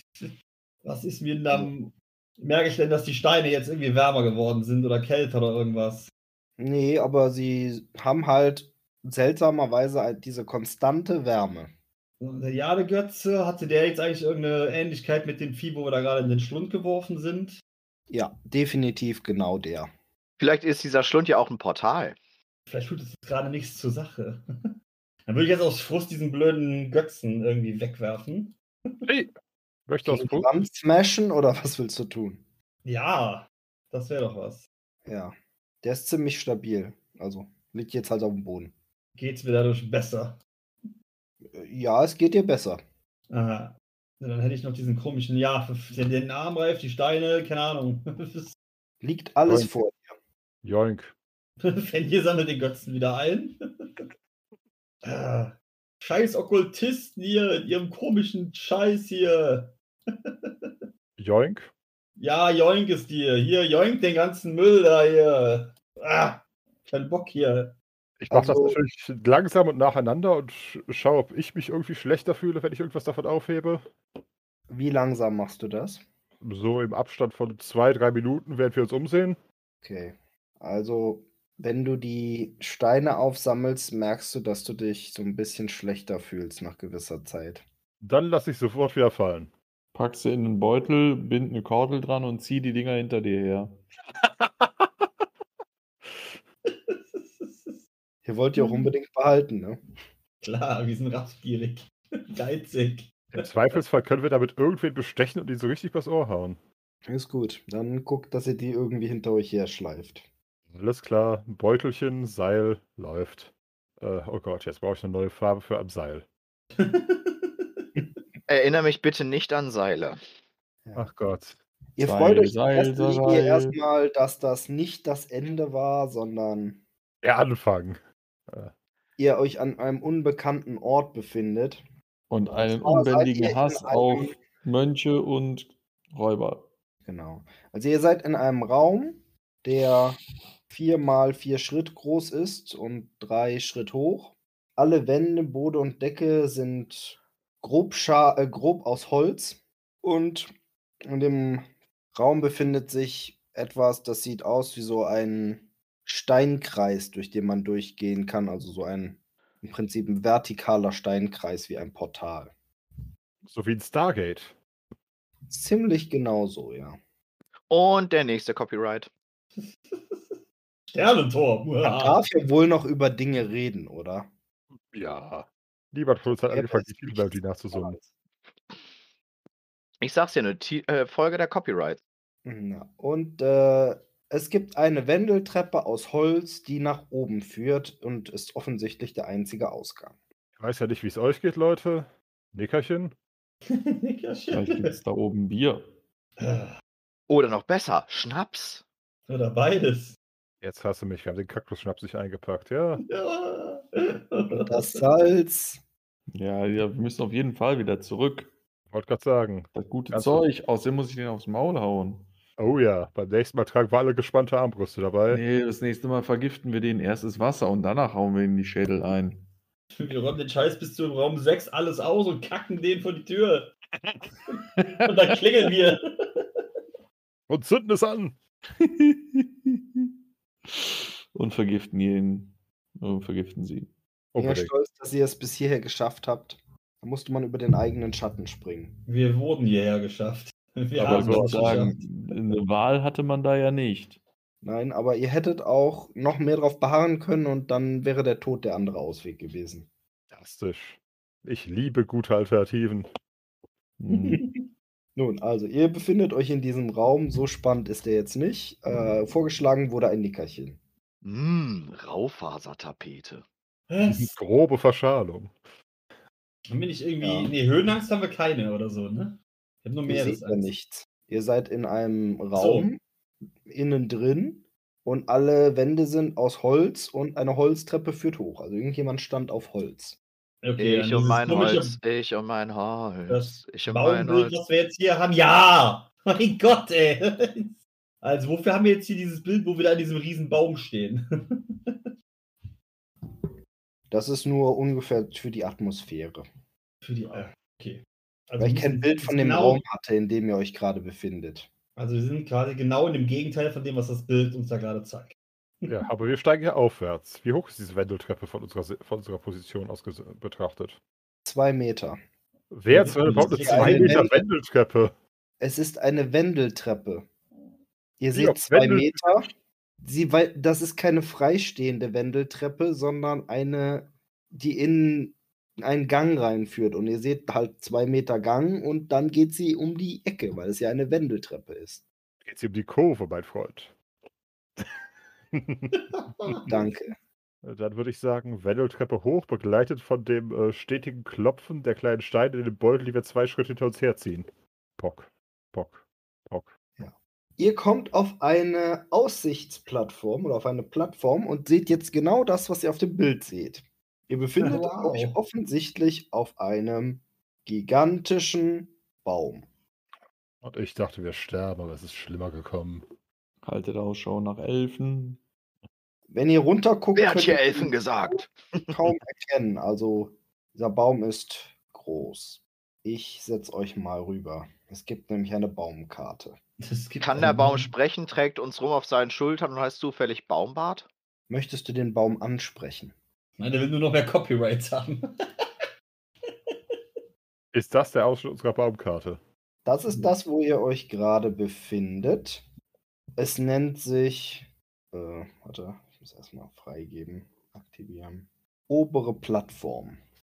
[SPEAKER 1] Was ist mir dann. Merke ich denn, dass die Steine jetzt irgendwie wärmer geworden sind oder kälter oder irgendwas?
[SPEAKER 2] Nee, aber sie haben halt seltsamerweise halt diese konstante Wärme.
[SPEAKER 1] Und Der Jadegötze, hatte der jetzt eigentlich irgendeine Ähnlichkeit mit den Vieh, wo wir da gerade in den Schlund geworfen sind?
[SPEAKER 2] Ja, definitiv genau der.
[SPEAKER 3] Vielleicht ist dieser Schlund ja auch ein Portal.
[SPEAKER 1] Vielleicht tut es jetzt gerade nichts zur Sache. Dann würde ich jetzt aus Frust diesen blöden Götzen irgendwie wegwerfen.
[SPEAKER 5] Möchte aus
[SPEAKER 2] Gegen die
[SPEAKER 5] Frust?
[SPEAKER 2] Wand smashen oder was willst du tun?
[SPEAKER 1] Ja, das wäre doch was.
[SPEAKER 2] Ja, der ist ziemlich stabil. Also liegt jetzt halt auf dem Boden.
[SPEAKER 1] Geht's mir dadurch besser?
[SPEAKER 2] Ja, es geht dir besser.
[SPEAKER 1] Aha. Na, Dann hätte ich noch diesen komischen, ja, den, den Armreif, die Steine, keine Ahnung.
[SPEAKER 2] Liegt alles
[SPEAKER 5] Und-
[SPEAKER 2] vor.
[SPEAKER 5] Joink.
[SPEAKER 1] Fenje sammelt den Götzen wieder ein. Ah, Scheiß Okkultisten hier in ihrem komischen Scheiß hier.
[SPEAKER 5] Joink.
[SPEAKER 1] Ja, joink ist dir. Hier, joink den ganzen Müll da hier. Ah, kein Bock hier.
[SPEAKER 5] Ich mache
[SPEAKER 2] Also-
[SPEAKER 5] das natürlich langsam und nacheinander und sch- schaue, ob ich mich irgendwie schlechter fühle, wenn ich irgendwas davon aufhebe.
[SPEAKER 2] Wie langsam machst du das?
[SPEAKER 5] So im Abstand von zwei, drei Minuten werden wir uns umsehen.
[SPEAKER 2] Okay. Also, wenn du die Steine aufsammelst, merkst du, dass du dich so ein bisschen schlechter fühlst nach gewisser Zeit.
[SPEAKER 5] Dann lasse ich sofort wieder fallen.
[SPEAKER 4] Pack sie in einen Beutel, bind eine Kordel dran und zieh die Dinger hinter dir her.
[SPEAKER 2] Ihr wollt die auch unbedingt behalten, ne?
[SPEAKER 1] Klar, wir sind raffgierig. Geizig.
[SPEAKER 5] Im Zweifelsfall können wir damit irgendwen bestechen und ihn so richtig übers Ohr hauen.
[SPEAKER 2] Ist gut. Dann guckt, dass ihr die irgendwie hinter euch her schleift.
[SPEAKER 5] Alles klar, Beutelchen, Seil, läuft. Äh, oh Gott, jetzt brauche ich eine neue Farbe für am Seil.
[SPEAKER 3] Erinnere mich bitte nicht an Seile.
[SPEAKER 5] Ach Gott.
[SPEAKER 2] Ihr
[SPEAKER 4] Seil,
[SPEAKER 2] freut euch in
[SPEAKER 4] Seil,
[SPEAKER 2] erster Linie
[SPEAKER 4] Seil.
[SPEAKER 2] erstmal, dass das nicht das Ende war, sondern
[SPEAKER 5] Der Anfang.
[SPEAKER 2] ihr euch an einem unbekannten Ort befindet.
[SPEAKER 4] Und einen
[SPEAKER 2] Aber Äh, seid ihr
[SPEAKER 4] unbändigen
[SPEAKER 2] in
[SPEAKER 4] Hass
[SPEAKER 2] einem-
[SPEAKER 4] auf Mönche und Räuber.
[SPEAKER 2] Genau. Also ihr seid in einem Raum, der vier mal vier Schritt groß ist und drei Schritt hoch. Alle Wände, Boden und Decke sind grob, scha äh, grob aus Holz. Und in dem Raum befindet sich etwas, das sieht aus wie so ein Steinkreis, durch den man durchgehen kann. Also so ein im Prinzip ein vertikaler Steinkreis wie ein Portal.
[SPEAKER 5] So wie ein Stargate.
[SPEAKER 2] Ziemlich genau so, ja.
[SPEAKER 3] Und der nächste Copyright.
[SPEAKER 1] Sternentor.
[SPEAKER 2] Man
[SPEAKER 1] Uah.
[SPEAKER 2] darf ja wohl noch über Dinge reden, oder?
[SPEAKER 5] Ja. Niemand von uns hat
[SPEAKER 2] Ja,
[SPEAKER 5] angefangen,
[SPEAKER 2] das
[SPEAKER 5] die Titelmelodie nachzusummen.
[SPEAKER 3] Ich sag's dir, eine Ti- äh, Folge der Copyright.
[SPEAKER 2] Na, und äh, es gibt eine Wendeltreppe aus Holz, die nach oben führt und ist offensichtlich der einzige Ausgang.
[SPEAKER 5] Ich weiß ja nicht, wie es euch geht, Leute. Nickerchen.
[SPEAKER 1] ja,
[SPEAKER 4] Vielleicht gibt es
[SPEAKER 1] shit.
[SPEAKER 4] da oben Bier.
[SPEAKER 3] Oder noch besser, Schnaps.
[SPEAKER 1] Oder beides.
[SPEAKER 5] Jetzt hast du mich, wir haben den Kaktusschnaps nicht eingepackt, ja.
[SPEAKER 1] Ja.
[SPEAKER 2] Das Salz.
[SPEAKER 4] Ja, ja, wir müssen auf jeden Fall wieder zurück.
[SPEAKER 5] Wollte gerade sagen.
[SPEAKER 4] Das gute
[SPEAKER 5] Ganz so.
[SPEAKER 4] Zeug. Außerdem muss ich den aufs Maul hauen.
[SPEAKER 5] Oh ja, beim nächsten Mal tragen wir alle gespannte Armbrüste dabei.
[SPEAKER 4] Nee, das nächste Mal vergiften wir den erst das Wasser und danach hauen wir in die Schädel ein.
[SPEAKER 1] Wir räumen den Scheiß bis zu Raum 6 alles aus und kacken den vor die Tür. Und dann klingeln wir.
[SPEAKER 5] Und zünden es an.
[SPEAKER 4] und vergiften ihn. Und vergiften sie.
[SPEAKER 2] Ich bin ja
[SPEAKER 5] Unbedingt.
[SPEAKER 2] stolz, dass ihr es bis hierher geschafft habt. Da musste man über den eigenen Schatten springen.
[SPEAKER 1] Wir wurden hierher geschafft. Wir
[SPEAKER 5] Aber
[SPEAKER 4] Aber ich
[SPEAKER 5] so
[SPEAKER 4] würde
[SPEAKER 5] was-
[SPEAKER 4] sagen, eine Wahl hatte man da ja nicht.
[SPEAKER 2] Nein, aber ihr hättet auch noch mehr drauf beharren können und dann wäre der Tod der andere Ausweg gewesen.
[SPEAKER 5] Fantastisch. Ich liebe gute Alternativen.
[SPEAKER 4] Hm.
[SPEAKER 2] Nun, also ihr befindet euch in diesem Raum, so spannend ist der jetzt nicht. Äh, vorgeschlagen wurde ein Nickerchen.
[SPEAKER 3] Mm, Raufasertapete.
[SPEAKER 5] Die grobe Verschalung.
[SPEAKER 1] Haben wir nicht irgendwie.
[SPEAKER 2] Ja.
[SPEAKER 1] Nee, Höhenangst haben wir keine oder so, ne? Wir haben nur
[SPEAKER 2] Ihr seht
[SPEAKER 1] Meeresangst.
[SPEAKER 2] ja nichts. Ihr seid in einem Raum, innen drin, und alle Wände sind aus Holz und eine Holztreppe führt hoch. Also irgendjemand stand auf Holz.
[SPEAKER 1] Okay, dann
[SPEAKER 3] ich
[SPEAKER 1] dieses
[SPEAKER 3] um mein
[SPEAKER 1] komische
[SPEAKER 3] Holz, ich um mein Holz,
[SPEAKER 1] Das
[SPEAKER 3] ich um mein
[SPEAKER 1] Baumbild,
[SPEAKER 3] Holz.
[SPEAKER 1] was wir jetzt hier haben. Ja! Mein Gott, ey! Also, wofür haben wir jetzt hier dieses Bild, wo wir da an diesem riesen Baum stehen?
[SPEAKER 2] Das ist nur ungefähr für die Atmosphäre.
[SPEAKER 1] Für die Augen. Okay. Also
[SPEAKER 2] Weil ich
[SPEAKER 1] wir
[SPEAKER 2] kein
[SPEAKER 1] sind
[SPEAKER 2] Bild von dem
[SPEAKER 1] genau,
[SPEAKER 2] Raum hatte, in dem ihr euch gerade befindet.
[SPEAKER 1] Also, wir sind quasi genau in dem Gegenteil von dem, was das Bild uns da gerade zeigt.
[SPEAKER 5] Ja, aber wir steigen ja aufwärts. Wie hoch ist diese Wendeltreppe von unserer, Se- von unserer Position aus ges- betrachtet?
[SPEAKER 2] Zwei Meter.
[SPEAKER 5] Wer soll überhaupt eine
[SPEAKER 1] Die
[SPEAKER 5] 2
[SPEAKER 1] eine
[SPEAKER 5] Meter
[SPEAKER 2] Wendel-
[SPEAKER 5] Wendeltreppe?
[SPEAKER 2] Es ist eine Wendeltreppe. Ihr
[SPEAKER 5] Die
[SPEAKER 2] seht
[SPEAKER 5] auf
[SPEAKER 2] zwei
[SPEAKER 5] Wendel-
[SPEAKER 2] Meter. Sie, weil, das ist keine freistehende Wendeltreppe, sondern eine, die in einen Gang reinführt. Und ihr seht halt zwei Meter Gang und dann geht sie um die Ecke, weil es ja eine Wendeltreppe ist.
[SPEAKER 5] Geht's hier um die Kurve, mein Freund?
[SPEAKER 2] Danke.
[SPEAKER 5] Dann würde ich sagen, Wendeltreppe hoch, begleitet von dem äh, stetigen Klopfen der kleinen Steine in den Beutel, die wir zwei Schritte hinter uns herziehen. Pock, pock, pock.
[SPEAKER 2] Ihr kommt auf eine Aussichtsplattform oder auf eine Plattform und seht jetzt genau das, was ihr auf dem Bild seht. Ihr befindet
[SPEAKER 1] Wow.
[SPEAKER 2] euch offensichtlich auf einem gigantischen Baum.
[SPEAKER 5] Und ich dachte, wir sterben, aber es ist schlimmer gekommen.
[SPEAKER 4] Haltet Ausschau nach Elfen.
[SPEAKER 2] Wenn ihr runterguckt,
[SPEAKER 3] Wer hat
[SPEAKER 2] könnt
[SPEAKER 3] hier
[SPEAKER 2] ihr
[SPEAKER 3] Elfen
[SPEAKER 2] ihn
[SPEAKER 3] gesagt?
[SPEAKER 2] kaum erkennen. Also dieser Baum ist groß. Ich setze euch mal rüber. Es gibt nämlich eine Baumkarte.
[SPEAKER 1] Das gibt also
[SPEAKER 3] Kann der Baum sprechen, trägt uns rum auf seinen Schultern und heißt zufällig Baumbart?
[SPEAKER 2] Möchtest du den Baum ansprechen?
[SPEAKER 1] Nein, der will nur noch mehr Copyrights haben.
[SPEAKER 5] Ist das der Ausschnitt unserer Baumkarte?
[SPEAKER 2] Das ist das, wo ihr euch gerade befindet. Es nennt sich. Äh, warte, ich muss erstmal freigeben, aktivieren. Obere Plattform.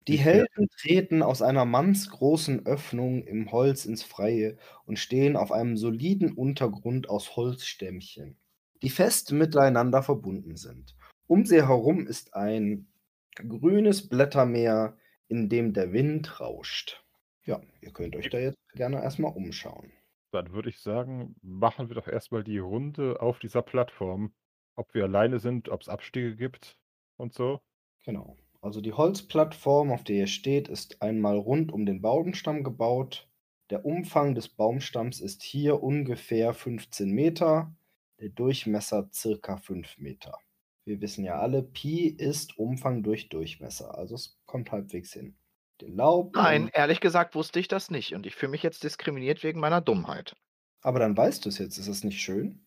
[SPEAKER 2] Die
[SPEAKER 5] Ich-
[SPEAKER 2] Helden treten aus einer mannsgroßen Öffnung im Holz ins Freie und stehen auf einem soliden Untergrund aus Holzstämmchen, die fest miteinander verbunden sind. Um sie herum ist ein grünes Blättermeer, in dem der Wind rauscht. Ja, ihr könnt euch da jetzt gerne erstmal umschauen.
[SPEAKER 5] Dann würde ich sagen, machen wir doch erstmal die Runde auf dieser Plattform. Ob wir alleine sind, ob es Abstiege gibt und so.
[SPEAKER 2] Genau. Also die Holzplattform, auf der ihr steht, ist einmal rund um den Baumstamm gebaut. Der Umfang des Baumstamms ist hier ungefähr 15 Meter, der Durchmesser circa 5 Meter. Wir wissen ja alle, Pi ist Umfang durch Durchmesser, also es kommt halbwegs hin. Den Laub.
[SPEAKER 3] Nein,
[SPEAKER 2] und-
[SPEAKER 3] ehrlich gesagt wusste ich das nicht und ich fühle mich jetzt diskriminiert wegen meiner Dummheit.
[SPEAKER 2] Aber dann weißt du es jetzt, ist das nicht schön?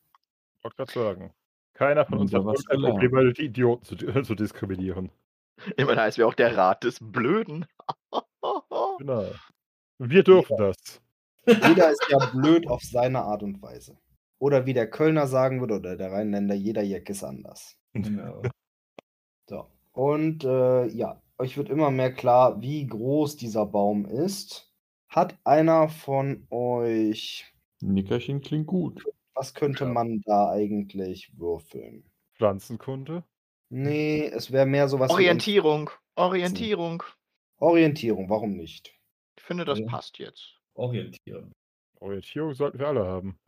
[SPEAKER 5] Wollte gerade sagen. Keiner von uns
[SPEAKER 4] Ja,
[SPEAKER 5] hat
[SPEAKER 4] was
[SPEAKER 5] irgendein
[SPEAKER 4] gelernt.
[SPEAKER 5] Problem, weil die Idioten zu, zu diskriminieren.
[SPEAKER 3] Immerhin heißt wir auch der Rat des Blöden.
[SPEAKER 4] Oh.
[SPEAKER 5] Genau. Wir dürfen das.
[SPEAKER 2] Jeder ist ja blöd auf seine Art und Weise. Oder wie der Kölner sagen würde, oder der Rheinländer, jeder Jack ist anders.
[SPEAKER 1] Genau.
[SPEAKER 2] So. Und äh, ja, euch wird immer mehr klar, wie groß dieser Baum ist. Hat einer von euch,
[SPEAKER 4] Nickerchen klingt gut.
[SPEAKER 2] was könnte
[SPEAKER 5] Ja.
[SPEAKER 2] man da eigentlich würfeln?
[SPEAKER 5] Pflanzenkunde?
[SPEAKER 2] Nee,
[SPEAKER 3] Mhm.
[SPEAKER 2] es wäre mehr sowas wie Ent-
[SPEAKER 3] Orientierung, Orientierung.
[SPEAKER 2] Orientierung, warum nicht?
[SPEAKER 3] Ich finde, das
[SPEAKER 1] Ja.
[SPEAKER 3] passt jetzt.
[SPEAKER 1] Orientieren.
[SPEAKER 5] Orientierung sollten wir alle haben.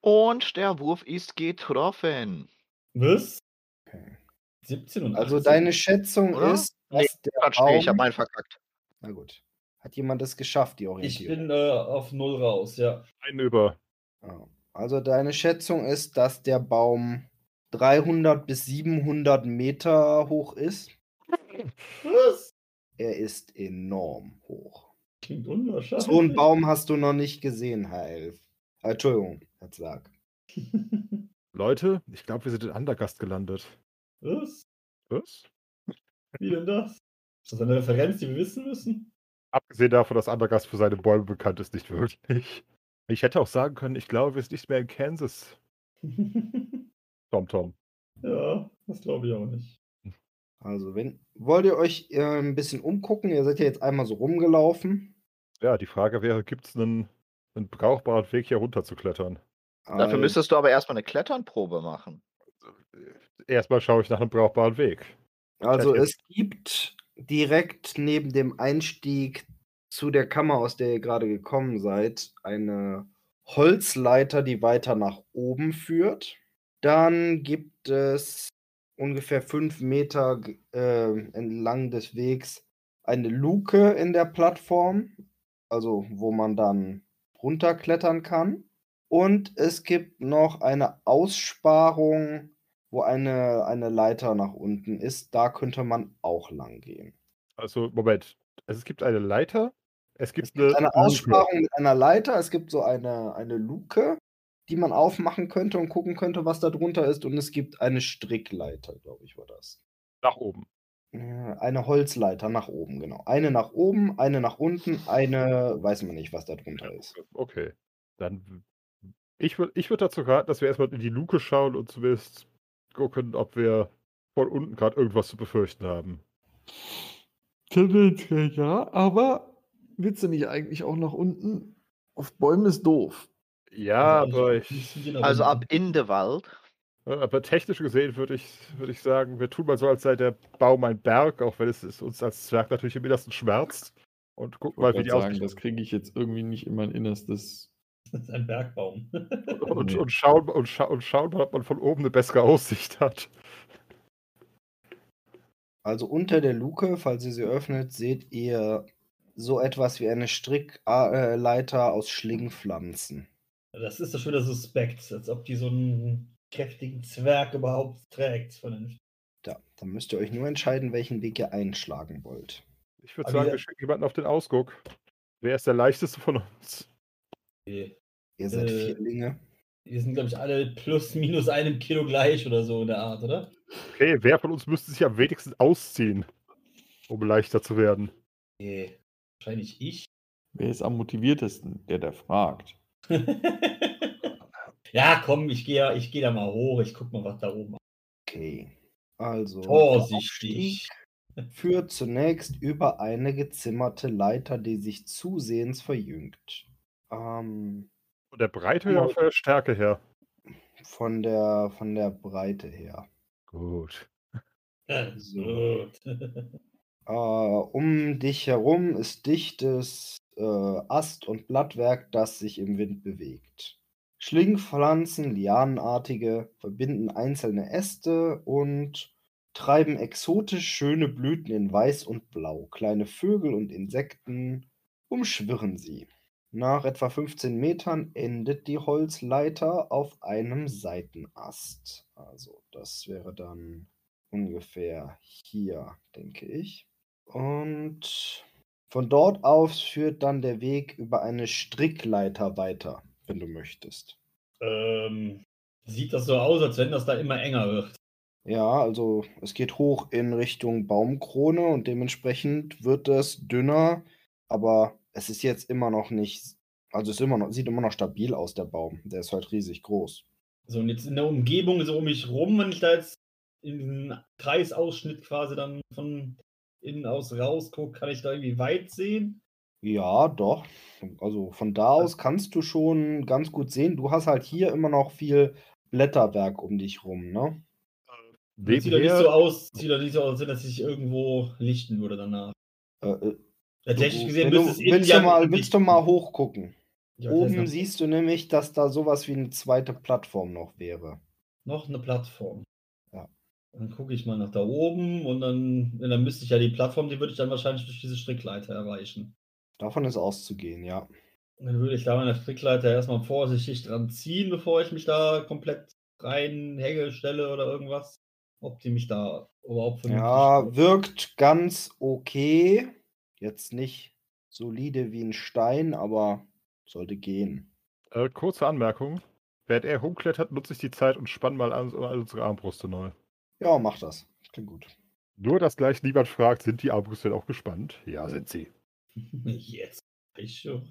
[SPEAKER 3] Und der Wurf ist getroffen.
[SPEAKER 1] Was?
[SPEAKER 2] Okay.
[SPEAKER 1] 17 und 18.
[SPEAKER 2] Also deine Schätzung
[SPEAKER 3] Oder?
[SPEAKER 2] ist,
[SPEAKER 3] Nee,
[SPEAKER 2] dass der
[SPEAKER 3] Quatsch, nee,
[SPEAKER 2] Baum...
[SPEAKER 3] ich habe meinen verkackt.
[SPEAKER 2] Na gut. Hat jemand es geschafft, die
[SPEAKER 1] Ich
[SPEAKER 2] Orientierung?
[SPEAKER 1] bin äh, auf Null raus, ja.
[SPEAKER 5] Einen über.
[SPEAKER 2] Ja. Also deine Schätzung ist, dass der Baum 300 bis 700 Meter hoch ist.
[SPEAKER 1] Was?
[SPEAKER 2] Er ist enorm hoch.
[SPEAKER 1] Klingt unwahrscheinlich.
[SPEAKER 2] So einen Baum hast du noch nicht gesehen, Herr Elf. Äh, Entschuldigung, Herr Zwerg.
[SPEAKER 5] Leute, ich glaube, wir sind in Andergast gelandet.
[SPEAKER 1] Was?
[SPEAKER 5] Was?
[SPEAKER 1] Wie denn das? Ist das eine Referenz, die wir wissen müssen?
[SPEAKER 5] Abgesehen davon, dass Andergast für seine Bäume bekannt ist, nicht wirklich. Ich hätte auch sagen können, ich glaube, wir sind nicht mehr in Kansas. Tom Tom.
[SPEAKER 1] ja, das glaube ich auch nicht.
[SPEAKER 2] Also, wenn. Wollt ihr euch äh, ein bisschen umgucken? Ihr seid ja jetzt einmal so rumgelaufen.
[SPEAKER 5] Ja, die Frage wäre, gibt es einen einen brauchbaren Weg hier runterzuklettern.
[SPEAKER 2] Also
[SPEAKER 3] Dafür müsstest du aber erstmal eine Kletternprobe machen.
[SPEAKER 5] Erstmal schaue ich nach einem brauchbaren Weg.
[SPEAKER 2] Also es gibt direkt neben dem Einstieg zu der Kammer, aus der ihr gerade gekommen seid, eine Holzleiter, die weiter nach oben führt. Dann gibt es ungefähr fünf Meter g- äh, entlang des Wegs eine Luke in der Plattform, also wo man dann runterklettern kann. Und es gibt noch eine Aussparung, wo eine, eine Leiter nach unten ist. Da könnte man auch lang gehen.
[SPEAKER 5] Also, Moment. Also, es gibt eine Leiter. Es gibt,
[SPEAKER 2] Es gibt eine
[SPEAKER 5] Luke.
[SPEAKER 2] Aussparung mit einer Leiter, es gibt so eine, eine Luke, die man aufmachen könnte und gucken könnte, was da drunter ist. Und es gibt eine Strickleiter, glaube ich, war das.
[SPEAKER 5] Nach oben.
[SPEAKER 2] Ja, Eine Holzleiter nach oben, genau. Eine nach oben, eine nach unten, eine weiß man nicht, was da drunter ist.
[SPEAKER 5] Okay. Dann. Ich würde ich würd dazu raten, dass wir erstmal in die Luke schauen und zumindest gucken, ob wir von unten gerade irgendwas zu befürchten haben.
[SPEAKER 4] Tendenziell ja, aber willst du nicht eigentlich auch nach unten? Auf Bäumen ist doof.
[SPEAKER 5] Ja,
[SPEAKER 1] Also,
[SPEAKER 5] aber Äh, ich.
[SPEAKER 1] Müssen wir nach
[SPEAKER 3] Also ab
[SPEAKER 1] unten.
[SPEAKER 3] in den Wald.
[SPEAKER 5] Äh, Aber technisch gesehen würde ich, würde ich sagen, wir tun mal so, als sei der Baum ein Berg, auch wenn es es uns als Zwerg natürlich im Innersten schmerzt. Und gucken mal, wie
[SPEAKER 4] Ich
[SPEAKER 5] die
[SPEAKER 4] sagen,
[SPEAKER 5] aussehen.
[SPEAKER 4] das kriege ich jetzt irgendwie nicht in mein Innerstes.
[SPEAKER 1] Das ist ein Bergbaum.
[SPEAKER 5] Und,
[SPEAKER 4] Nee.
[SPEAKER 5] und, schauen, und, scha und schauen mal, ob man von oben eine bessere Aussicht hat.
[SPEAKER 2] Also unter der Luke, falls ihr sie öffnet, seht ihr so etwas wie eine Strickleiter aus Schlingpflanzen.
[SPEAKER 1] Das ist doch schon wieder suspekt, als ob die so einen kräftigen Zwerg überhaupt trägt. Vernünftig.
[SPEAKER 2] Da, dann müsst ihr euch nur entscheiden, welchen Weg ihr einschlagen wollt.
[SPEAKER 5] Ich würde
[SPEAKER 1] Aber
[SPEAKER 5] sagen,
[SPEAKER 1] dieser-
[SPEAKER 5] wir schicken jemanden auf den Ausguck. Wer ist der leichteste von uns?
[SPEAKER 1] Die
[SPEAKER 2] Ihr seid
[SPEAKER 1] Äh,
[SPEAKER 2] Vierlinge.
[SPEAKER 1] sind, glaube ich, alle plus minus einem Kilo gleich oder so in der Art, oder?
[SPEAKER 5] Okay, wer von uns müsste sich am wenigsten ausziehen, um leichter zu werden?
[SPEAKER 1] Nee. Wahrscheinlich ich.
[SPEAKER 4] Wer ist am motiviertesten? Der, der fragt.
[SPEAKER 1] ja, komm, ich gehe ich geh da mal hoch. Ich guck mal, was da oben
[SPEAKER 2] Okay. Also. der
[SPEAKER 1] Vorsichtig.
[SPEAKER 2] Aufstieg Führt zunächst über eine gezimmerte Leiter, die sich zusehends verjüngt. Ähm,
[SPEAKER 5] Von der Breite her,
[SPEAKER 2] Ja.
[SPEAKER 5] oder von der Stärke her.
[SPEAKER 2] von, der, von der Breite her.
[SPEAKER 5] Gut.
[SPEAKER 1] ist.
[SPEAKER 2] So.
[SPEAKER 1] Gut.
[SPEAKER 2] Äh, um dich herum ist dichtes äh, Ast- und Blattwerk, das sich im Wind bewegt. Schlingpflanzen, lianenartige, verbinden einzelne Äste und treiben exotisch schöne Blüten in Weiß und Blau. Kleine Vögel und Insekten umschwirren sie. Nach etwa 15 Metern endet die Holzleiter auf einem Seitenast. Also das wäre dann ungefähr hier, denke ich. Und von dort aus führt dann der Weg über eine Strickleiter weiter, wenn du möchtest.
[SPEAKER 1] Ähm, sieht das so aus, als wenn das da immer enger wird.
[SPEAKER 2] Ja, also es geht hoch in Richtung Baumkrone und dementsprechend wird es dünner, aber es ist jetzt immer noch nicht, also es ist immer noch, sieht immer noch stabil aus, der Baum. Der ist halt riesig groß.
[SPEAKER 1] So, und jetzt in der Umgebung, so um mich rum, wenn ich da jetzt in diesen Kreisausschnitt quasi dann von innen aus rausgucke, kann ich da irgendwie weit sehen.
[SPEAKER 2] Ja, doch. Also von da aus kannst du schon ganz gut sehen. Du hast halt hier immer noch viel Blätterwerk um dich rum, ne?
[SPEAKER 1] Das sieht doch nicht
[SPEAKER 5] Nebenher-
[SPEAKER 1] so aus, sieht doch nicht so aus, als wenn das sich irgendwo lichten würde danach.
[SPEAKER 2] Äh, äh,
[SPEAKER 1] Tatsächlich Also
[SPEAKER 2] du-
[SPEAKER 1] gesehen
[SPEAKER 2] wenn du,
[SPEAKER 1] müsste es eh
[SPEAKER 2] willst,
[SPEAKER 1] ja-
[SPEAKER 2] du mal, willst du mal hochgucken?
[SPEAKER 1] Ja, da ist
[SPEAKER 2] Oben
[SPEAKER 1] noch-
[SPEAKER 2] siehst du nämlich, dass da sowas wie eine zweite Plattform noch wäre.
[SPEAKER 1] noch eine Plattform.
[SPEAKER 2] Ja.
[SPEAKER 1] Dann gucke ich mal nach da oben und dann, ja, dann müsste ich ja die Plattform, die würde ich dann wahrscheinlich durch diese Strickleiter erreichen.
[SPEAKER 2] Davon ist auszugehen, ja.
[SPEAKER 1] Und Dann würde ich da meine Strickleiter erstmal vorsichtig dran ziehen, bevor ich mich da komplett reinhänge, stelle oder irgendwas. Ob die mich da überhaupt vernünftig-
[SPEAKER 2] Ja, wirkt ganz okay. Jetzt nicht solide wie ein Stein, aber sollte gehen.
[SPEAKER 5] Äh, kurze Anmerkung. Während er hochklettert, nutze ich die Zeit und spann mal an, an unsere Armbrüste neu.
[SPEAKER 2] Ja, mach das. Klingt gut.
[SPEAKER 5] Nur, dass gleich niemand fragt, sind die Armbrüste denn auch gespannt? Ja, sind sie.
[SPEAKER 1] Jetzt. Ich schon.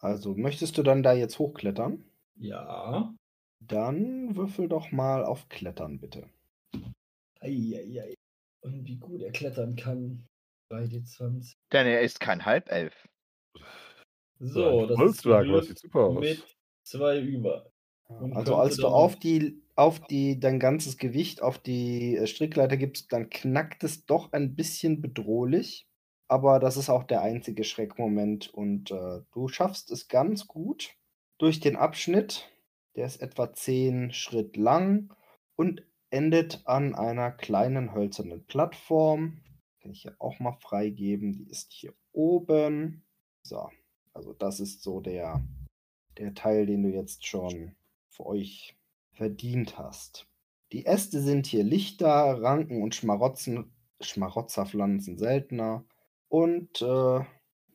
[SPEAKER 2] Also, möchtest du dann da jetzt hochklettern?
[SPEAKER 1] Ja.
[SPEAKER 2] Dann würfel doch mal auf Klettern, bitte.
[SPEAKER 1] Eieiei. Und wie gut er klettern kann. 3D20.
[SPEAKER 3] Denn er ist kein Halbelf.
[SPEAKER 1] So,
[SPEAKER 5] ein
[SPEAKER 1] das ist
[SPEAKER 5] Holzschlag,
[SPEAKER 1] zum
[SPEAKER 5] das sieht
[SPEAKER 1] Glück
[SPEAKER 5] super aus.
[SPEAKER 1] mit zwei über. Und
[SPEAKER 2] Also
[SPEAKER 1] könnte
[SPEAKER 2] als du
[SPEAKER 1] dann-
[SPEAKER 2] auf die, auf die, dein ganzes Gewicht auf die äh, Strickleiter gibst, dann knackt es doch ein bisschen bedrohlich. Aber das ist auch der einzige Schreckmoment. Und äh, du schaffst es ganz gut durch den Abschnitt. Der ist etwa 10 Schritt lang und endet an einer kleinen hölzernen Plattform. Kann ich hier auch mal freigeben. Die ist hier oben. So, also das ist so der, der Teil, den du jetzt schon für euch verdient hast. Die Äste sind hier lichter, Ranken und Schmarotzen, Schmarotzerpflanzen seltener. Und äh,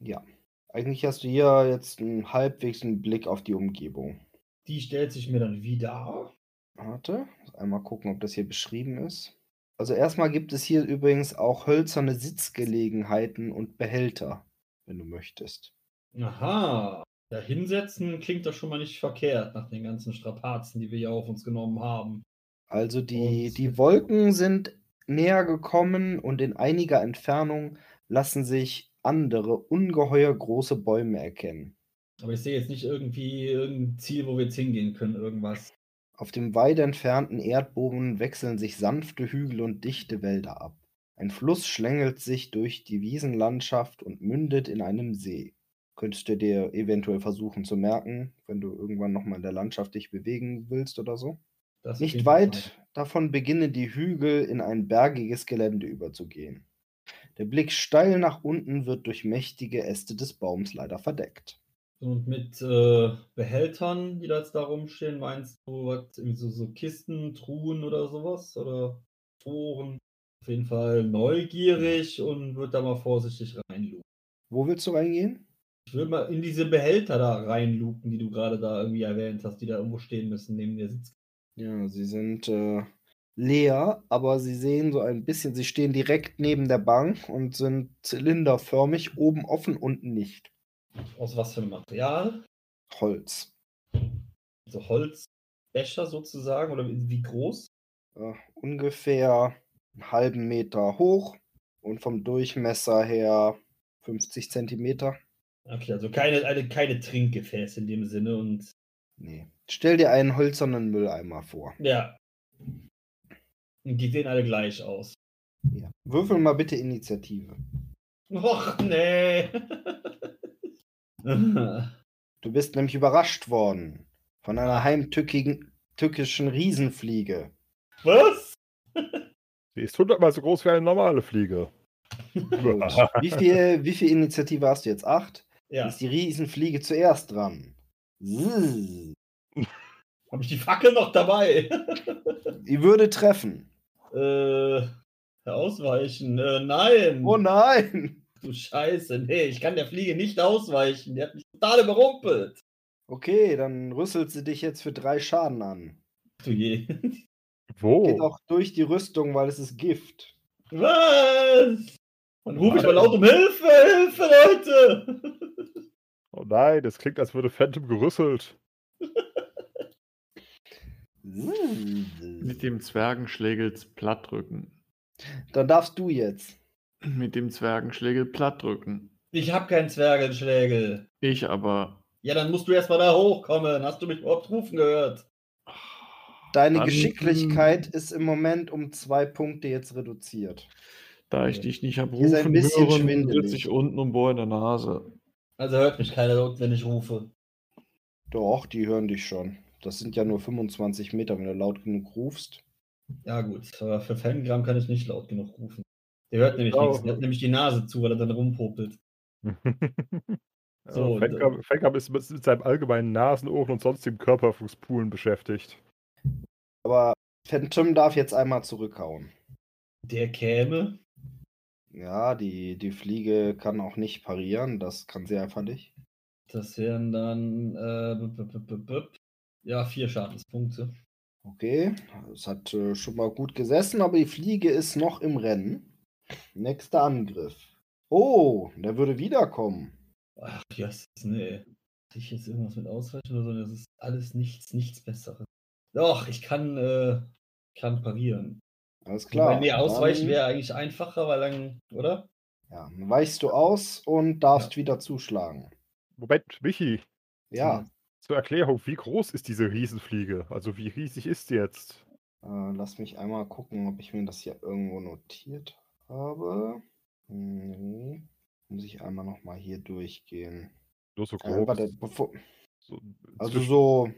[SPEAKER 2] ja, eigentlich hast du hier jetzt einen halbwegs einen Blick auf die Umgebung.
[SPEAKER 1] Die stellt sich mir dann wieder.
[SPEAKER 2] Warte, muss einmal gucken, ob das hier beschrieben ist. Also erstmal gibt es hier übrigens auch hölzerne Sitzgelegenheiten und Behälter, wenn du möchtest.
[SPEAKER 1] Aha. Da hinsetzen klingt doch schon mal nicht verkehrt nach den ganzen Strapazen, die wir ja auf uns genommen haben.
[SPEAKER 2] Also die,
[SPEAKER 1] Und-
[SPEAKER 2] die Wolken sind näher gekommen und in einiger Entfernung lassen sich andere ungeheuer große Bäume erkennen.
[SPEAKER 1] Aber ich sehe jetzt nicht irgendwie irgendein Ziel, wo wir jetzt hingehen können, irgendwas.
[SPEAKER 2] Auf dem weit entfernten Erdboden wechseln sich sanfte Hügel und dichte Wälder ab. Ein Fluss schlängelt sich durch die Wiesenlandschaft und mündet in einem See. Könntest du dir eventuell versuchen zu merken, wenn du irgendwann nochmal in der Landschaft dich bewegen willst oder so?
[SPEAKER 1] Das
[SPEAKER 2] Nicht
[SPEAKER 1] klingt
[SPEAKER 2] weit davon beginnen die Hügel in ein bergiges Gelände überzugehen. Der Blick steil nach unten wird durch mächtige Äste des Baums leider verdeckt.
[SPEAKER 1] Und mit äh, Behältern, die da jetzt da rumstehen, meinst du was, irgendwie so, so Kisten, Truhen oder sowas? Oder Foren? Auf jeden Fall neugierig und wird da mal vorsichtig reinlupen.
[SPEAKER 2] Wo willst du reingehen?
[SPEAKER 1] Ich will mal in diese Behälter da reinlupen, die du gerade da irgendwie erwähnt hast, die da irgendwo stehen müssen, neben der Sitz.
[SPEAKER 2] Ja, sie sind äh, leer, aber sie sehen so ein bisschen, sie stehen direkt neben der Bank und sind zylinderförmig, oben offen, unten nicht.
[SPEAKER 1] Aus was für einem Material?
[SPEAKER 2] Holz.
[SPEAKER 1] So Holzbecher sozusagen? Oder wie groß?
[SPEAKER 2] Äh, ungefähr einen halben Meter hoch und vom Durchmesser her 50 Zentimeter.
[SPEAKER 1] Okay, also keine, eine, keine Trinkgefäße in dem Sinne und
[SPEAKER 2] Nee. Stell dir einen hölzernen Mülleimer vor.
[SPEAKER 1] ja. Und die sehen alle gleich aus.
[SPEAKER 2] Ja. Würfel mal bitte Initiative.
[SPEAKER 1] Och, nee.
[SPEAKER 2] Du bist nämlich überrascht worden von einer heimtückigen, tückischen Riesenfliege.
[SPEAKER 1] Was?
[SPEAKER 5] Die ist hundertmal so groß wie eine normale Fliege.
[SPEAKER 2] Gut. Wie viel, wie viel Initiative hast du jetzt? Acht? Dann
[SPEAKER 1] Ja,
[SPEAKER 2] Ist die Riesenfliege zuerst dran? Zzz.
[SPEAKER 1] habe ich die Fackel noch dabei?
[SPEAKER 2] Die würde treffen.
[SPEAKER 1] äh, ausweichen. Äh, nein.
[SPEAKER 2] Oh nein!
[SPEAKER 1] Du Scheiße, nee, ich kann der Fliege nicht ausweichen. Die hat mich total überrumpelt.
[SPEAKER 2] Okay, dann rüsselt sie dich jetzt für drei Schaden an.
[SPEAKER 1] Du je.
[SPEAKER 2] Geht
[SPEAKER 5] Wo?
[SPEAKER 2] auch durch die Rüstung, weil es ist Gift.
[SPEAKER 1] Was? Dann rufe ich mal
[SPEAKER 5] Nein.
[SPEAKER 1] laut um Hilfe, Hilfe, Leute.
[SPEAKER 5] Oh nein, das klingt, als würde Phantom gerüsselt.
[SPEAKER 4] Mit
[SPEAKER 2] Zzz.
[SPEAKER 4] dem Zwergenschlägel plattdrücken.
[SPEAKER 2] Dann darfst du jetzt.
[SPEAKER 4] Mit dem Zwergenschlägel plattdrücken.
[SPEAKER 1] Ich hab keinen Zwergenschlägel.
[SPEAKER 4] Ich aber.
[SPEAKER 1] Ja, dann musst du erst mal da hochkommen. Hast du mich überhaupt rufen gehört?
[SPEAKER 2] Deine
[SPEAKER 4] Dann-
[SPEAKER 2] Geschicklichkeit ist im Moment um zwei Punkte jetzt reduziert.
[SPEAKER 4] Da ich dich nicht habe
[SPEAKER 2] Hier ist ein
[SPEAKER 4] rufen
[SPEAKER 2] bisschen
[SPEAKER 4] hören,
[SPEAKER 2] schwindelig.
[SPEAKER 4] sitze ich unten und bohr in der Nase.
[SPEAKER 1] Also hört mich keiner, da unten, wenn ich rufe.
[SPEAKER 2] Doch, die hören dich schon. Das sind ja nur 25 Meter, wenn du laut genug rufst.
[SPEAKER 1] Ja, gut, aber für Fangram kann ich nicht laut genug rufen. Der hört nämlich
[SPEAKER 5] Oh.
[SPEAKER 1] nichts, der hat nämlich die Nase zu, weil er dann rumpopelt. So, äh
[SPEAKER 5] So, Fangab, Fangab Also ist mit, mit seinem allgemeinen Nasenohren und sonstigen Körperfußpulen beschäftigt.
[SPEAKER 2] Aber Phantom darf jetzt einmal zurückhauen.
[SPEAKER 1] Der käme.
[SPEAKER 2] Ja, die, die Fliege kann auch nicht parieren. Das kann sie einfach nicht.
[SPEAKER 1] Das wären dann äh, b- b- b- b- ja vier Schadenspunkte.
[SPEAKER 2] Okay, es hat äh, schon mal gut gesessen, aber die Fliege ist noch im Rennen. Nächster Angriff. Oh, der würde wiederkommen.
[SPEAKER 1] Ach yes, nee. Hatte ich jetzt irgendwas mit ausweichen oder so? Das ist alles nichts, nichts Besseres. Doch, ich kann, äh, kann parieren.
[SPEAKER 2] Alles
[SPEAKER 1] Klar.
[SPEAKER 2] klar.
[SPEAKER 1] Wobei, nee, ausweichen
[SPEAKER 2] dann-
[SPEAKER 1] wäre eigentlich einfacher, weil dann, oder?
[SPEAKER 2] Ja, dann weichst du aus und darfst wieder zuschlagen.
[SPEAKER 5] Moment, Michi,
[SPEAKER 2] Ja,
[SPEAKER 5] zur Erklärung, wie groß ist diese Riesenfliege? Also wie riesig ist die jetzt?
[SPEAKER 2] äh, lass mich einmal gucken, ob ich mir das hier irgendwo notiert habe. Nee. Muss ich einmal nochmal hier durchgehen.
[SPEAKER 5] Nur so
[SPEAKER 2] Äh,
[SPEAKER 5] grob.
[SPEAKER 2] warte, bevor,
[SPEAKER 5] so,
[SPEAKER 2] also
[SPEAKER 5] zwischen-
[SPEAKER 2] so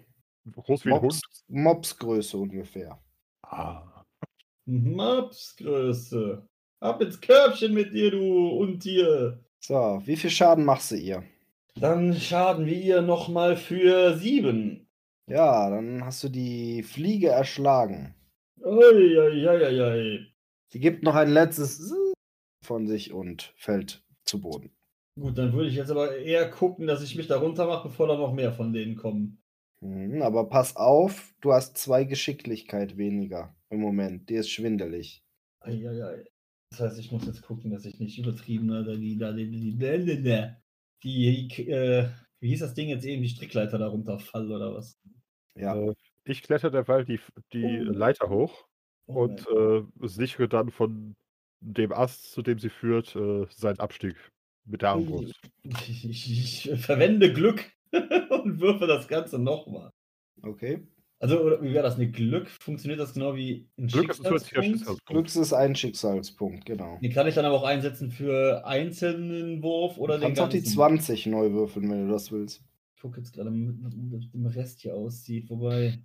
[SPEAKER 5] groß wie ein
[SPEAKER 2] Mops,
[SPEAKER 5] Hund.
[SPEAKER 2] Mopsgröße ungefähr.
[SPEAKER 5] Ah,
[SPEAKER 1] Mopsgröße. Ab ins Körbchen mit dir, du Untier.
[SPEAKER 2] So, wie viel Schaden machst du ihr?
[SPEAKER 1] Dann schaden wir ihr nochmal für sieben.
[SPEAKER 2] Ja, dann hast du die Fliege erschlagen.
[SPEAKER 1] Uiuiuiui.
[SPEAKER 2] Sie gibt noch ein letztes von sich und fällt zu Boden.
[SPEAKER 1] Gut, dann würde ich jetzt aber eher gucken, dass ich mich da runter mache, bevor da noch mehr von denen kommen.
[SPEAKER 2] Mhm, aber pass auf, du hast zwei Geschicklichkeit weniger im Moment. Dir ist schwindelig.
[SPEAKER 1] Eieiei. Das heißt, ich muss jetzt gucken, dass ich nicht übertrieben oder die da die, die, die, die, die, die äh, wie hieß das Ding jetzt eben, die Strickleiter da runterfall oder was?
[SPEAKER 2] Ja.
[SPEAKER 5] Äh, ich kletter derweil die, die
[SPEAKER 1] Oh.
[SPEAKER 5] Leiter hoch
[SPEAKER 1] Oh
[SPEAKER 5] und äh, sichere dann von dem Ast, zu dem sie führt, äh, seinen Abstieg mit der
[SPEAKER 1] Ui.
[SPEAKER 5] Armbrust.
[SPEAKER 1] mein- ich, ich, ich verwende Glück und würfe das Ganze nochmal.
[SPEAKER 2] Okay.
[SPEAKER 1] Also, oder wie wäre das? Eine Glück? Funktioniert das genau wie ein
[SPEAKER 5] Glück ist ein zusätzlicher
[SPEAKER 1] Schicksalspunkt?
[SPEAKER 5] Schicksalspunkt.
[SPEAKER 2] Glücks ist ein Schicksalspunkt, genau.
[SPEAKER 1] Den kann ich dann aber auch einsetzen für einzelnen Wurf oder
[SPEAKER 2] Du kannst
[SPEAKER 1] den
[SPEAKER 2] auch die
[SPEAKER 1] ganzen.
[SPEAKER 2] 20 neu würfeln, wenn du das willst.
[SPEAKER 1] Ich gucke jetzt gerade, wie dem Rest hier aussieht, wobei.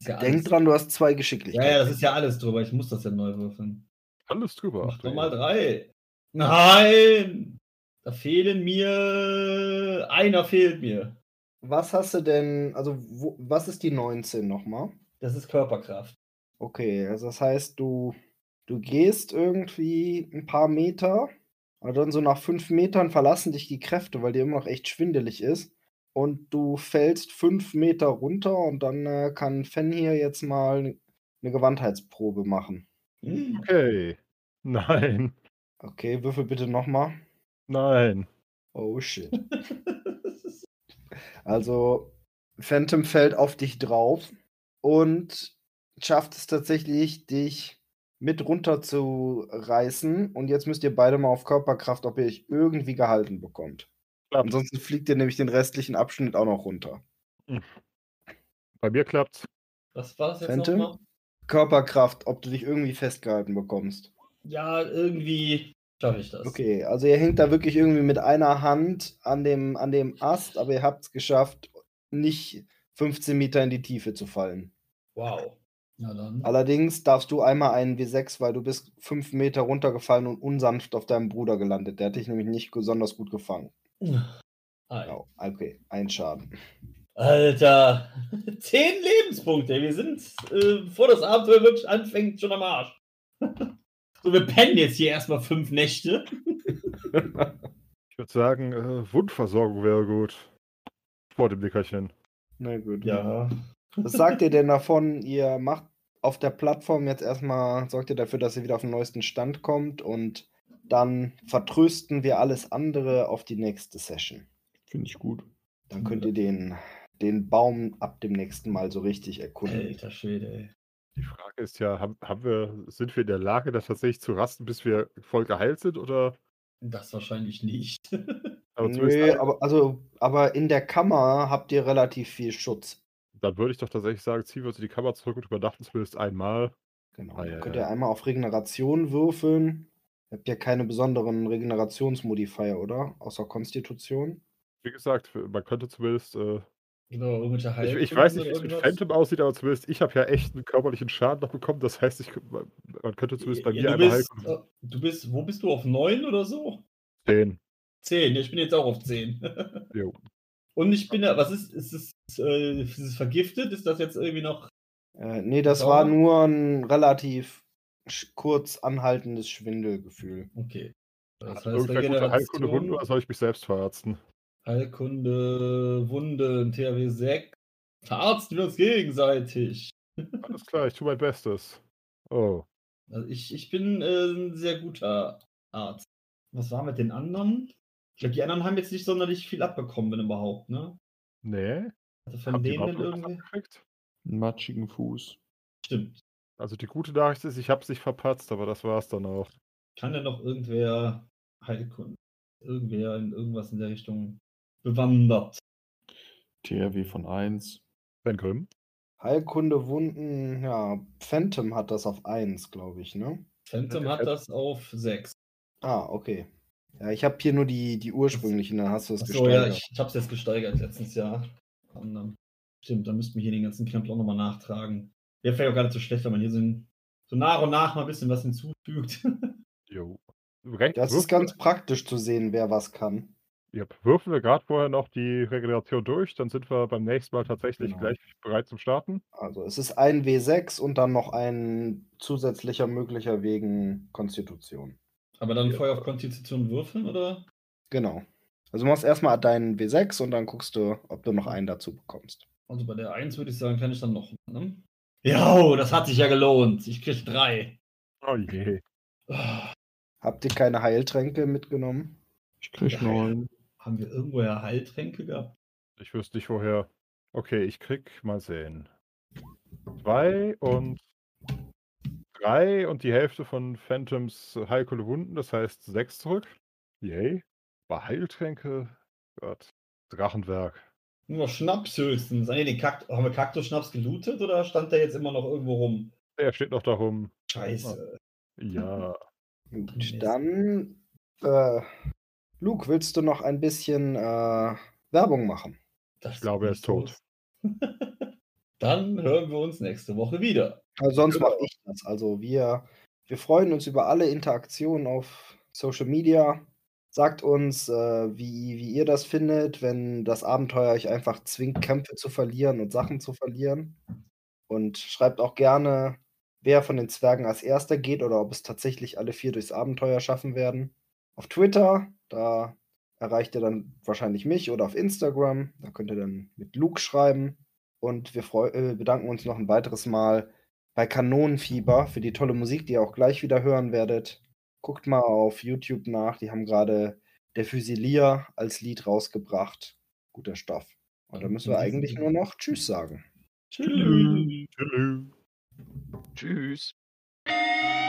[SPEAKER 1] Ist ja
[SPEAKER 2] Denk
[SPEAKER 1] alles-
[SPEAKER 2] dran, du hast zwei
[SPEAKER 1] Ja,
[SPEAKER 2] Geschicklichkeit.
[SPEAKER 1] ja, das ist ja alles drüber. Ich muss das ja neu würfeln.
[SPEAKER 5] Alles drüber.
[SPEAKER 1] Mach
[SPEAKER 5] Ach, du
[SPEAKER 1] doch mal
[SPEAKER 5] Ehre.
[SPEAKER 1] drei. Nein! Da fehlen mir. Einer fehlt mir.
[SPEAKER 2] Was hast du denn, also wo, was ist die 19 nochmal?
[SPEAKER 1] Das ist Körperkraft.
[SPEAKER 2] Okay, also das heißt, du, du gehst irgendwie ein paar Meter, aber dann so nach fünf Metern verlassen dich die Kräfte, weil dir immer noch echt schwindelig ist. Und du fällst fünf Meter runter und dann äh, kann Fenn hier jetzt mal eine Gewandheitsprobe machen.
[SPEAKER 1] Hm.
[SPEAKER 5] Okay. Nein.
[SPEAKER 2] Okay, würfel bitte nochmal.
[SPEAKER 5] Nein.
[SPEAKER 2] Oh shit. Also, Phantom fällt auf dich drauf und schafft es tatsächlich, dich mit runterzureißen. Und jetzt müsst ihr beide mal auf Körperkraft, ob ihr euch irgendwie gehalten bekommt.
[SPEAKER 5] Klappt.
[SPEAKER 2] Ansonsten fliegt ihr nämlich den restlichen Abschnitt auch noch runter.
[SPEAKER 5] Bei mir klappt's.
[SPEAKER 1] Was war das jetzt
[SPEAKER 2] Phantom?
[SPEAKER 1] nochmal?
[SPEAKER 2] Körperkraft, ob du dich irgendwie festgehalten bekommst.
[SPEAKER 1] Ja, irgendwie schaffe ich das.
[SPEAKER 2] Okay, also ihr hängt da wirklich irgendwie mit einer Hand an dem, an dem Ast, aber ihr habt es geschafft, nicht 15 Meter in die Tiefe zu fallen.
[SPEAKER 1] Wow. Na dann.
[SPEAKER 2] Allerdings darfst du einmal einen W6, weil du bist fünf Meter runtergefallen und unsanft auf deinem Bruder gelandet. Der hat dich nämlich nicht besonders gut gefangen.
[SPEAKER 1] Ei.
[SPEAKER 2] Genau. Okay, ein Schaden.
[SPEAKER 1] Alter. Zehn Lebenspunkte. Wir sind, äh, bevor das Abenteuer wirklich anfängt, schon am Arsch. so, wir pennen jetzt hier erstmal fünf Nächte.
[SPEAKER 5] Ich würde sagen, äh, Wundversorgung wäre gut. Vor dem Nickerchen.
[SPEAKER 2] Na gut.
[SPEAKER 1] Ja.
[SPEAKER 2] Was sagt ihr denn davon? Ihr macht auf der Plattform jetzt erstmal, sorgt ihr dafür, dass ihr wieder auf den neuesten Stand kommt und dann vertrösten wir alles andere auf die nächste Session.
[SPEAKER 4] Finde ich gut.
[SPEAKER 2] Dann könnt ihr den, den Baum ab dem nächsten Mal so richtig erkunden.
[SPEAKER 1] Alter Schwede, ey.
[SPEAKER 5] Die Frage ist ja, haben, haben wir, sind wir in der Lage, das tatsächlich zu rasten, bis wir voll geheilt sind? Oder?
[SPEAKER 1] Das wahrscheinlich nicht.
[SPEAKER 5] Aber zumindest
[SPEAKER 2] Nö,
[SPEAKER 5] ein-
[SPEAKER 2] aber, also, aber in der Kammer habt ihr relativ viel Schutz.
[SPEAKER 5] Dann würde ich doch tatsächlich sagen, ziehen wir uns in die Kammer zurück und übernachten zumindest einmal.
[SPEAKER 2] Genau.
[SPEAKER 5] Ah,
[SPEAKER 2] dann
[SPEAKER 5] ja,
[SPEAKER 2] könnt
[SPEAKER 5] ja.
[SPEAKER 2] ihr einmal auf Regeneration würfeln. Ihr habt ja keine besonderen Regenerationsmodifier, oder? Außer Konstitution.
[SPEAKER 5] Wie gesagt, man könnte zumindest. Äh,
[SPEAKER 1] Genau, irgendwelche
[SPEAKER 5] ich,
[SPEAKER 1] Heilkunden
[SPEAKER 5] ich weiß nicht, wie
[SPEAKER 1] oder
[SPEAKER 5] es mit
[SPEAKER 1] irgendwas.
[SPEAKER 5] Phantom aussieht, aber zumindest ich habe ja echt einen körperlichen Schaden noch bekommen. Das heißt, ich, man man könnte zumindest bei mir
[SPEAKER 1] Ja, du
[SPEAKER 5] einmal
[SPEAKER 1] bist,
[SPEAKER 5] heilen.
[SPEAKER 1] äh, du bist, wo bist du? Auf 9 oder so?
[SPEAKER 5] Sehen.
[SPEAKER 1] 10. Ich bin jetzt auch auf 10.
[SPEAKER 5] Jo.
[SPEAKER 1] Und ich bin da, was ist, ist es, äh, ist es vergiftet? Ist das jetzt irgendwie noch.
[SPEAKER 2] Äh, nee, das war
[SPEAKER 1] Sauer?
[SPEAKER 2] nur ein relativ sch- kurz anhaltendes Schwindelgefühl.
[SPEAKER 1] Okay. Das
[SPEAKER 5] Hat
[SPEAKER 1] heißt,
[SPEAKER 5] irgendwer gute Heilkunde Hunde
[SPEAKER 1] Regeneration,
[SPEAKER 5] oder soll ich mich selbst verarzten?
[SPEAKER 1] Heilkunde, Wunden, THW 6. Verarzten wir uns gegenseitig.
[SPEAKER 5] Alles klar, ich tue mein Bestes. Oh.
[SPEAKER 1] Also ich, ich bin äh, ein sehr guter Arzt. Was war mit den anderen? Ich glaube, die anderen haben jetzt nicht sonderlich viel abbekommen, wenn überhaupt, ne?
[SPEAKER 5] Nee.
[SPEAKER 1] Also von
[SPEAKER 5] Haben die
[SPEAKER 1] denen
[SPEAKER 5] überhaupt
[SPEAKER 1] denn
[SPEAKER 5] irgendwas
[SPEAKER 1] irgendwie.
[SPEAKER 5] abgekriegt?
[SPEAKER 4] Einen matschigen Fuß.
[SPEAKER 1] Stimmt.
[SPEAKER 5] Also die gute Nachricht ist, ich habe es nicht verpatzt, aber das war's dann auch.
[SPEAKER 1] Kann denn noch irgendwer Heilkunde? Irgendwer in irgendwas in der Richtung. bewandert?
[SPEAKER 4] THW von 1.
[SPEAKER 5] Sven Grimm.
[SPEAKER 2] Heilkunde, Wunden, ja. Phantom hat das auf 1, glaube ich, ne?
[SPEAKER 1] Phantom hat das auf 6.
[SPEAKER 2] Ah, okay. Ja, ich habe hier nur die, die ursprünglichen, dann hast du es
[SPEAKER 1] Achso, ja,
[SPEAKER 2] gesteigert.
[SPEAKER 1] ich, ich habe es jetzt gesteigert letztes Jahr. Und dann- Stimmt, da müssten wir hier den ganzen Krempel auch nochmal nachtragen. Wäre vielleicht auch gar nicht so schlecht, wenn man hier so, ein- so nach und nach mal ein bisschen was hinzufügt.
[SPEAKER 5] Jo. Recht,
[SPEAKER 2] Das ist ganz praktisch zu sehen, wer was kann.
[SPEAKER 5] Ja, würfeln wir gerade vorher noch die Regeneration durch, dann sind wir beim nächsten Mal tatsächlich
[SPEAKER 2] Genau.
[SPEAKER 5] gleich bereit zum Starten.
[SPEAKER 2] Also es ist ein W6 und dann noch ein zusätzlicher möglicher wegen Konstitution.
[SPEAKER 1] Aber dann vorher auf Konstitution würfeln, oder?
[SPEAKER 2] Genau. Also du machst erstmal deinen W6 und dann guckst du, ob du noch einen dazu bekommst.
[SPEAKER 1] Also bei der 1 würde ich sagen, kann ich dann noch. Ne? Ja, das hat sich ja gelohnt. Ich krieg 3.
[SPEAKER 5] Oh je.
[SPEAKER 2] Habt ihr keine Heiltränke mitgenommen?
[SPEAKER 4] Ich krieg
[SPEAKER 1] Geil.
[SPEAKER 4] neun.
[SPEAKER 1] Haben wir irgendwoher Heiltränke gehabt?
[SPEAKER 5] Ich wüsste nicht, woher. Okay, ich krieg mal sehen. Zwei und drei und die Hälfte von Phantoms Heilkunde Wunden, das heißt sechs zurück. Yay. Bei Heiltränke. Gott. Drachenwerk.
[SPEAKER 1] Nur noch Schnaps höchstens. Ah, nee, den Kakt haben wir Kaktus-Schnaps gelootet oder stand der jetzt immer noch irgendwo rum?
[SPEAKER 5] Er steht noch darum.
[SPEAKER 1] Scheiße.
[SPEAKER 5] Ja.
[SPEAKER 2] Gut,
[SPEAKER 1] Mist.
[SPEAKER 2] dann äh, Luke, willst du noch ein bisschen äh, Werbung machen?
[SPEAKER 1] Das
[SPEAKER 5] Ich glaube, er ist tot.
[SPEAKER 1] Dann hören wir uns nächste Woche wieder.
[SPEAKER 2] Also sonst
[SPEAKER 1] Genau.
[SPEAKER 2] mache ich das. Also wir, wir freuen uns über alle Interaktionen auf Social Media. Sagt uns, äh, wie, wie ihr das findet, wenn das Abenteuer euch einfach zwingt, Kämpfe zu verlieren und Sachen zu verlieren. Und schreibt auch gerne, wer von den Zwergen als erster geht oder ob es tatsächlich alle vier durchs Abenteuer schaffen werden. Auf Twitter, da erreicht ihr dann wahrscheinlich mich oder auf Instagram, da könnt ihr dann mit Luke schreiben. Und wir freu äh, bedanken uns noch ein weiteres Mal bei Kanonenfieber für die tolle Musik, die ihr auch gleich wieder hören werdet. Guckt mal auf YouTube nach, die haben gerade der Fusilier als Lied rausgebracht. Guter Stoff. Und da müssen wir eigentlich nur noch Tschüss sagen.
[SPEAKER 1] Tschüss.
[SPEAKER 5] Tschüss.
[SPEAKER 3] Tschüss.